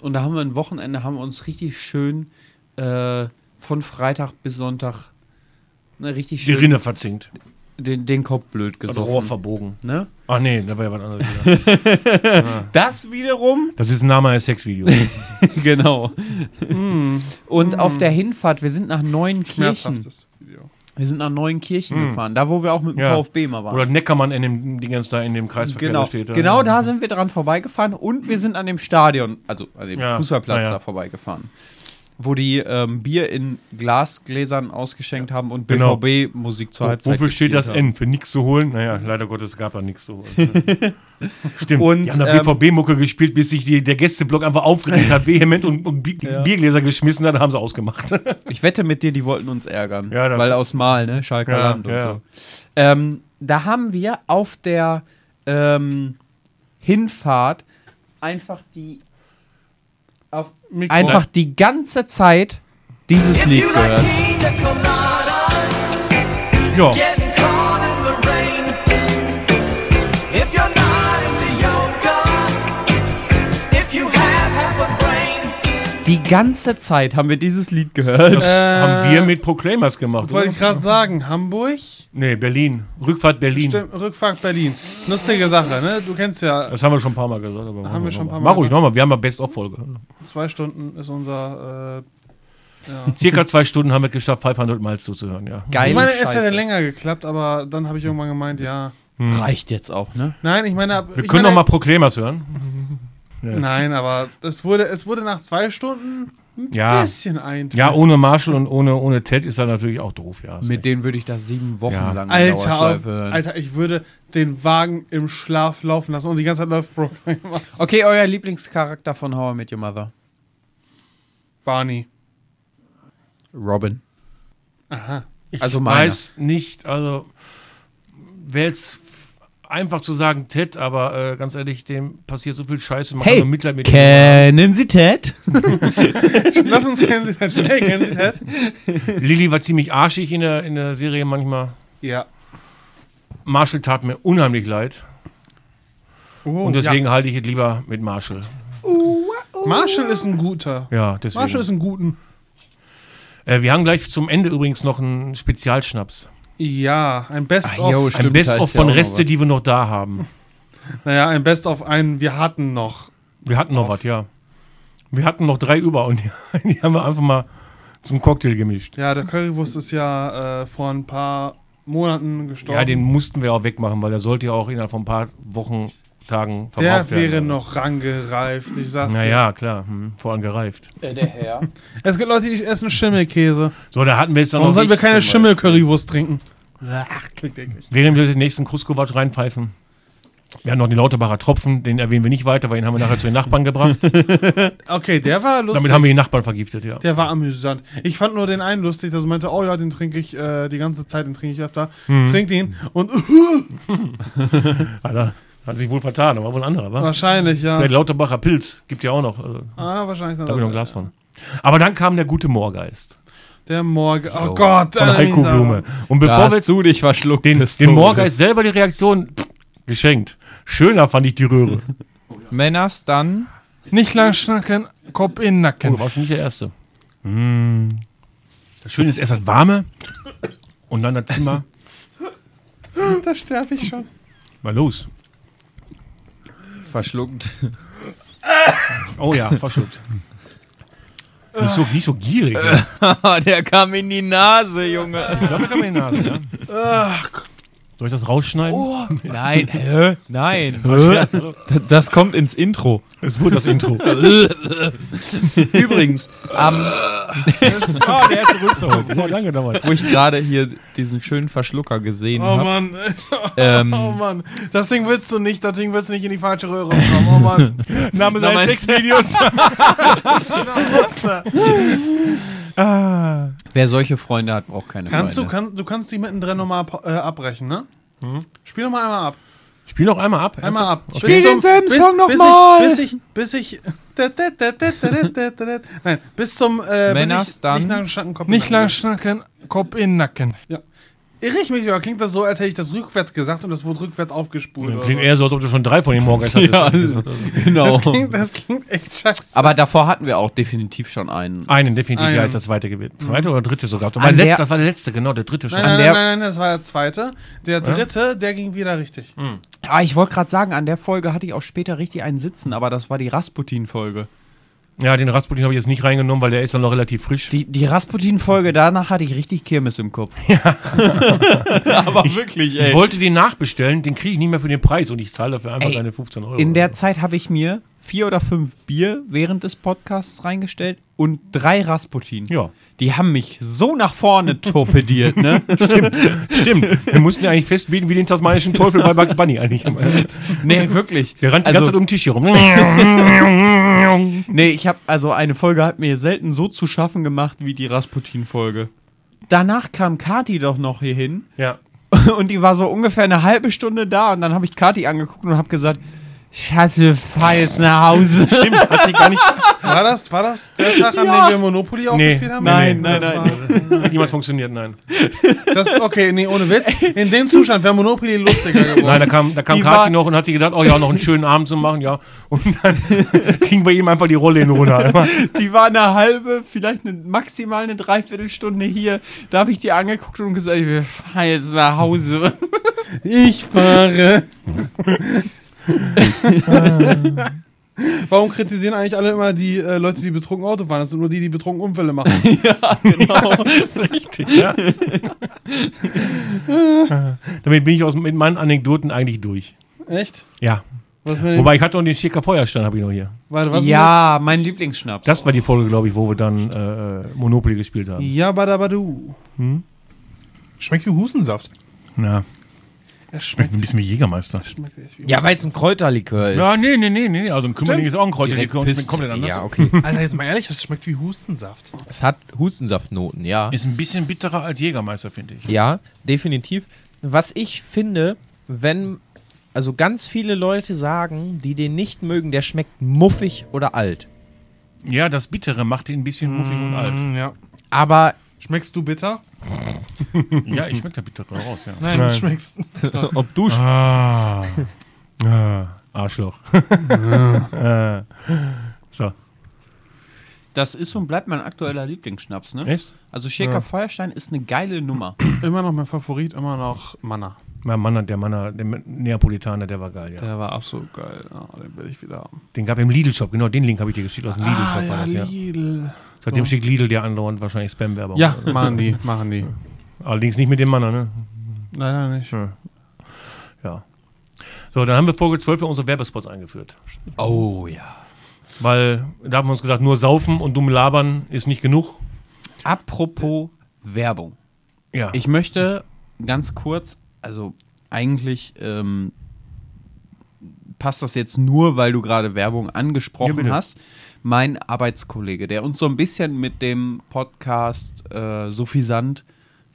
[SPEAKER 2] Und da haben wir ein Wochenende, haben wir uns richtig schön äh, von Freitag bis Sonntag ne, richtig
[SPEAKER 1] Die
[SPEAKER 2] schön
[SPEAKER 1] Rinne verzinkt.
[SPEAKER 2] den, den Kopf blöd
[SPEAKER 1] Das Rohr
[SPEAKER 2] gesoffen.
[SPEAKER 1] verbogen.
[SPEAKER 2] Ne?
[SPEAKER 1] Ach nee, da war ja was anderes. wieder.
[SPEAKER 2] Das wiederum
[SPEAKER 1] Das ist ein Name eines Sexvideos.
[SPEAKER 2] genau.
[SPEAKER 1] Mm.
[SPEAKER 2] Und auf der Hinfahrt, wir sind nach Neuenkirchen.
[SPEAKER 3] Schmerzhaftes Video.
[SPEAKER 2] Wir sind nach Neuenkirchen gefahren, da wo wir auch mit dem
[SPEAKER 1] Mm. Ja.
[SPEAKER 2] VfB mal waren.
[SPEAKER 1] Oder Neckermann in dem Dingens da in dem Kreisverkehr
[SPEAKER 2] genau,
[SPEAKER 1] da steht. da.
[SPEAKER 2] genau da sind wir dran vorbeigefahren und wir sind an dem Stadion, also an dem
[SPEAKER 1] Ja,
[SPEAKER 2] Fußballplatz
[SPEAKER 1] na ja.
[SPEAKER 2] da vorbeigefahren, wo die ähm, Bier in Glasgläsern ausgeschenkt haben und
[SPEAKER 1] Genau.
[SPEAKER 2] BVB-Musik zur
[SPEAKER 1] Wo-
[SPEAKER 2] Halbzeit
[SPEAKER 1] Wofür steht
[SPEAKER 2] gespielt
[SPEAKER 1] das
[SPEAKER 2] haben.
[SPEAKER 1] N? Für nichts zu holen? Naja, leider Gottes gab da nichts zu holen. Stimmt.
[SPEAKER 2] Und,
[SPEAKER 1] die haben da
[SPEAKER 2] ähm,
[SPEAKER 1] BVB-Mucke gespielt, bis sich die, der Gästeblock einfach aufgeregt hat, vehement und, und Bi Biergläser geschmissen hat, haben sie ausgemacht.
[SPEAKER 2] Ich wette mit dir, die wollten uns ärgern.
[SPEAKER 1] Ja, da-
[SPEAKER 2] weil aus Mal, ne? Schalker
[SPEAKER 1] Ja,
[SPEAKER 2] Land und
[SPEAKER 1] ja.
[SPEAKER 2] so. Ähm, da haben wir auf der ähm, Hinfahrt einfach die auf,
[SPEAKER 3] Mikro.
[SPEAKER 2] einfach die ganze Zeit dieses Lied gehört.
[SPEAKER 10] pina coladas,
[SPEAKER 1] ja,
[SPEAKER 10] getting caught in the rain, if you're not into yoga, if you have half a brain,
[SPEAKER 2] Die ganze Zeit haben wir dieses Lied gehört.
[SPEAKER 1] das haben wir mit Proclaimers gemacht.
[SPEAKER 3] Wollte
[SPEAKER 1] Oder?
[SPEAKER 3] ich gerade sagen, Hamburg,
[SPEAKER 1] Nee, Berlin. Rückfahrt Berlin.
[SPEAKER 3] Stimmt, Rückfahrt Berlin. Lustige Sache, ne? Du kennst ja,
[SPEAKER 1] Das haben wir schon ein paar Mal gesagt. Aber machen
[SPEAKER 3] wir schon ein
[SPEAKER 1] noch
[SPEAKER 3] paar
[SPEAKER 1] mal. Mach
[SPEAKER 3] Mal
[SPEAKER 1] ruhig nochmal, wir haben mal Best-of-Folge.
[SPEAKER 3] zwei Stunden ist unser. äh,
[SPEAKER 1] Circa zwei Stunden haben wir geschafft, 500 Mal zuzuhören, ja.
[SPEAKER 3] Äh ich
[SPEAKER 2] Geile
[SPEAKER 3] meine, es
[SPEAKER 2] Scheiße.
[SPEAKER 3] hätte länger geklappt, aber dann habe ich irgendwann gemeint, ja.
[SPEAKER 2] Reicht jetzt auch, ne?
[SPEAKER 3] Nein, ich meine.
[SPEAKER 1] Wir können noch mal Proklamers hören.
[SPEAKER 3] Nein, aber das wurde, es wurde nach zwei Stunden ein
[SPEAKER 1] Ja.
[SPEAKER 3] bisschen eindeutig.
[SPEAKER 1] Ah. Ja, ohne Marshall und ohne, ohne Ted ist er natürlich auch doof, ja.
[SPEAKER 2] Mit denen würde ich das sieben Wochen
[SPEAKER 1] Ja.
[SPEAKER 2] lang in
[SPEAKER 3] Alter,
[SPEAKER 2] Dauerschleife hören.
[SPEAKER 3] Alter, ich würde den Wagen im Schlaf laufen lassen und die ganze Zeit läuft Proclaimers.
[SPEAKER 2] Okay, euer Lieblingscharakter von How I Met Your Mother.
[SPEAKER 3] Barney.
[SPEAKER 2] Robin. Aha. Also
[SPEAKER 1] ich
[SPEAKER 2] meiner.
[SPEAKER 1] weiß nicht, also wäre jetzt einfach zu sagen Ted, aber äh, ganz ehrlich, dem passiert so viel Scheiße, man
[SPEAKER 2] Hey,
[SPEAKER 1] nur Mitleid mit
[SPEAKER 2] Kennen Sie Ted?
[SPEAKER 3] Lass uns kennen Sie Ted. Hey, kennen Sie Ted?
[SPEAKER 1] ihm. Lilly war ziemlich arschig in der, in der Serie manchmal.
[SPEAKER 3] Ja.
[SPEAKER 1] Marshall tat mir unheimlich leid
[SPEAKER 3] Oh,
[SPEAKER 1] und deswegen halte ich es lieber mit Marshall.
[SPEAKER 3] ja. Marshall ist ein guter.
[SPEAKER 1] Ja, deswegen.
[SPEAKER 3] Marshall ist ein guten.
[SPEAKER 1] äh, wir haben gleich zum Ende übrigens noch einen Spezialschnaps.
[SPEAKER 3] Ja, ein
[SPEAKER 2] Ah, yo,
[SPEAKER 3] Best-of.
[SPEAKER 2] stimmt.
[SPEAKER 1] Ein
[SPEAKER 2] da
[SPEAKER 1] Best-of
[SPEAKER 2] ist
[SPEAKER 1] von
[SPEAKER 2] ja auch noch
[SPEAKER 1] Reste,
[SPEAKER 2] was.
[SPEAKER 1] die wir noch da haben.
[SPEAKER 3] Naja, ein Best-of einen, wir hatten noch.
[SPEAKER 1] Wir hatten noch was, ja. Wir hatten noch drei über und die, die haben wir einfach mal zum Cocktail gemischt.
[SPEAKER 3] Ja, der Currywurst ist ja äh, vor ein paar Monaten gestorben.
[SPEAKER 1] Ja, den mussten wir auch wegmachen, weil der sollte ja auch innerhalb von ein paar Wochen, Tagen verbraucht
[SPEAKER 3] der
[SPEAKER 1] werden.
[SPEAKER 3] wäre noch rangereift, ich sag's dir.
[SPEAKER 1] Naja, klar, hm, vor allem gereift.
[SPEAKER 2] Äh, Der Herr.
[SPEAKER 3] Es gibt Leute, die essen Schimmelkäse.
[SPEAKER 1] So, da hatten wir jetzt dann
[SPEAKER 3] Warum
[SPEAKER 1] noch,
[SPEAKER 3] sollen wir keine
[SPEAKER 2] zum
[SPEAKER 3] Schimmel-Currywurst trinken? Ach, klingt eklig.
[SPEAKER 1] während wir den nächsten Kruskowatsch reinpfeifen. Wir haben noch den Lauterbacher Tropfen, den erwähnen wir nicht weiter, weil den haben wir nachher zu den Nachbarn gebracht.
[SPEAKER 3] Okay, der war lustig.
[SPEAKER 1] Damit haben wir die Nachbarn vergiftet, ja.
[SPEAKER 3] der war amüsant. Ich fand nur den einen lustig, dass er meinte, oh ja, den trinke ich äh, die ganze Zeit, den trinke ich öfter.
[SPEAKER 1] Hm.
[SPEAKER 3] Trinkt ihn und
[SPEAKER 1] Alter, Ah, hat sich wohl vertan, aber wohl ein anderer, wa?
[SPEAKER 3] wahrscheinlich, ja.
[SPEAKER 1] Der Lauterbacher Pilz gibt ja auch noch. Äh,
[SPEAKER 3] Ah, wahrscheinlich.
[SPEAKER 1] da habe ich noch ein
[SPEAKER 3] Dann
[SPEAKER 1] Glas von. Aber dann kam der gute Moorgeist.
[SPEAKER 3] Der Morgen. Oh
[SPEAKER 1] Oh.
[SPEAKER 3] Gott,
[SPEAKER 1] Von
[SPEAKER 3] Alter, wie
[SPEAKER 1] Haiku-Blume.
[SPEAKER 3] sauer.
[SPEAKER 1] Und bevor wir
[SPEAKER 2] du dich verschluckt.
[SPEAKER 1] den, den Moorgeist selber die Reaktion pff, geschenkt. Schöner fand ich die Röhre.
[SPEAKER 2] Männers dann.
[SPEAKER 3] Nicht lang schnacken, Kopf in den Nacken.
[SPEAKER 1] Oh, war schon nicht der erste. Mm. Das Schöne ist erst das Warme und dann das Zimmer.
[SPEAKER 3] Da sterbe ich schon.
[SPEAKER 1] Mal los.
[SPEAKER 2] Verschluckt.
[SPEAKER 1] Oh ja, verschluckt. Nicht so, nicht so gierig. Ne?
[SPEAKER 2] Ah, Der kam in die Nase, Junge.
[SPEAKER 1] Damit haben wir die Nase, ja? Soll ich das rausschneiden?
[SPEAKER 2] Nein, hä? nein.
[SPEAKER 1] Scherz, oder?
[SPEAKER 2] D- Das kommt ins Intro.
[SPEAKER 1] Es wurde das Intro.
[SPEAKER 2] Übrigens, am
[SPEAKER 1] Ah, der erste Rülpser heute. Boah, lange dauert.
[SPEAKER 2] wo ich gerade hier diesen schönen Verschlucker gesehen
[SPEAKER 3] Oh
[SPEAKER 2] habe.
[SPEAKER 3] Mann.
[SPEAKER 2] Ähm.
[SPEAKER 3] Oh Mann. Das Ding willst du nicht, das Ding willst du nicht in die falsche Röhre kommen. Oh Mann.
[SPEAKER 1] Name seines
[SPEAKER 2] seines
[SPEAKER 1] sechs Videos.
[SPEAKER 2] Wer solche Freunde hat, braucht keine
[SPEAKER 3] Kannst du,
[SPEAKER 2] Freunde.
[SPEAKER 3] kann, du kannst die mittendrin nochmal ab, äh, abbrechen, ne? Spiel nochmal einmal ab.
[SPEAKER 1] Spiel noch einmal ab.
[SPEAKER 3] Einmal ab.
[SPEAKER 2] Spiel denselben Song noch mal.
[SPEAKER 3] Bis ich, bis ich, Nein, bis zum, äh, bis
[SPEAKER 2] Männers
[SPEAKER 3] ich,
[SPEAKER 2] dann.
[SPEAKER 3] nicht lang schnacken, Kopf Nicht lang schnacken, Kopf in Nacken. Ja. Irre ich mich, oder klingt das so, als hätte ich das rückwärts gesagt und das wurde rückwärts aufgespult? oder
[SPEAKER 1] Klingt
[SPEAKER 3] so.
[SPEAKER 1] eher so, als ob du schon drei von den Moorgeistern
[SPEAKER 2] Ja,
[SPEAKER 1] hattest.
[SPEAKER 2] genau.
[SPEAKER 3] das, klingt, das klingt echt scheiße.
[SPEAKER 2] Aber davor hatten wir auch definitiv schon einen. Mhm.
[SPEAKER 1] Einen definitiv,
[SPEAKER 3] Einen.
[SPEAKER 1] ja, ist das zweite gewesen. Zweite oder dritte sogar. Das war,
[SPEAKER 2] An
[SPEAKER 1] der,
[SPEAKER 2] der-
[SPEAKER 1] letzte, das war der letzte, genau, der dritte schon.
[SPEAKER 3] nein, nein,
[SPEAKER 2] der-
[SPEAKER 3] nein, nein, nein, das war der zweite. Der dritte, der ging wieder richtig.
[SPEAKER 2] Ah, ich wollte gerade sagen, an der Folge hatte ich auch später richtig einen sitzen, aber das war die Rasputin-Folge.
[SPEAKER 1] Ja, den Rasputin habe ich jetzt nicht reingenommen, weil der ist dann noch relativ frisch.
[SPEAKER 2] Die, die
[SPEAKER 1] Mhm.
[SPEAKER 2] Rasputin-Folge, danach hatte ich richtig Kirmes im Kopf. aber wirklich,
[SPEAKER 1] ich wollte den nachbestellen, den kriege ich nicht mehr für den Preis und ich zahle dafür einfach
[SPEAKER 2] Ey,
[SPEAKER 1] deine 15 Euro.
[SPEAKER 2] In der Zeit habe ich mir vier oder fünf Bier während des Podcasts reingestellt und drei Rasputin.
[SPEAKER 1] Ja.
[SPEAKER 2] Die haben mich so nach vorne torpediert, ne?
[SPEAKER 1] Stimmt, wir mussten ja eigentlich festbieten wie den tasmanischen Teufel bei Bugs Bunny eigentlich.
[SPEAKER 2] Nee, wirklich.
[SPEAKER 1] Der rannt die ganze um. Zeit um
[SPEAKER 2] also,
[SPEAKER 1] den Tisch hier rum.
[SPEAKER 2] Nee, ich habe also eine Folge hat mir selten so zu schaffen gemacht wie die Rasputin-Folge. Danach kam Kati doch noch hier hin
[SPEAKER 1] ja.
[SPEAKER 2] und die war so ungefähr eine halbe Stunde da und dann habe ich Kati angeguckt und habe gesagt, Scheiße, fahr jetzt nach Hause. Stimmt, hat sie gar nicht.
[SPEAKER 3] War das, war das der Tag, an
[SPEAKER 2] Ja.
[SPEAKER 3] dem wir Monopoly aufgespielt haben?
[SPEAKER 2] Nein,
[SPEAKER 1] nee,
[SPEAKER 2] nein,
[SPEAKER 1] das
[SPEAKER 2] nein.
[SPEAKER 1] Hat niemals funktioniert, nein.
[SPEAKER 3] Das, okay, nee, ohne Witz. In dem Zustand wäre Monopoly lustiger geworden.
[SPEAKER 1] Nein, da kam, da kam
[SPEAKER 2] Die war-
[SPEAKER 1] Kathi noch und hat sich gedacht, oh ja, noch einen schönen Abend zu machen, ja. Und dann ging bei ihm einfach die Rolle in den Runde.
[SPEAKER 2] Die war eine halbe, vielleicht eine, maximal eine Dreiviertelstunde hier. Da habe ich die angeguckt und gesagt, wir fahren jetzt nach Hause.
[SPEAKER 3] Ich fahre. Warum kritisieren eigentlich alle immer die äh, Leute, die betrunken Auto fahren? Das sind nur die, die betrunken Unfälle machen.
[SPEAKER 2] Genau.
[SPEAKER 1] Richtig, ja. Damit bin ich aus, mit meinen Anekdoten eigentlich durch.
[SPEAKER 3] Echt?
[SPEAKER 1] Ja.
[SPEAKER 3] Was mit dem,
[SPEAKER 1] Wobei ich hatte noch den Schicker Feuerstein, habe ich noch hier.
[SPEAKER 3] warte, was
[SPEAKER 2] ja, mein Lieblingsschnaps.
[SPEAKER 1] Das war die Folge, glaube ich, wo wir dann äh, Monopoly gespielt
[SPEAKER 3] Mit,
[SPEAKER 1] haben.
[SPEAKER 3] ja, badabadu.
[SPEAKER 5] Schmeckt wie Hustensaft.
[SPEAKER 1] Ja.
[SPEAKER 3] Es
[SPEAKER 1] Schmeckt ein bisschen wie Jägermeister.
[SPEAKER 3] schmeckt echt wie-
[SPEAKER 2] ja, weil es ein Kräuterlikör ist.
[SPEAKER 1] Ja, nee, nee, nee, nee. Also ein Kümmerling ist auch ein
[SPEAKER 2] Direkt
[SPEAKER 1] Kräuterlikör und
[SPEAKER 2] pisst.
[SPEAKER 1] schmeckt komplett anders.
[SPEAKER 2] Ja, okay.
[SPEAKER 5] Alter, jetzt mal ehrlich, das schmeckt wie Hustensaft.
[SPEAKER 2] es hat Hustensaftnoten, ja.
[SPEAKER 1] Ist ein bisschen bitterer als Jägermeister, finde ich.
[SPEAKER 2] Ja, definitiv. Was ich finde, wenn, also ganz viele Leute sagen, die den nicht mögen, der schmeckt muffig oder alt.
[SPEAKER 1] Ja, das Bittere macht ihn ein bisschen muffig und alt.
[SPEAKER 3] Mm, Ja.
[SPEAKER 2] Aber
[SPEAKER 3] Schmeckst du bitter?
[SPEAKER 1] Ja, ich schmecke das Bittere raus, ja.
[SPEAKER 3] Nein, Nein. schmeckst.
[SPEAKER 2] ob du
[SPEAKER 1] Ah. ah. Arschloch. Ah. so,
[SPEAKER 2] Das ist und bleibt mein aktueller Lieblingsschnaps, ne?
[SPEAKER 1] echt?
[SPEAKER 2] Also Shaker Feuerstein ist eine geile Nummer.
[SPEAKER 3] Immer noch mein Favorit, immer noch Manna.
[SPEAKER 1] Mein Mann, hat- der Mann, hat- der Neapolitaner, der war geil, ja.
[SPEAKER 3] Der war absolut geil. Ja, den will ich wieder haben.
[SPEAKER 1] Den gab er im Lidl-Shop, genau, den Link habe ich dir geschickt, aus dem Lidl-Shop war das, ja.
[SPEAKER 3] Ah, Lidl.
[SPEAKER 1] Seitdem schickt Lidl dir andauernd wahrscheinlich Spam-Werbung.
[SPEAKER 3] Ja, machen die, machen die.
[SPEAKER 1] Allerdings nicht mit dem Mann, ne?
[SPEAKER 3] Leider nicht.
[SPEAKER 1] Ja. So, dann haben wir Folge 12 für unsere Werbespots eingeführt.
[SPEAKER 2] Oh ja.
[SPEAKER 1] Weil da haben wir uns gedacht, nur saufen und dumm labern ist nicht genug.
[SPEAKER 2] Apropos Werbung.
[SPEAKER 1] Ja.
[SPEAKER 2] Ich möchte ganz kurz, also eigentlich ähm, passt das jetzt nur, weil du gerade Werbung
[SPEAKER 1] Ja,
[SPEAKER 2] angesprochen
[SPEAKER 1] bitte.
[SPEAKER 2] hast. Mein Arbeitskollege, der uns so ein bisschen mit dem Podcast äh, Suffisant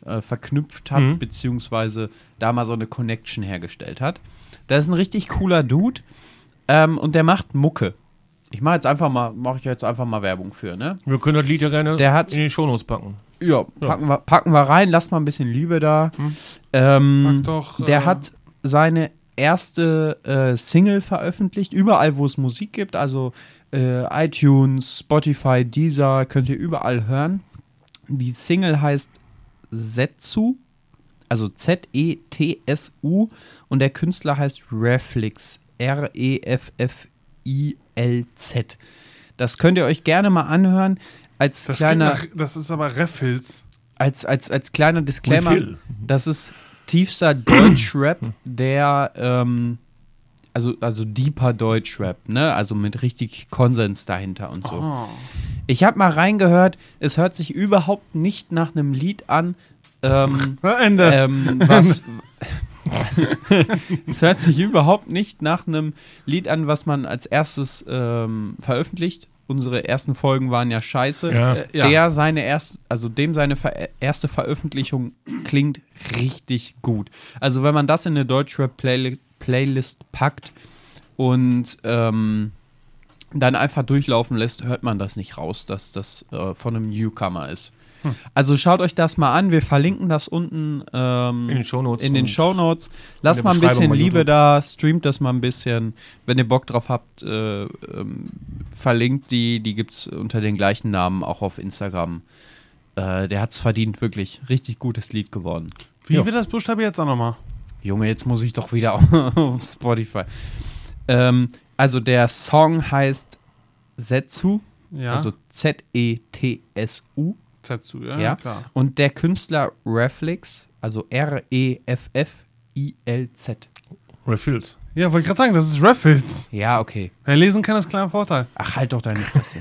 [SPEAKER 2] äh, verknüpft hat,
[SPEAKER 1] Mhm.
[SPEAKER 2] beziehungsweise da mal so eine Connection hergestellt hat. Das ist ein richtig cooler Dude ähm, und der macht Mucke. Ich mache jetzt einfach mal, mache ich jetzt einfach mal Werbung für, ne?
[SPEAKER 1] wir können das Lied ja gerne
[SPEAKER 2] Der hat-
[SPEAKER 1] in die Shownotes packen.
[SPEAKER 2] Ja, packen, Wir, packen wir rein, lass mal ein bisschen Liebe da. Ähm,
[SPEAKER 3] Hm. Pack doch,
[SPEAKER 2] der
[SPEAKER 3] äh,
[SPEAKER 2] hat seine erste äh, Single veröffentlicht, überall, wo es Musik gibt, also äh, iTunes, Spotify, Deezer, könnt ihr überall hören. Die Single heißt Setsu, also Z-E-T-S-U und der Künstler heißt Reflex, E R-E-F-F-I-L-Z. Das könnt ihr euch gerne mal anhören. Als
[SPEAKER 3] Das, klingt
[SPEAKER 2] kleiner
[SPEAKER 3] nach, das ist aber Raffles.
[SPEAKER 2] als, als, als kleiner Disclaimer, Mhm.
[SPEAKER 1] viel.
[SPEAKER 2] das ist tiefster Deutschrap, der, ähm, also, also deeper Deutschrap, ne? Also mit richtig Konsens dahinter und so. Ich habe mal reingehört, es hört sich überhaupt nicht nach einem Lied an, ähm,
[SPEAKER 3] Hör Ende.
[SPEAKER 2] ähm, was. Es hört sich überhaupt nicht nach einem Lied an, was man als erstes ähm, veröffentlicht. Unsere ersten Folgen waren ja scheiße
[SPEAKER 1] Ja.
[SPEAKER 2] Äh, der seine erst, also dem seine ver erste Veröffentlichung klingt richtig gut. Also wenn man das in eine Deutschrap-Playlist Playlist packt und ähm, dann einfach durchlaufen lässt, hört man das nicht raus, dass das äh, von einem Newcomer ist.
[SPEAKER 1] Hm.
[SPEAKER 2] Also schaut euch das mal an. Wir verlinken das unten ähm,
[SPEAKER 1] In den Shownotes
[SPEAKER 2] In den
[SPEAKER 1] und
[SPEAKER 2] Shownotes. Lasst
[SPEAKER 1] der
[SPEAKER 2] mal ein
[SPEAKER 1] Beschreibung
[SPEAKER 2] bisschen
[SPEAKER 1] bei
[SPEAKER 2] Liebe
[SPEAKER 1] YouTube.
[SPEAKER 2] da, streamt das mal ein bisschen. Wenn ihr Bock drauf habt, äh, ähm, verlinkt die. Die gibt es unter den gleichen Namen auch auf Instagram. Äh, der hat's verdient, wirklich. Richtig gutes Lied geworden.
[SPEAKER 3] Wie wird das Buchstabe jetzt auch nochmal?
[SPEAKER 2] Junge, jetzt muss ich doch wieder auf Spotify. Ähm, also der Song heißt Setsu,
[SPEAKER 3] Ja.
[SPEAKER 2] also Z-E-T-S-U.
[SPEAKER 3] Zetsu, ja,
[SPEAKER 2] Ja.
[SPEAKER 3] klar.
[SPEAKER 2] Und der Künstler Reflex, also R-E-F-F-I-L-Z.
[SPEAKER 1] Refills.
[SPEAKER 3] Ja, wollte gerade sagen, das ist Raffles.
[SPEAKER 2] Ja, okay.
[SPEAKER 3] Wer lesen kann, ist klar ein Vorteil.
[SPEAKER 2] Ach, halt doch deine Fresse.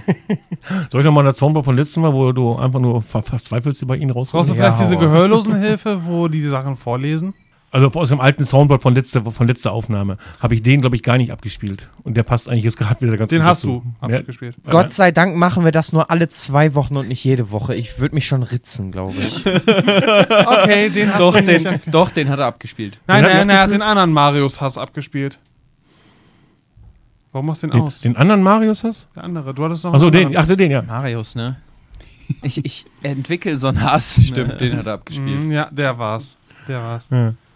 [SPEAKER 1] Soll ich nochmal das Soundboard von letztem Mal, wo du einfach nur ver- verzweifelst über ihn
[SPEAKER 3] Brauchst du
[SPEAKER 1] rauskommen?
[SPEAKER 3] vielleicht
[SPEAKER 2] hau
[SPEAKER 3] diese
[SPEAKER 2] raus.
[SPEAKER 3] Gehörlosenhilfe, wo die die Sachen vorlesen?
[SPEAKER 1] Also aus dem alten Soundboard von letzter, von letzter Aufnahme habe ich den, glaube ich, gar nicht abgespielt. Und der passt eigentlich jetzt gerade wieder ganz
[SPEAKER 3] Den
[SPEAKER 1] gut
[SPEAKER 3] hast
[SPEAKER 1] dazu.
[SPEAKER 3] du
[SPEAKER 1] Ja,
[SPEAKER 3] abgespielt.
[SPEAKER 1] Ja.
[SPEAKER 11] Gott sei Dank machen wir das nur alle zwei Wochen und nicht jede Woche. Ich würde mich schon ritzen, glaube ich.
[SPEAKER 3] Okay, den hast
[SPEAKER 2] doch,
[SPEAKER 3] du nicht.
[SPEAKER 2] den, doch, den hat er abgespielt.
[SPEAKER 1] Den
[SPEAKER 3] Nein,
[SPEAKER 1] hat er
[SPEAKER 3] nein, er hat
[SPEAKER 1] abgespielt?
[SPEAKER 3] den anderen Marius-Hass abgespielt. Warum machst du den,
[SPEAKER 1] Den,
[SPEAKER 3] aus?
[SPEAKER 1] den anderen Marius hast?
[SPEAKER 3] der andere. Du hattest noch
[SPEAKER 1] Achso,
[SPEAKER 3] einen
[SPEAKER 1] den,
[SPEAKER 3] anderen.
[SPEAKER 1] ach so, den, ja.
[SPEAKER 2] Marius, ne? Ich, ich entwickle so einen Hass. Stimmt, den hat er abgespielt.
[SPEAKER 3] Mhm, ja, der war's. Der war's.
[SPEAKER 2] So,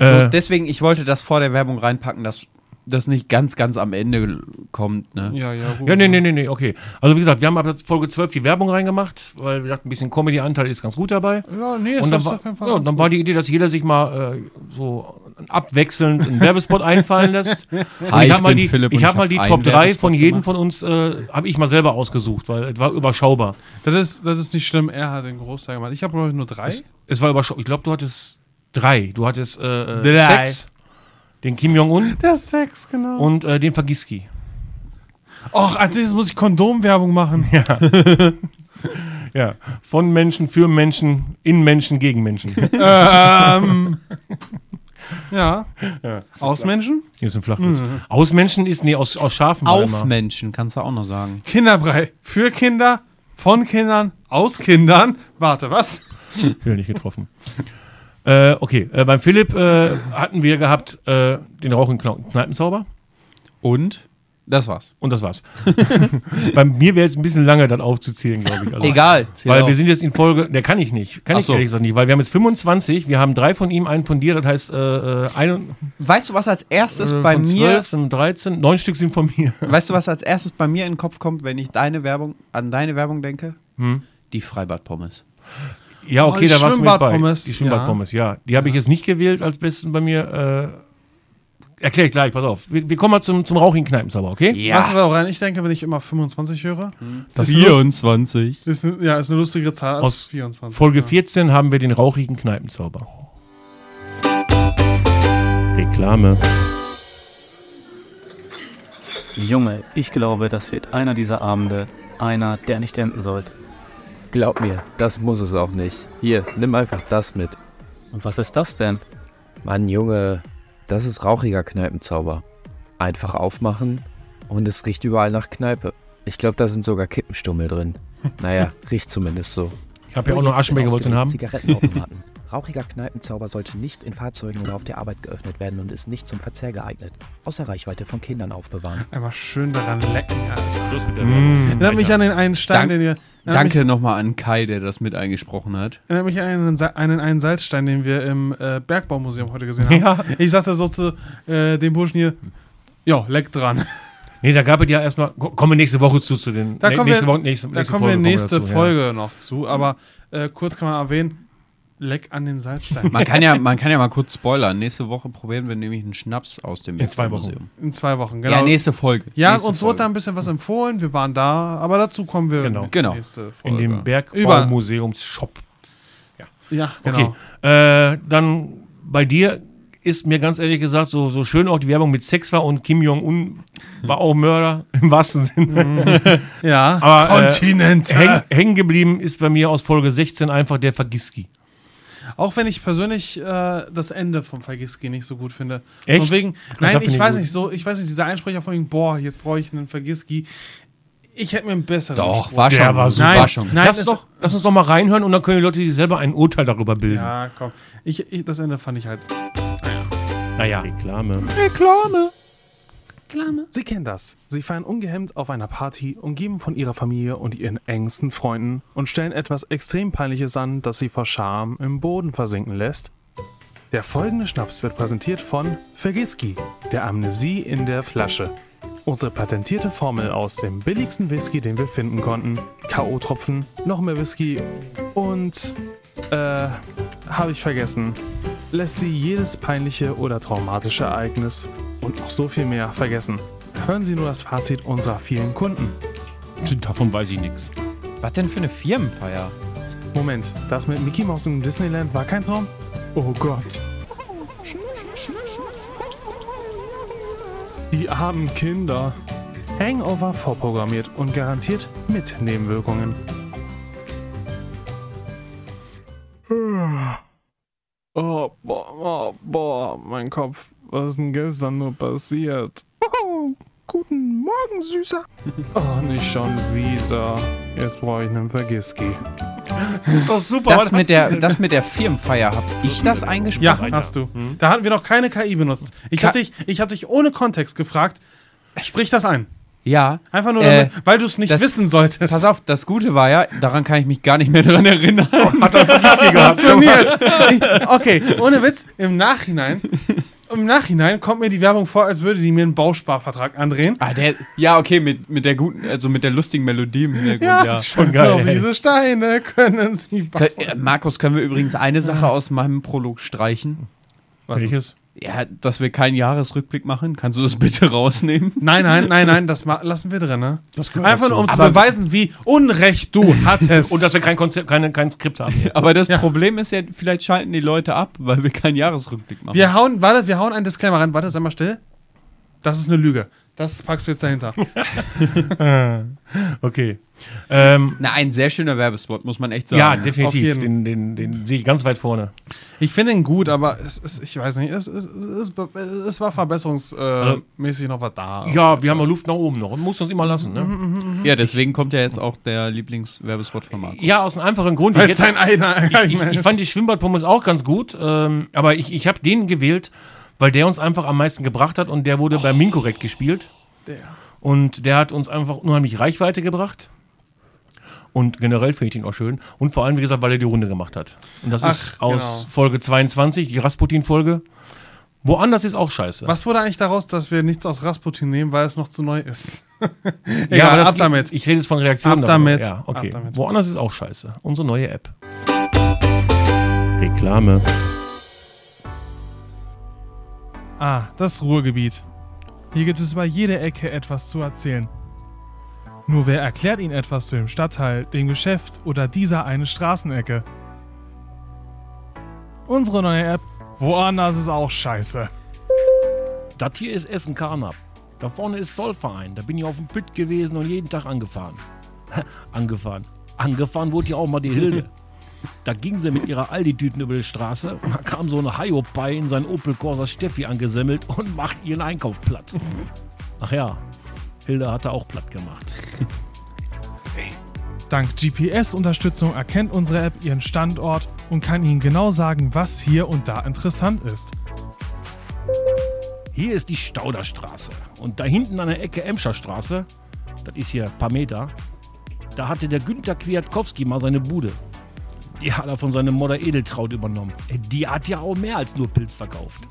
[SPEAKER 1] Äh,
[SPEAKER 2] deswegen, ich wollte das vor der Werbung reinpacken, dass das nicht ganz, ganz am Ende kommt. Ne?
[SPEAKER 3] Ja, ja, gut.
[SPEAKER 1] ja, nee, nee, nee, nee, okay. Also wie gesagt, wir haben ab jetzt Folge 12 die Werbung reingemacht, weil wir dachten, ein bisschen Comedy-Anteil ist ganz gut dabei.
[SPEAKER 3] Ja, nee,
[SPEAKER 1] Und dann, war, ja, und dann war die Idee, dass jeder sich mal äh, so abwechselnd einen Werbespot einfallen lässt. Und
[SPEAKER 2] Hi,
[SPEAKER 1] ich
[SPEAKER 2] ich
[SPEAKER 1] habe mal
[SPEAKER 2] bin
[SPEAKER 1] die,
[SPEAKER 2] Philipp
[SPEAKER 1] ich
[SPEAKER 2] und
[SPEAKER 1] hab
[SPEAKER 2] ich
[SPEAKER 1] mal
[SPEAKER 2] hab
[SPEAKER 1] die
[SPEAKER 2] einen
[SPEAKER 1] Top 3 von
[SPEAKER 2] Werbespot
[SPEAKER 1] jedem von uns, äh, habe ich mal selber ausgesucht, weil es war überschaubar.
[SPEAKER 3] das, ist, das ist nicht schlimm. Er hat den Großteil gemacht. Ich habe, glaube ich, nur drei.
[SPEAKER 1] Es war überschaubar. Ich glaube, du hattest drei. Du hattest äh, äh,
[SPEAKER 3] Drei.
[SPEAKER 1] Sex, den Kim Jong-un
[SPEAKER 3] Der Sex, genau.
[SPEAKER 1] und äh, den Fagiski.
[SPEAKER 3] Och, als nächstes muss ich Kondomwerbung machen.
[SPEAKER 1] Ja, von Menschen, für Menschen, in Menschen, gegen Menschen. Hier
[SPEAKER 3] ähm, ja. Aus Menschen?
[SPEAKER 1] ist ein Flachwitz. Aus Menschen ist, nee, aus, aus Schafen. war
[SPEAKER 2] Auf
[SPEAKER 1] immer.
[SPEAKER 2] Menschen, kannst du auch noch sagen.
[SPEAKER 3] Kinderbrei. Für Kinder, von Kindern, aus Kindern. Warte, was?
[SPEAKER 1] Will nicht getroffen. äh, okay, äh, beim Philipp äh, hatten wir gehabt äh, den Rauch in Kno- Kneipenzauber
[SPEAKER 2] Und? Das war's.
[SPEAKER 1] und das war's. Bei mir wäre jetzt ein bisschen lange, das aufzuzählen, glaube ich. Also,
[SPEAKER 2] Egal. zähl
[SPEAKER 1] Weil
[SPEAKER 2] auf.
[SPEAKER 1] wir sind jetzt in Folge, der kann ich nicht, kann
[SPEAKER 2] Ach
[SPEAKER 1] ich
[SPEAKER 2] so.
[SPEAKER 1] ehrlich gesagt nicht, weil wir haben jetzt 25, wir haben drei von ihm, einen von dir, das heißt äh, äh, ein, und-
[SPEAKER 2] weißt du, was als erstes
[SPEAKER 1] äh,
[SPEAKER 2] bei
[SPEAKER 1] von
[SPEAKER 2] mir
[SPEAKER 1] 12 und 13, neun Stück sind von mir.
[SPEAKER 2] Weißt du, was als erstes bei mir in den Kopf kommt, wenn ich deine Werbung, an deine Werbung denke? Die Freibad-Pommes.
[SPEAKER 1] Ja,
[SPEAKER 3] Oh,
[SPEAKER 1] okay,
[SPEAKER 3] die
[SPEAKER 1] da war's mit bei.
[SPEAKER 3] Schwimmbadpommes,
[SPEAKER 1] Die Schwimmbadpommes, ja. Die habe ich jetzt nicht gewählt als besten bei mir. Äh, Erkläre ich gleich, pass auf. Wir, wir kommen mal zum, zum Rauch in Kneipenzauber, okay?
[SPEAKER 3] Weißt du, woran ich denke, wenn ich immer 25 höre?
[SPEAKER 1] Das
[SPEAKER 2] 24.
[SPEAKER 3] Ist ne, ja, ist eine lustigere Zahl als
[SPEAKER 1] Aus
[SPEAKER 3] 24.
[SPEAKER 1] Folge
[SPEAKER 3] ja.
[SPEAKER 1] 14 haben wir den rauchigen Kneipenzauber.
[SPEAKER 2] Oh.
[SPEAKER 1] Reklame.
[SPEAKER 8] Junge, ich glaube, das wird einer dieser Abende. Einer, der nicht enden sollte.
[SPEAKER 12] Glaub mir, das muss es auch nicht. Hier, nimm einfach das mit.
[SPEAKER 8] Und was ist das denn?
[SPEAKER 12] Mann, Junge, das ist rauchiger Kneipenzauber. Einfach aufmachen und es riecht überall nach Kneipe. Ich glaube, da sind sogar Kippenstummel drin. Naja, riecht zumindest so.
[SPEAKER 2] Oh,
[SPEAKER 1] Ich habe ja auch noch Aschenbecher, wolltest du den haben?
[SPEAKER 12] Zigarettenautomaten. Rauchiger Kneipenzauber sollte nicht in Fahrzeugen oder auf der Arbeit geöffnet werden und ist nicht zum Verzehr geeignet. Außer Reichweite von Kindern aufbewahren.
[SPEAKER 3] Einfach schön daran lecken, Alter.
[SPEAKER 1] Schluss mit
[SPEAKER 12] der Werbung.
[SPEAKER 3] Erinnert mich an den einen Stein,
[SPEAKER 13] Dank,
[SPEAKER 3] den wir. erinnert mich-
[SPEAKER 13] Danke nochmal an Kai, der das mit eingesprochen hat.
[SPEAKER 3] Erinnert mich an einen, Sa- einen, einen Salzstein, den wir im äh, Bergbaumuseum heute gesehen haben.
[SPEAKER 1] Ja.
[SPEAKER 3] Ich sagte so zu äh, dem Burschen hier, ja, leck dran.
[SPEAKER 1] Nee, da gab es ja erstmal, ko- kommen wir nächste Woche zu, zu den,
[SPEAKER 3] Da
[SPEAKER 1] nee,
[SPEAKER 3] kommen
[SPEAKER 1] nächste
[SPEAKER 3] wir,
[SPEAKER 1] Woche, nächste,
[SPEAKER 3] da
[SPEAKER 1] nächste
[SPEAKER 3] kommen
[SPEAKER 1] Folge
[SPEAKER 3] wir nächste
[SPEAKER 1] dazu, ja.
[SPEAKER 3] Folge noch zu, aber äh, kurz kann man erwähnen, leck an dem Salzstein.
[SPEAKER 13] Man kann, ja, man kann ja mal kurz spoilern. Nächste Woche probieren wir nämlich einen Schnaps aus dem
[SPEAKER 3] In zwei Wochen.
[SPEAKER 13] Museum.
[SPEAKER 3] In zwei Wochen, genau.
[SPEAKER 13] Ja, nächste Folge.
[SPEAKER 3] Ja,
[SPEAKER 13] nächste
[SPEAKER 3] uns wurde da ein bisschen was empfohlen, wir waren da, aber dazu kommen wir
[SPEAKER 1] Genau.
[SPEAKER 13] Genau.
[SPEAKER 3] nächste Folge.
[SPEAKER 1] In dem
[SPEAKER 3] Über-
[SPEAKER 1] Bergbaumuseums-Shop.
[SPEAKER 3] Ja, genau.
[SPEAKER 1] Okay. Äh, dann bei dir ist mir ganz ehrlich gesagt, so, so schön auch die Werbung mit Sex war und Kim Jong-un war auch Mörder im wahrsten Sinne.
[SPEAKER 3] Ja,
[SPEAKER 1] aber
[SPEAKER 3] Kontinente.
[SPEAKER 1] Äh, häng, hängen geblieben ist bei mir aus Folge 16 einfach der Vergiski.
[SPEAKER 3] Auch wenn ich persönlich äh, das Ende vom Vergiski nicht so gut finde.
[SPEAKER 1] Echt?
[SPEAKER 3] Von wegen,
[SPEAKER 1] Ich
[SPEAKER 3] nein,
[SPEAKER 1] dachte
[SPEAKER 3] ich
[SPEAKER 1] nicht
[SPEAKER 3] weiß
[SPEAKER 1] gut.
[SPEAKER 3] nicht so, ich weiß nicht, dieser Einsprecher von wegen, boah, jetzt brauche ich einen Vergiski. Ich hätte mir einen besseren. Spruch-
[SPEAKER 1] der war super.
[SPEAKER 3] Nein,
[SPEAKER 1] War schon.
[SPEAKER 3] Nein,
[SPEAKER 1] lass,
[SPEAKER 3] es-
[SPEAKER 1] doch, lass uns doch mal reinhören und dann können die Leute sich selber ein Urteil darüber bilden.
[SPEAKER 3] Ja, komm. Ich, ich, das Ende fand ich halt.
[SPEAKER 1] Naja. Reklame.
[SPEAKER 5] Reklame. Reklame. Sie kennen das. Sie feiern ungehemmt auf einer Party, umgeben von ihrer Familie und ihren engsten Freunden und stellen etwas extrem Peinliches an, das sie vor Scham im Boden versinken lässt. Der folgende Schnaps wird präsentiert von Vergiski, der Amnesie in der Flasche. Unsere patentierte Formel aus dem billigsten Whisky, den wir finden konnten. K.O.-Tropfen, noch mehr Whisky und. äh, habe ich vergessen. Lässt sie jedes peinliche oder traumatische Ereignis und noch so viel mehr vergessen. Hören Sie nur das Fazit unserer vielen Kunden.
[SPEAKER 1] Davon weiß ich nichts.
[SPEAKER 3] Was denn für eine Firmenfeier? Moment, das mit Mickey Mouse im Disneyland war kein Traum? Oh Gott. Die armen Kinder. Hangover vorprogrammiert und garantiert mit Nebenwirkungen. Oh, boah, oh, boah, mein Kopf. Was ist denn gestern nur passiert? Oh, guten Morgen, Süßer. Oh, nicht schon wieder. Jetzt brauche ich einen Vergiski.
[SPEAKER 1] ist doch super,
[SPEAKER 13] Das
[SPEAKER 3] oder?
[SPEAKER 13] mit, der, das mit der Firmenfeier, hab ich das eingesprochen?
[SPEAKER 3] Ja, hast du.
[SPEAKER 13] Hm?
[SPEAKER 3] Da hatten wir noch keine KI benutzt. Ich habe dich, ich hab dich ohne Kontext gefragt. Sprich das ein.
[SPEAKER 13] Ja.
[SPEAKER 3] Einfach nur,
[SPEAKER 13] Äh,
[SPEAKER 3] damit, weil du es nicht
[SPEAKER 13] das-
[SPEAKER 3] wissen solltest.
[SPEAKER 13] Pass auf, das Gute war ja, daran kann ich mich gar nicht mehr dran erinnern. Oh, Hat er
[SPEAKER 3] Das funktioniert. Ich, okay, ohne Witz, im Nachhinein. Im Nachhinein kommt mir die Werbung vor, als würde die mir einen Bausparvertrag andrehen.
[SPEAKER 13] Ah, der, ja, okay, mit, mit der guten, also mit der lustigen Melodie im Hintergrund, ja.
[SPEAKER 3] Nur diese Steine können sie bauen.
[SPEAKER 13] Kö- äh, Markus, können wir übrigens eine Sache aus meinem Prolog streichen?
[SPEAKER 3] Was Welches?
[SPEAKER 13] Ja, dass wir keinen Jahresrückblick machen. Kannst du das bitte rausnehmen?
[SPEAKER 3] Nein, nein, nein, nein, das ma- lassen wir drin, ne? Einfach nur, um zu
[SPEAKER 13] Aber-
[SPEAKER 3] beweisen, wie unrecht du hattest.
[SPEAKER 1] Und dass wir kein, Konzept, keine, kein Skript haben.
[SPEAKER 13] Aber das Problem ist ja, vielleicht schalten die Leute ab, weil wir keinen Jahresrückblick machen.
[SPEAKER 3] Wir hauen, warte, wir hauen einen Disclaimer rein. Warte, sei mal still. Das ist eine Lüge. Das packst du jetzt dahinter.
[SPEAKER 1] okay. Ähm,
[SPEAKER 13] Na, ein sehr schöner Werbespot, muss man echt sagen.
[SPEAKER 1] ja,
[SPEAKER 3] auf
[SPEAKER 1] definitiv.
[SPEAKER 3] jeden.
[SPEAKER 1] Den, den, den sehe ich ganz weit vorne.
[SPEAKER 3] ich finde ihn gut, aber es, es, ich weiß nicht, es, es, es, es, es war verbesserungsmäßig
[SPEAKER 1] Also-
[SPEAKER 3] mäßig noch was da.
[SPEAKER 1] Ja, wir haben ja Luft nach oben noch. Muss uns immer lassen, ne?
[SPEAKER 13] Ja, deswegen kommt ja jetzt auch der Lieblingswerbespot von Markus.
[SPEAKER 1] Ja, aus einem einfachen Grund.
[SPEAKER 13] Weil's
[SPEAKER 1] Ich
[SPEAKER 13] sein eigener-
[SPEAKER 1] ich, ich, ich
[SPEAKER 13] eigenes-
[SPEAKER 1] fand die Schwimmbadpommes auch ganz gut, ähm, aber ich, ich habe den gewählt, weil der uns einfach am meisten gebracht hat und der wurde bei Minkorrekt gespielt.
[SPEAKER 3] Der.
[SPEAKER 1] Und der hat uns einfach unheimlich Reichweite gebracht. Und generell finde ich ihn auch schön. Und vor allem, wie gesagt, weil er die Runde gemacht hat. Und das
[SPEAKER 3] Ach,
[SPEAKER 1] ist aus
[SPEAKER 3] genau.
[SPEAKER 1] Folge 22, die Rasputin-Folge. Woanders ist auch scheiße.
[SPEAKER 3] Was wurde eigentlich daraus, dass wir nichts aus Rasputin nehmen, weil es noch zu neu ist? Egal,
[SPEAKER 1] aber das
[SPEAKER 3] ab
[SPEAKER 1] geht-
[SPEAKER 3] damit.
[SPEAKER 1] Ich rede jetzt von Reaktionen.
[SPEAKER 3] Ab
[SPEAKER 1] darüber.
[SPEAKER 3] damit.
[SPEAKER 1] Ja, okay.
[SPEAKER 3] Ab damit.
[SPEAKER 1] Woanders ist auch scheiße. Unsere neue App. Reklame.
[SPEAKER 3] Ah, das Ruhrgebiet. Hier gibt es über jede Ecke etwas zu erzählen. Nur wer erklärt Ihnen etwas zu dem Stadtteil, dem Geschäft oder dieser eine Straßenecke? Unsere neue App, woanders ist auch scheiße.
[SPEAKER 1] Das hier ist Essen-Karnap. Da vorne ist Zollverein. Da bin ich auf dem Pit gewesen und jeden Tag angefahren. angefahren. Angefahren wurde ja auch mal die Hilde. Da ging sie mit ihrer Aldi-Tüten über die Straße und da kam so eine Haiopai in seinen Opel Corsa Steffi angesemmelt und macht ihren Einkauf platt. Ach ja, Hilde hatte auch platt gemacht.
[SPEAKER 3] Dank GPS-Unterstützung erkennt unsere App Ihren Standort
[SPEAKER 1] und kann Ihnen genau sagen, was hier und da interessant ist.
[SPEAKER 13] Hier ist die Stauderstraße. Und da hinten an der Ecke Emscher Straße, das ist hier ein paar Meter, da hatte der Günther Kwiatkowski mal seine Bude. Die hat er von seinem Modder Edeltraut übernommen. Die hat ja auch mehr als nur Pilz verkauft.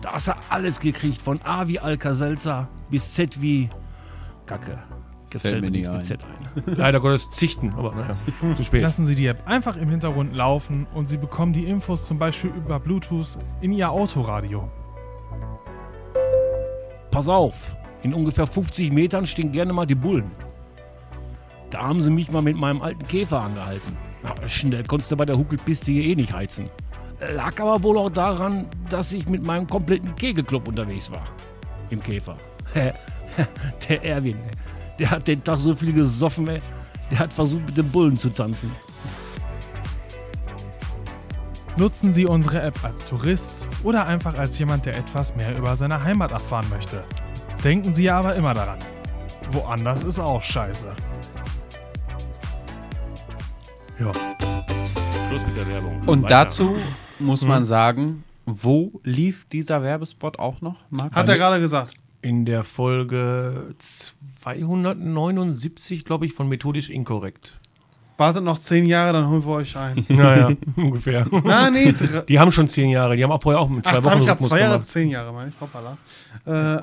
[SPEAKER 13] Da hast du alles gekriegt, von A wie Alka-Seltzer bis Z wie Kacke. Jetzt
[SPEAKER 2] Fällt mir
[SPEAKER 13] nichts
[SPEAKER 2] nie
[SPEAKER 13] mit
[SPEAKER 2] ein.
[SPEAKER 13] Z ein. Leider Gottes Zichten, aber naja, zu spät.
[SPEAKER 1] Lassen Sie die App einfach im Hintergrund laufen und Sie bekommen die Infos zum Beispiel über Bluetooth in Ihr Autoradio.
[SPEAKER 13] pass auf, in ungefähr 50 Metern stehen gerne mal die Bullen. Da haben sie mich mal mit meinem alten Käfer angehalten. Aber Schnell konntest du bei der Huckelpiste hier eh nicht heizen. Lag aber wohl auch daran, dass ich mit meinem kompletten Kegelclub unterwegs war. Im Käfer. der Erwin, ey. der hat den Tag so viel gesoffen, ey. Der hat versucht, mit den Bullen zu tanzen.
[SPEAKER 1] Nutzen Sie unsere App als Tourist oder einfach als jemand, der etwas mehr über seine Heimat erfahren möchte. Denken Sie aber immer daran. Woanders ist auch scheiße. Ja.
[SPEAKER 13] Schluss mit der Werbung.
[SPEAKER 2] Und
[SPEAKER 13] Weiter.
[SPEAKER 2] dazu muss
[SPEAKER 13] Hm?
[SPEAKER 2] man sagen, wo lief dieser Werbespot auch noch? Marc?
[SPEAKER 13] gesagt. In der Folge 279, glaube ich, von Methodisch Inkorrekt.
[SPEAKER 3] Wartet noch zehn Jahre, dann holen wir euch ein.
[SPEAKER 13] Naja, ungefähr.
[SPEAKER 3] Na, nee, drei-
[SPEAKER 13] Die haben schon zehn Jahre. Die haben auch vorher auch mit
[SPEAKER 3] Ach,
[SPEAKER 13] zwei
[SPEAKER 3] da hab
[SPEAKER 13] Wochen
[SPEAKER 3] ich grad
[SPEAKER 13] Rhythmus
[SPEAKER 3] zwei Jahre,
[SPEAKER 13] gemacht.
[SPEAKER 3] zehn Jahre, meine ich. Hoppala. Äh,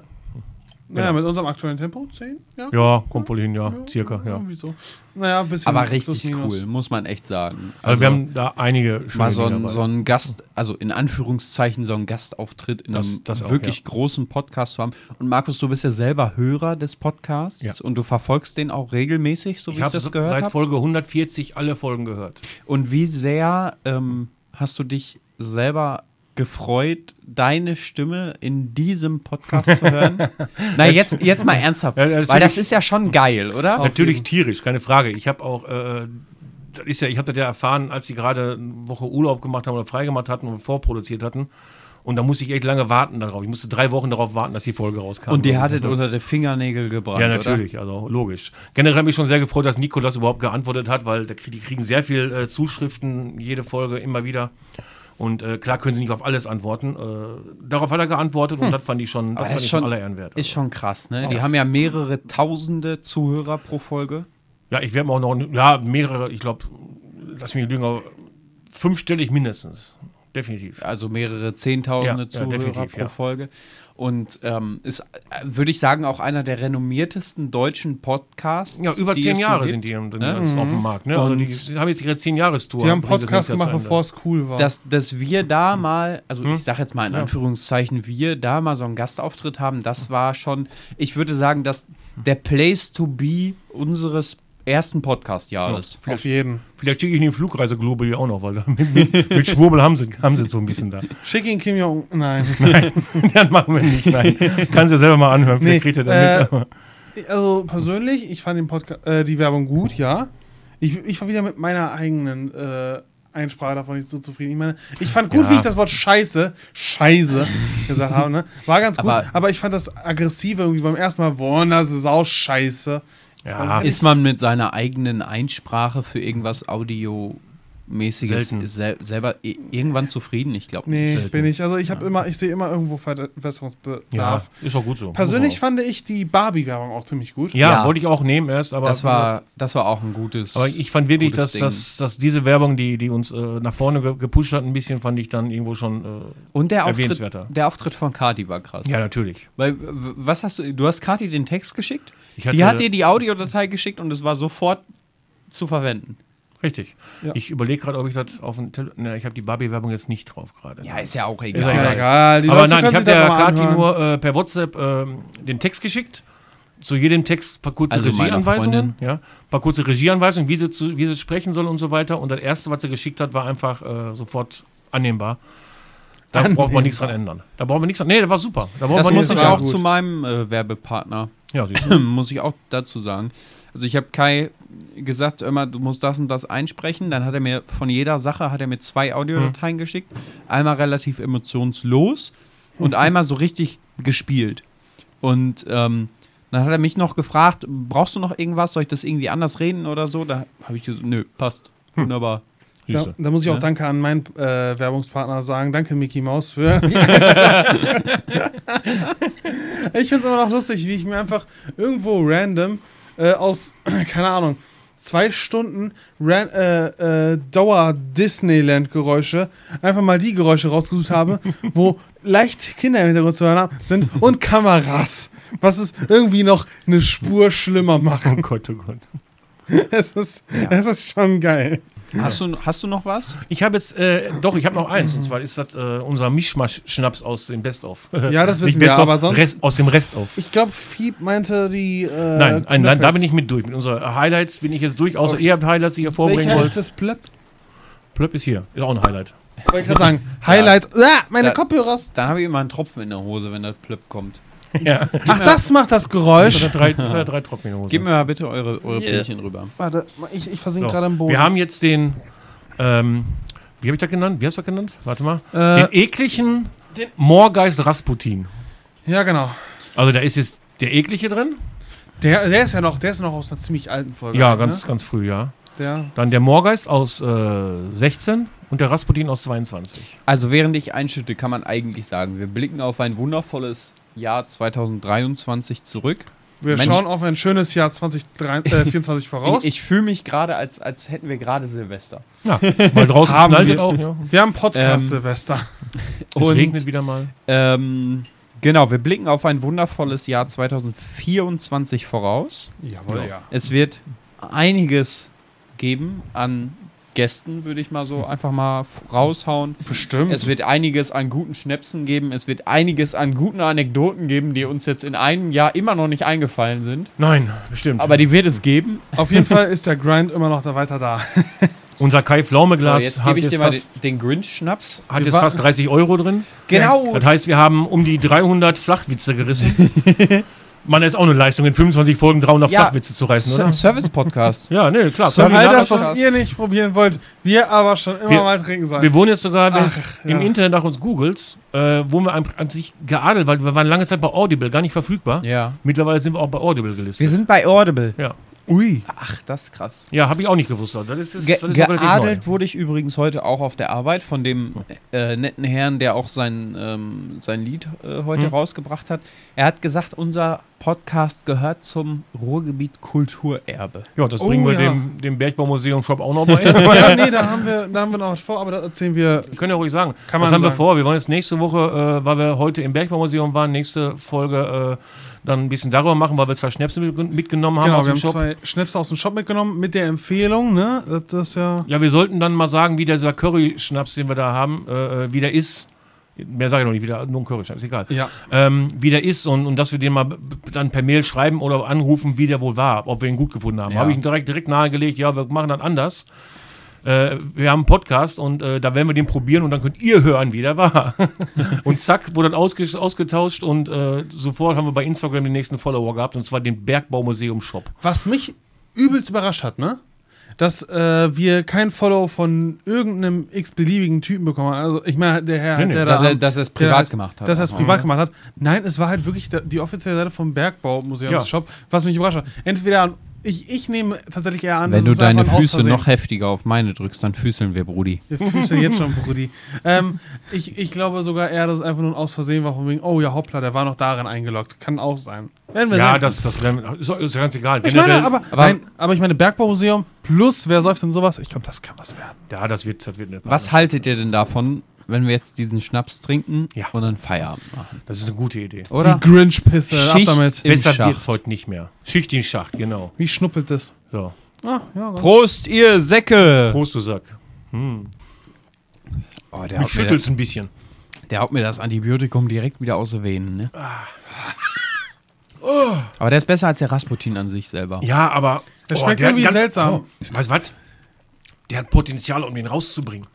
[SPEAKER 3] Naja,
[SPEAKER 13] Genau.
[SPEAKER 3] mit unserem aktuellen Tempo, zehn? Ja.
[SPEAKER 13] Ja, kommt wohl hin, ja, circa, ja.
[SPEAKER 3] Irgendwie so. Naja, ein bisschen.
[SPEAKER 2] Aber
[SPEAKER 3] plus,
[SPEAKER 2] richtig
[SPEAKER 3] minus.
[SPEAKER 2] cool, muss man echt sagen.
[SPEAKER 13] Also wir haben da einige schöne
[SPEAKER 2] Mal so
[SPEAKER 13] Dinge
[SPEAKER 2] ein,
[SPEAKER 13] dabei.
[SPEAKER 2] so ein Gast, also in Anführungszeichen so ein Gastauftritt in
[SPEAKER 13] Das-
[SPEAKER 2] einem
[SPEAKER 13] das auch,
[SPEAKER 2] wirklich
[SPEAKER 13] ja.
[SPEAKER 2] großen Podcast zu haben. Und Markus, du bist ja selber Hörer des Podcasts
[SPEAKER 13] Ja.
[SPEAKER 2] und du verfolgst den auch regelmäßig, so wie
[SPEAKER 13] Ich
[SPEAKER 2] ich,
[SPEAKER 13] habe
[SPEAKER 2] das gehört
[SPEAKER 13] seit
[SPEAKER 2] habe.
[SPEAKER 13] Folge 140 alle Folgen gehört.
[SPEAKER 2] Und wie sehr ähm, hast du dich selber gefreut, deine Stimme in diesem Podcast zu hören? Na, jetzt, jetzt mal ernsthaft,
[SPEAKER 13] Ja, natürlich.
[SPEAKER 2] weil das ist ja schon geil, oder?
[SPEAKER 13] Natürlich tierisch, keine Frage. Ich habe auch, äh, das ist ja, ich habe das ja erfahren, als sie gerade eine Woche Urlaub gemacht haben oder freigemacht hatten und vorproduziert hatten. Und da musste ich echt lange warten darauf. Ich musste drei Wochen darauf warten, dass die Folge rauskam.
[SPEAKER 2] Und die
[SPEAKER 13] Also,
[SPEAKER 2] hattet
[SPEAKER 13] ja.
[SPEAKER 2] unter den Fingernägel gebracht.
[SPEAKER 13] Ja, natürlich, also logisch. Generell habe ich schon sehr gefreut, dass Nikolas überhaupt geantwortet hat, weil der- die kriegen sehr viel äh, Zuschriften, jede Folge immer wieder. Und äh, klar können sie nicht auf alles antworten. Äh, darauf hat er geantwortet und
[SPEAKER 2] Hm.
[SPEAKER 13] das fand ich schon,
[SPEAKER 2] Aber
[SPEAKER 13] fand
[SPEAKER 2] das
[SPEAKER 13] ich
[SPEAKER 2] ist schon,
[SPEAKER 13] aller Ehren wert.
[SPEAKER 2] ist schon krass, ne? Die
[SPEAKER 13] Ja.
[SPEAKER 2] haben ja mehrere tausende Zuhörer pro Folge.
[SPEAKER 13] Ja, ich werde mir auch noch, ja, mehrere, ich glaube, lass mich nicht lügen, aber fünfstellig mindestens. Definitiv.
[SPEAKER 2] Also mehrere Zehntausende
[SPEAKER 13] Ja, ja,
[SPEAKER 2] Zuhörer
[SPEAKER 13] definitiv,
[SPEAKER 2] pro
[SPEAKER 13] ja.
[SPEAKER 2] Folge. Und ähm, ist, äh, würde ich sagen, auch einer der renommiertesten deutschen Podcasts.
[SPEAKER 13] Ja, über
[SPEAKER 2] die
[SPEAKER 13] zehn
[SPEAKER 2] es so
[SPEAKER 13] Jahre
[SPEAKER 2] gibt,
[SPEAKER 13] sind die im-
[SPEAKER 2] ne?
[SPEAKER 13] jetzt auf dem Markt. Ne? Also
[SPEAKER 2] Und
[SPEAKER 13] die, die haben jetzt ihre zehn Jahrestour.
[SPEAKER 3] Die haben Podcast gemacht, bevor es cool war.
[SPEAKER 2] Dass, dass wir da mal, also
[SPEAKER 3] Hm?
[SPEAKER 2] ich sage jetzt mal in
[SPEAKER 3] Ja.
[SPEAKER 2] Anführungszeichen, wir da mal so einen Gastauftritt haben, das war schon, ich würde sagen, dass der Place to be unseres ersten Podcast-Jahres.
[SPEAKER 13] auf jeden. Vielleicht schicke ich ihnen die Flugreise Global ja auch noch, weil da mit, mit, mit Schwurbel haben sie, haben sie so ein bisschen da.
[SPEAKER 3] Schick ihn Kim Jong. Nein.
[SPEAKER 13] Nein, dann machen wir nicht. Nein. Kannst du selber mal anhören,
[SPEAKER 3] Nee,
[SPEAKER 13] vielleicht kriegt ihr da mit, aber-
[SPEAKER 3] äh, also persönlich, ich fand den Podcast, äh, die Werbung gut, ja. Ich, ich war wieder mit meiner eigenen äh, Einsprache davon nicht so zufrieden. Ich meine, ich fand gut,
[SPEAKER 1] Ja.
[SPEAKER 3] wie ich das Wort Scheiße, Scheiße gesagt habe. Ne? War ganz gut,
[SPEAKER 2] Aber-
[SPEAKER 3] aber, ich fand das aggressive irgendwie beim ersten Mal, boah, das ist auch Scheiße. Ich
[SPEAKER 2] Ja.
[SPEAKER 3] fand-
[SPEAKER 2] Ist man mit seiner eigenen Einsprache für irgendwas Audiomäßiges
[SPEAKER 13] Selten.
[SPEAKER 2] sel selber i- irgendwann zufrieden? Ich glaube
[SPEAKER 3] Nee,
[SPEAKER 2] nicht.
[SPEAKER 3] bin ich. Also ich habe immer, ich sehe immer irgendwo Verbesserungsbedarf.
[SPEAKER 13] Ja, ist auch gut so.
[SPEAKER 3] Persönlich
[SPEAKER 13] Muss
[SPEAKER 3] fand ich die Barbie-Werbung auch ziemlich gut.
[SPEAKER 13] Ja, wollte ich auch nehmen erst, aber.
[SPEAKER 2] Das war, das war auch ein gutes.
[SPEAKER 13] Aber ich fand wirklich,
[SPEAKER 2] gutes
[SPEAKER 13] dass,
[SPEAKER 2] Ding.
[SPEAKER 13] dass, dass diese Werbung, die, die uns äh, nach vorne ge gepusht hat, ein bisschen, fand ich dann irgendwo schon äh,
[SPEAKER 2] Und der Auftritt,
[SPEAKER 13] erwähnenswerter.
[SPEAKER 2] der Auftritt von Kati war krass.
[SPEAKER 13] Ja, natürlich.
[SPEAKER 2] Weil, w- was hast du, du hast Kati den Text geschickt,
[SPEAKER 13] Ich hatte-
[SPEAKER 2] die hat dir die Audiodatei geschickt und es war sofort zu verwenden.
[SPEAKER 13] Richtig. Ich überlege gerade, ob ich das auf den Tele Ne, ich habe die Barbie-Werbung jetzt nicht drauf gerade.
[SPEAKER 2] Ja, ist ja auch egal.
[SPEAKER 13] Ist ja
[SPEAKER 2] Ja,
[SPEAKER 13] egal.
[SPEAKER 2] egal. Die
[SPEAKER 13] Aber
[SPEAKER 2] Leute
[SPEAKER 13] nein,
[SPEAKER 2] können
[SPEAKER 13] ich habe
[SPEAKER 2] sich das
[SPEAKER 13] der
[SPEAKER 2] noch
[SPEAKER 13] Kati
[SPEAKER 2] anhören.
[SPEAKER 13] nur äh, per WhatsApp ähm, den Text geschickt. Zu jedem Text ein paar kurze
[SPEAKER 2] Also meiner
[SPEAKER 13] Regieanweisungen.
[SPEAKER 2] Freundin.
[SPEAKER 13] Ja, ein paar kurze Regieanweisungen, wie sie, zu, wie sie sprechen soll und so weiter. Und das erste, was sie geschickt hat, war einfach äh, sofort annehmbar. Da braucht man nichts dran ändern. Da braucht man nichts dran. Nee, das war super. Da braucht
[SPEAKER 2] das
[SPEAKER 13] man
[SPEAKER 2] muss ich
[SPEAKER 13] nichts
[SPEAKER 2] auch
[SPEAKER 13] dran
[SPEAKER 2] zu meinem äh, Werbepartner.
[SPEAKER 13] Ja, siehst du.
[SPEAKER 2] muss ich auch dazu sagen. Also ich habe Kai gesagt, immer du musst das und das einsprechen. Dann hat er mir von jeder Sache hat er mir zwei
[SPEAKER 13] Mhm.
[SPEAKER 2] Audiodateien geschickt. Einmal relativ emotionslos und einmal so richtig gespielt. Und ähm, dann hat er mich noch gefragt,
[SPEAKER 13] Hm.
[SPEAKER 2] brauchst du noch irgendwas? Soll ich das irgendwie anders reden oder so? Da habe ich gesagt, nö, passt. Wunderbar.
[SPEAKER 3] Da,
[SPEAKER 13] Siehste.
[SPEAKER 3] da muss ich auch
[SPEAKER 13] Ja.
[SPEAKER 3] Danke an meinen äh, Werbungspartner sagen. Danke, Mickey Maus, für. ich finde es immer noch lustig, wie ich mir einfach irgendwo random äh, aus, keine Ahnung, zwei Stunden ran, äh, äh, Dauer-Disneyland-Geräusche einfach mal die Geräusche rausgesucht habe, wo leicht Kinder im Hintergrund zu hören haben- sind und Kameras, was es irgendwie noch eine Spur schlimmer macht. Oh
[SPEAKER 13] Gott, oh Gott.
[SPEAKER 3] Es ist, es ist schon geil.
[SPEAKER 2] Hast du, hast du noch was?
[SPEAKER 13] Ich habe jetzt, äh, doch, ich habe noch eins. Und zwar ist das äh, unser Mischmasch-Schnaps aus dem Best-of.
[SPEAKER 3] Ja, das wissen
[SPEAKER 13] Nicht
[SPEAKER 3] wir,
[SPEAKER 13] Best-of,
[SPEAKER 3] aber sonst-
[SPEAKER 13] Rest, aus dem Rest-of.
[SPEAKER 3] Ich glaube, Fieb meinte die. Äh,
[SPEAKER 13] Nein, ein, nein, da
[SPEAKER 3] Knöpfes.
[SPEAKER 13] bin ich mit durch. Mit unseren Highlights bin ich jetzt durch, außer
[SPEAKER 3] Okay.
[SPEAKER 13] ihr habt Highlights, die ihr vorbringen
[SPEAKER 3] Welcher
[SPEAKER 13] wollt.
[SPEAKER 3] ist das Plöpp?
[SPEAKER 13] Plöpp ist hier. Ist auch ein Highlight.
[SPEAKER 3] Wollte ich gerade sagen. Highlight. Ah, meine Kopfhörer.
[SPEAKER 2] Dann habe ich immer einen Tropfen in der Hose, wenn das Plöpp kommt.
[SPEAKER 13] Ja.
[SPEAKER 3] Ach, das macht das Geräusch.
[SPEAKER 13] Drei, drei, drei Tropfen in der Hose.
[SPEAKER 2] Gib mir mal bitte eure, eure
[SPEAKER 3] Yeah.
[SPEAKER 2] Bierchen rüber.
[SPEAKER 3] Warte, ich, ich versinke
[SPEAKER 13] So.
[SPEAKER 3] gerade im Boden.
[SPEAKER 13] Wir haben jetzt den, ähm, wie habe ich das genannt? Wie hast du das genannt? Warte mal.
[SPEAKER 3] Äh,
[SPEAKER 13] den ekligen
[SPEAKER 3] den-
[SPEAKER 13] Morgeis Rasputin.
[SPEAKER 3] Ja, genau.
[SPEAKER 13] Also da ist jetzt der eklige drin.
[SPEAKER 3] Der, der ist ja noch, der ist noch aus einer ziemlich alten Folge.
[SPEAKER 13] Ja,
[SPEAKER 3] ne?
[SPEAKER 13] ganz, ganz früh, ja.
[SPEAKER 3] Der-
[SPEAKER 13] Dann der Morgeist aus äh, 16 und der Rasputin aus 22.
[SPEAKER 2] Also während ich einschütte, kann man eigentlich sagen, wir blicken auf ein wundervolles Jahr 2023 zurück.
[SPEAKER 3] Wir
[SPEAKER 2] Mensch,
[SPEAKER 3] schauen auf ein schönes Jahr 2024 voraus.
[SPEAKER 2] Ich, ich fühle mich gerade, als, als hätten wir gerade Silvester.
[SPEAKER 13] Ja, weil draußen
[SPEAKER 3] Haben
[SPEAKER 13] knallt
[SPEAKER 3] wir.
[SPEAKER 13] es auch, ja.
[SPEAKER 3] Wir haben Podcast
[SPEAKER 2] Ähm,
[SPEAKER 3] Silvester.
[SPEAKER 13] Es regnet wieder mal.
[SPEAKER 2] Ähm, genau, wir blicken auf ein wundervolles Jahr 2024 voraus.
[SPEAKER 3] Jawohl,
[SPEAKER 2] Genau.
[SPEAKER 3] ja.
[SPEAKER 2] Es wird einiges geben an Gästen, würde ich mal so einfach mal f- raushauen.
[SPEAKER 3] Bestimmt.
[SPEAKER 2] Es wird einiges an guten Schnäpsen geben. Es wird einiges an guten Anekdoten geben, die uns jetzt in einem Jahr immer noch nicht eingefallen sind.
[SPEAKER 13] Nein, bestimmt.
[SPEAKER 2] Aber die wird es geben.
[SPEAKER 3] Auf jeden Fall ist der Grind immer noch da weiter da.
[SPEAKER 13] Unser Kai
[SPEAKER 2] So,
[SPEAKER 13] Pflaumeglas
[SPEAKER 2] jetzt
[SPEAKER 13] hat,
[SPEAKER 2] gebe ich
[SPEAKER 13] jetzt
[SPEAKER 2] dir mal den,
[SPEAKER 13] fast,
[SPEAKER 2] den Grinch-Schnaps.
[SPEAKER 13] hat
[SPEAKER 2] Wir
[SPEAKER 13] jetzt
[SPEAKER 2] wa-
[SPEAKER 13] fast 30 Euro drin.
[SPEAKER 2] Genau.
[SPEAKER 13] Das heißt, wir haben um die 300 Flachwitze gerissen. Man ist auch eine Leistung, in 25 Folgen 300
[SPEAKER 2] Ja,
[SPEAKER 13] Flachwitze zu reißen,
[SPEAKER 2] S-
[SPEAKER 13] oder?
[SPEAKER 2] Service-Podcast.
[SPEAKER 13] Ja, nee, klar.
[SPEAKER 3] So, all das, was
[SPEAKER 13] Service-
[SPEAKER 3] ihr nicht probieren wollt, wir aber schon immer
[SPEAKER 13] Wir-
[SPEAKER 3] mal trinken sollen.
[SPEAKER 13] Wir wurden jetzt sogar, wenn
[SPEAKER 3] Ach,
[SPEAKER 13] es im
[SPEAKER 3] ja.
[SPEAKER 13] Internet nach uns googelt, äh, wurden wir an, an sich geadelt, weil wir waren lange Zeit bei Audible, gar nicht verfügbar.
[SPEAKER 2] Ja.
[SPEAKER 13] Mittlerweile sind wir auch bei Audible gelistet.
[SPEAKER 1] Wir sind bei Audible.
[SPEAKER 13] Ja.
[SPEAKER 3] Ui.
[SPEAKER 2] Ach, das ist krass.
[SPEAKER 13] Ja, habe ich auch nicht gewusst. Das ist, das
[SPEAKER 2] Ge
[SPEAKER 13] ist relativ neu.
[SPEAKER 2] geadelt wurde ich übrigens heute auch auf der Arbeit von dem äh, netten Herrn, der auch sein, ähm, sein Lied äh, heute
[SPEAKER 13] Hm.
[SPEAKER 3] Mhm.
[SPEAKER 2] rausgebracht hat. Er hat gesagt, unser Podcast gehört zum Ruhrgebiet Kulturerbe.
[SPEAKER 13] Ja, das
[SPEAKER 3] Oh,
[SPEAKER 13] bringen wir
[SPEAKER 3] ja.
[SPEAKER 13] dem, dem Bergbaumuseum-Shop auch noch bei.
[SPEAKER 3] ja, nee, da haben, wir, da haben wir noch was vor, aber das erzählen wir.
[SPEAKER 13] Können ja ruhig sagen.
[SPEAKER 3] Kann
[SPEAKER 13] Was
[SPEAKER 3] man
[SPEAKER 13] haben wir
[SPEAKER 3] sagen.
[SPEAKER 13] vor? Wir wollen jetzt nächste Woche, äh, weil wir heute im Bergbaumuseum waren, nächste Folge äh, dann ein bisschen darüber machen, weil wir zwei Schnäpse mit, mitgenommen haben
[SPEAKER 3] Genau,
[SPEAKER 13] aus
[SPEAKER 3] wir
[SPEAKER 13] dem
[SPEAKER 3] haben
[SPEAKER 13] Shop.
[SPEAKER 3] zwei Schnäpse aus dem Shop mitgenommen mit der Empfehlung, ne? Das ist ja.
[SPEAKER 13] Ja, wir sollten dann mal sagen, wie dieser Curry-Schnaps, den wir da haben, äh, äh, wie der ist. Mehr sage ich noch nicht, wieder nur ein Curry-Schnaps, ist egal.
[SPEAKER 3] Ja.
[SPEAKER 13] Ähm, wie der ist und, und dass wir den mal b- b- dann per Mail schreiben oder anrufen, wie der wohl war, ob wir ihn gut gefunden haben.
[SPEAKER 2] Ja.
[SPEAKER 13] Habe ich ihn direkt, direkt nahegelegt, ja, wir machen das anders. Äh, wir haben einen Podcast und äh, da werden wir den probieren und dann könnt ihr hören, wie der war. und zack, wurde dann ausge ausgetauscht und äh, sofort haben wir bei Instagram den nächsten Follower gehabt und zwar den Bergbaumuseum Shop.
[SPEAKER 3] Was mich übelst überrascht hat, ne? Dass äh, wir kein Follow von irgendeinem x-beliebigen Typen bekommen haben. Also, ich meine, der Herr,
[SPEAKER 2] Nee,
[SPEAKER 3] hat
[SPEAKER 2] nee.
[SPEAKER 3] der
[SPEAKER 2] Dass
[SPEAKER 3] da.
[SPEAKER 2] er-
[SPEAKER 3] am-
[SPEAKER 2] dass er es
[SPEAKER 3] der
[SPEAKER 2] privat
[SPEAKER 3] halt-
[SPEAKER 2] gemacht hat.
[SPEAKER 3] Dass er es
[SPEAKER 2] Mhm.
[SPEAKER 3] privat gemacht hat. Nein, es war halt wirklich der, die offizielle Seite vom Bergbau-Museumsshop, was mich überrascht hat. Entweder an. Ich, ich nehme tatsächlich eher an,
[SPEAKER 2] Wenn
[SPEAKER 3] dass
[SPEAKER 2] du
[SPEAKER 3] es
[SPEAKER 2] deine
[SPEAKER 3] einfach ein Aus
[SPEAKER 2] Füße
[SPEAKER 3] Versehen-
[SPEAKER 2] noch heftiger auf meine drückst, dann füßeln wir, Brudi.
[SPEAKER 3] Wir füßen jetzt schon, Brudi. Ähm, ich, ich glaube sogar eher, dass es einfach nur ein Aus Versehen war, von wegen, oh ja, hoppla, der war noch darin eingeloggt. Kann auch sein. Werden wir
[SPEAKER 13] Ja,
[SPEAKER 3] sehen.
[SPEAKER 13] das, das wär, ist, ist ganz egal.
[SPEAKER 3] Ich meine,
[SPEAKER 13] Generell-
[SPEAKER 3] aber, nein, aber ich meine, Bergbaumuseum plus, wer säuft denn sowas? Ich glaube, das kann was werden.
[SPEAKER 13] ja, das wird, das wird eine
[SPEAKER 2] Was haltet ihr denn davon, wenn wir jetzt diesen Schnaps trinken
[SPEAKER 13] Ja.
[SPEAKER 2] und dann Feierabend machen?
[SPEAKER 13] Das ist eine gute Idee.
[SPEAKER 2] Oder?
[SPEAKER 3] Die Grinch-Pisse, ab
[SPEAKER 2] Schicht
[SPEAKER 3] damit.
[SPEAKER 2] Im
[SPEAKER 13] Besser
[SPEAKER 2] Schacht.
[SPEAKER 13] wird's heute nicht mehr. Schicht im Schacht, genau.
[SPEAKER 3] Wie schnuppelt das?
[SPEAKER 13] So.
[SPEAKER 3] Ah, ja, ganz-
[SPEAKER 2] Prost, ihr Säcke!
[SPEAKER 13] Prost, du Sack. Hm.
[SPEAKER 2] Oh,
[SPEAKER 13] Du
[SPEAKER 2] haut mir
[SPEAKER 13] schüttelst
[SPEAKER 2] das-
[SPEAKER 13] ein bisschen.
[SPEAKER 2] Der haut mir das Antibiotikum direkt wieder aus den Venen, ne? Oh. Aber der ist besser als der Rasputin an sich selber.
[SPEAKER 13] Ja, aber.
[SPEAKER 3] Das schmeckt
[SPEAKER 13] der hat
[SPEAKER 3] irgendwie
[SPEAKER 13] ganz-
[SPEAKER 3] seltsam.
[SPEAKER 13] Oh, weißt du was? Der hat Potenzial, um den rauszubringen.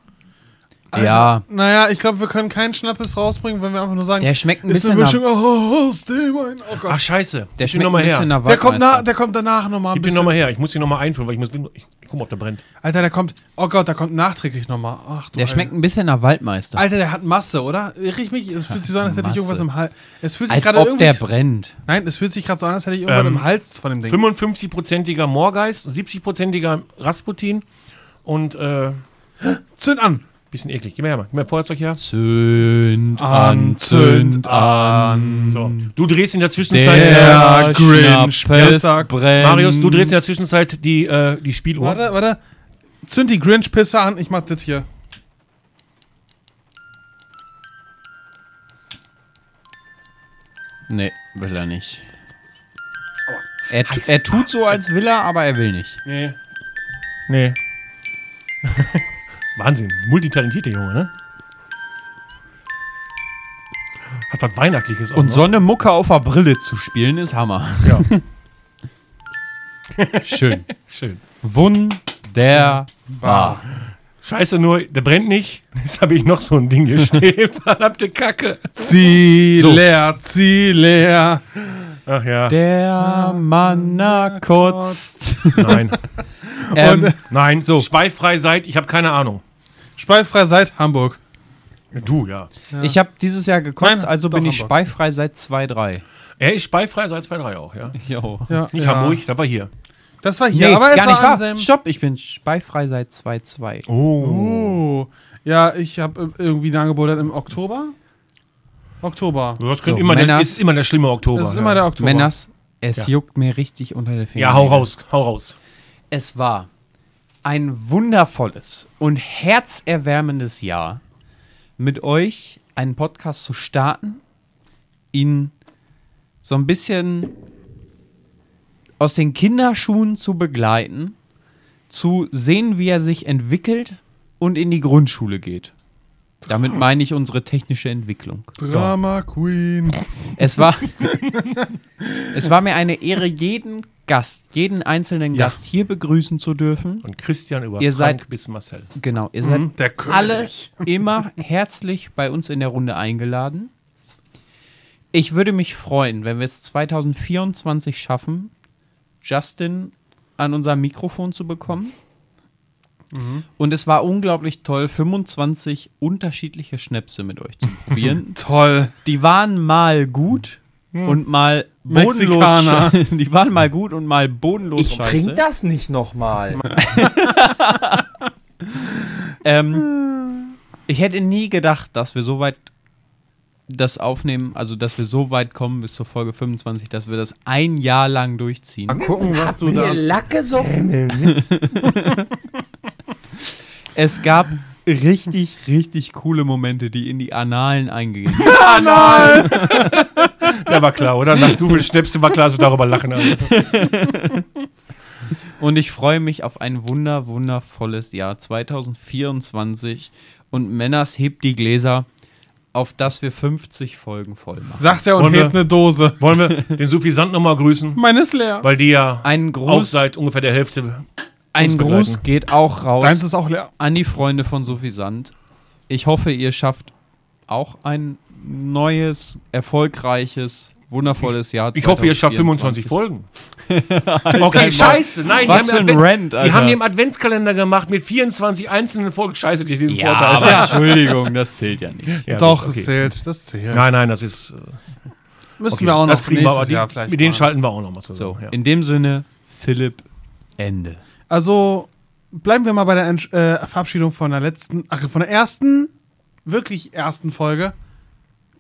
[SPEAKER 3] also,
[SPEAKER 2] ja.
[SPEAKER 3] Naja, ich glaube, wir können keinen Schnappes rausbringen, wenn wir einfach nur sagen,
[SPEAKER 2] Der schmeckt ein
[SPEAKER 3] ist eine
[SPEAKER 2] bisschen nach-
[SPEAKER 3] Mischung oh, aus dem einen. Oh Gott.
[SPEAKER 13] Ach, scheiße.
[SPEAKER 2] Der
[SPEAKER 13] Gib ihn
[SPEAKER 2] schmeckt
[SPEAKER 13] noch mal
[SPEAKER 2] ein
[SPEAKER 13] her.
[SPEAKER 2] bisschen nach
[SPEAKER 3] der, kommt
[SPEAKER 2] Waldmeister.
[SPEAKER 3] na, der kommt danach nochmal ein
[SPEAKER 13] Gib ihn
[SPEAKER 3] bisschen.
[SPEAKER 13] nochmal her. Ich muss ihn nochmal einfüllen, weil ich muss. Ich, ich guck mal, ob der brennt.
[SPEAKER 3] Alter, der kommt. Oh Gott, der kommt nachträglich nochmal. Ach du
[SPEAKER 2] Der
[SPEAKER 3] Heilige.
[SPEAKER 2] schmeckt ein bisschen nach Waldmeister.
[SPEAKER 3] Alter, der hat Masse, oder? Riech mich, es fühlt sich so an, als hätte ich
[SPEAKER 2] Masse.
[SPEAKER 3] irgendwas im Hals. Es fühlt sich
[SPEAKER 2] Als
[SPEAKER 3] gerade
[SPEAKER 2] ob
[SPEAKER 3] irgendwie.
[SPEAKER 2] der brennt.
[SPEAKER 3] Nein, es fühlt sich gerade so an, als hätte ich irgendwas
[SPEAKER 13] Ähm,
[SPEAKER 3] im Hals von dem Ding.
[SPEAKER 13] 55-prozentiger Moorgeist und 70-prozentiger Rasputin und äh,
[SPEAKER 3] Zünd an!
[SPEAKER 13] Bisschen eklig. Gib mir her mal. Gib mir Feuerzeug her.
[SPEAKER 2] Zünd an, zünd an.
[SPEAKER 13] So. Du drehst in der Zwischenzeit.
[SPEAKER 2] Der Grinch
[SPEAKER 13] Marius,
[SPEAKER 2] brennt.
[SPEAKER 13] Marius, du drehst in der Zwischenzeit die, äh, die Spieluhr.
[SPEAKER 3] Warte, warte. Zünd die Grinch-Pisse an, ich mach das hier.
[SPEAKER 2] Nee, will er nicht. Er, tu- er tut so, als will er, aber er will nicht.
[SPEAKER 13] Nee. Nee. Wahnsinn. Multitalentierter Junge, ne? Hat was Weihnachtliches
[SPEAKER 2] Und so eine Mucke auf der Brille zu spielen, ist Hammer.
[SPEAKER 13] ne? Ja.
[SPEAKER 2] Schön.
[SPEAKER 13] Schön.
[SPEAKER 2] Wunderbar.
[SPEAKER 13] Scheiße nur, der brennt nicht. Jetzt habe ich noch so ein Ding hier stehen. Verdammte Kacke.
[SPEAKER 3] Zieh
[SPEAKER 13] So.
[SPEAKER 3] leer, zieh leer.
[SPEAKER 13] Ach ja.
[SPEAKER 2] Der Manna kotzt.
[SPEAKER 13] Nein.
[SPEAKER 2] Ähm,
[SPEAKER 13] Und, nein, so. speifrei seid, ich habe keine Ahnung.
[SPEAKER 3] Speifrei seid Hamburg.
[SPEAKER 13] Du, ja.
[SPEAKER 2] Ich habe dieses Jahr gekotzt,
[SPEAKER 13] Nein,
[SPEAKER 2] also
[SPEAKER 13] doch,
[SPEAKER 2] bin ich
[SPEAKER 13] Hamburg.
[SPEAKER 2] speifrei seit 2-3.
[SPEAKER 13] Er ist speifrei seit 2-3 auch, ja.
[SPEAKER 2] Jo.
[SPEAKER 3] Ja,
[SPEAKER 13] Nicht
[SPEAKER 3] ja.
[SPEAKER 13] Hamburg, das war hier.
[SPEAKER 3] Das war hier, aber es
[SPEAKER 2] gar
[SPEAKER 3] war
[SPEAKER 2] nicht wahr.
[SPEAKER 3] Anselm.
[SPEAKER 2] Stopp, ich bin speifrei seit 2-2.
[SPEAKER 3] Oh. Ja, ich habe irgendwie nachgebordert im Oktober. Oktober.
[SPEAKER 13] Das können immer der, ist immer der schlimme Oktober.
[SPEAKER 3] Das ist immer der Oktober.
[SPEAKER 2] Männers, es
[SPEAKER 13] Ja.
[SPEAKER 2] juckt mir richtig unter der Finger.
[SPEAKER 13] Ja, hau raus, hau raus.
[SPEAKER 2] Es war ein wundervolles und herzerwärmendes Jahr, mit euch einen Podcast zu starten, ihn so ein bisschen aus den Kinderschuhen zu begleiten, zu sehen, wie er sich entwickelt und in die Grundschule geht. Damit meine ich unsere technische Entwicklung.
[SPEAKER 3] Drama Queen.
[SPEAKER 2] Es war, es war mir eine Ehre, jeden Gast, jeden einzelnen Gast hier begrüßen zu dürfen.
[SPEAKER 13] Und Christian über
[SPEAKER 2] Ihr
[SPEAKER 13] Frank
[SPEAKER 2] seid-
[SPEAKER 13] bis Marcel.
[SPEAKER 2] Genau, ihr
[SPEAKER 13] Mhm,
[SPEAKER 2] seid
[SPEAKER 13] der König.
[SPEAKER 2] alle immer herzlich bei uns in der Runde eingeladen. Ich würde mich freuen, wenn wir es 2024 schaffen, Justin an unser Mikrofon zu bekommen. Und es war unglaublich toll, 25 unterschiedliche Schnäpse mit euch zu probieren.
[SPEAKER 3] Toll.
[SPEAKER 2] Die waren mal gut
[SPEAKER 3] Hm.
[SPEAKER 2] und mal bodenlos.
[SPEAKER 3] Mexikaner.
[SPEAKER 2] sche- Die waren mal gut und mal bodenlos.
[SPEAKER 12] Ich
[SPEAKER 2] scheiße.
[SPEAKER 12] trink das nicht nochmal.
[SPEAKER 2] ähm, ich hätte nie gedacht, dass wir so weit das aufnehmen, also dass wir so weit kommen bis zur Folge 25, dass wir das ein Jahr lang durchziehen. Mal
[SPEAKER 3] gucken, was du da-
[SPEAKER 12] Lacke so.
[SPEAKER 2] es gab richtig, richtig coole Momente, die in die Annalen eingehen.
[SPEAKER 13] Anal! ja, war klar, oder? Nach Double Schnäpse war klar, dass wir darüber lachen. Also,
[SPEAKER 2] Und ich freue mich auf ein wunder, wundervolles Jahr 2024. Und Männers hebt die Gläser, auf dass wir 50 Folgen voll machen.
[SPEAKER 3] Sagt er und
[SPEAKER 13] Wollen wir-
[SPEAKER 3] hebt eine Dose.
[SPEAKER 13] Wollen wir den Suffisant nochmal grüßen?
[SPEAKER 3] Meine ist leer.
[SPEAKER 13] Weil die ja
[SPEAKER 2] Ein Gruß-
[SPEAKER 13] auch seit ungefähr der Hälfte.
[SPEAKER 2] Ein
[SPEAKER 13] uns
[SPEAKER 2] Gruß
[SPEAKER 13] begleiten.
[SPEAKER 2] geht auch raus.
[SPEAKER 3] Deins ist auch leer.
[SPEAKER 2] An die Freunde von Sophie Sand. Ich hoffe, ihr schafft auch ein neues, erfolgreiches, wundervolles Jahr.
[SPEAKER 13] Ich hoffe, ihr schafft
[SPEAKER 2] 2024.
[SPEAKER 13] 25 Folgen. Okay, scheiße. Nein,
[SPEAKER 2] Was
[SPEAKER 13] die haben
[SPEAKER 2] für ein
[SPEAKER 13] den
[SPEAKER 2] Rant,
[SPEAKER 13] Die
[SPEAKER 2] Alter.
[SPEAKER 13] haben den Adventskalender gemacht mit 24 einzelnen Folgen. Scheiße, die den
[SPEAKER 2] ja, aber Entschuldigung, das zählt ja nicht.
[SPEAKER 13] Ja,
[SPEAKER 3] Doch,
[SPEAKER 13] gut,
[SPEAKER 3] das
[SPEAKER 13] okay.
[SPEAKER 3] zählt. Das zählt.
[SPEAKER 13] Nein, nein, das ist. äh,
[SPEAKER 3] Müssen wir auch noch
[SPEAKER 13] das kriegen wir
[SPEAKER 3] nächstes
[SPEAKER 13] aber, die,
[SPEAKER 3] Jahr vielleicht
[SPEAKER 13] Mit denen
[SPEAKER 3] mal.
[SPEAKER 13] schalten wir auch nochmal zusammen.
[SPEAKER 2] So, in dem Sinne, Philipp, Ende.
[SPEAKER 3] Also bleiben wir mal bei der Entsch äh, Verabschiedung von der letzten, ach, von der ersten, wirklich ersten Folge.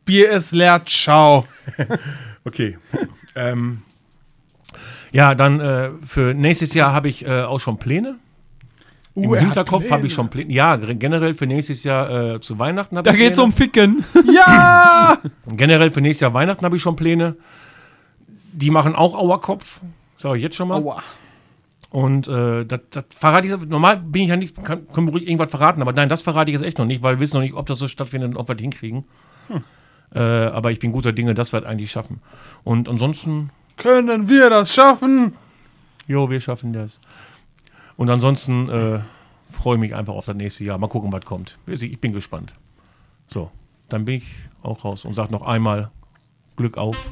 [SPEAKER 3] Bier ist leer, ciao.
[SPEAKER 13] Okay. ähm, ja, dann äh, für nächstes Jahr habe ich äh, auch schon Pläne.
[SPEAKER 3] Uh,
[SPEAKER 13] Im
[SPEAKER 3] er hat
[SPEAKER 13] Hinterkopf habe ich
[SPEAKER 3] Pläne.
[SPEAKER 13] schon Pläne. Ja, ge- generell für nächstes Jahr äh, zu Weihnachten habe
[SPEAKER 2] Da
[SPEAKER 13] ich Pläne.
[SPEAKER 2] geht's um Ficken.
[SPEAKER 3] Ja!
[SPEAKER 13] Generell für nächstes Jahr Weihnachten habe ich schon Pläne. Die machen auch Auerkopf. Sag ich jetzt schon mal.
[SPEAKER 3] Aua.
[SPEAKER 13] Und äh, das, das verrate ich, normal bin ich ja nicht, kann, können wir ruhig irgendwas verraten, aber nein, das verrate ich jetzt echt noch nicht, weil wir wissen noch nicht, ob das so stattfindet und ob wir das hinkriegen.
[SPEAKER 3] Hm.
[SPEAKER 13] Äh, aber ich bin guter Dinge, das wir das eigentlich schaffen. Und ansonsten,
[SPEAKER 3] Können wir das schaffen?
[SPEAKER 13] jo, wir schaffen das. Und ansonsten äh, freue ich mich einfach auf das nächste Jahr. Mal gucken, was kommt. Wir sehen- Ich bin gespannt. So, dann bin ich auch raus und sage noch einmal Glück auf.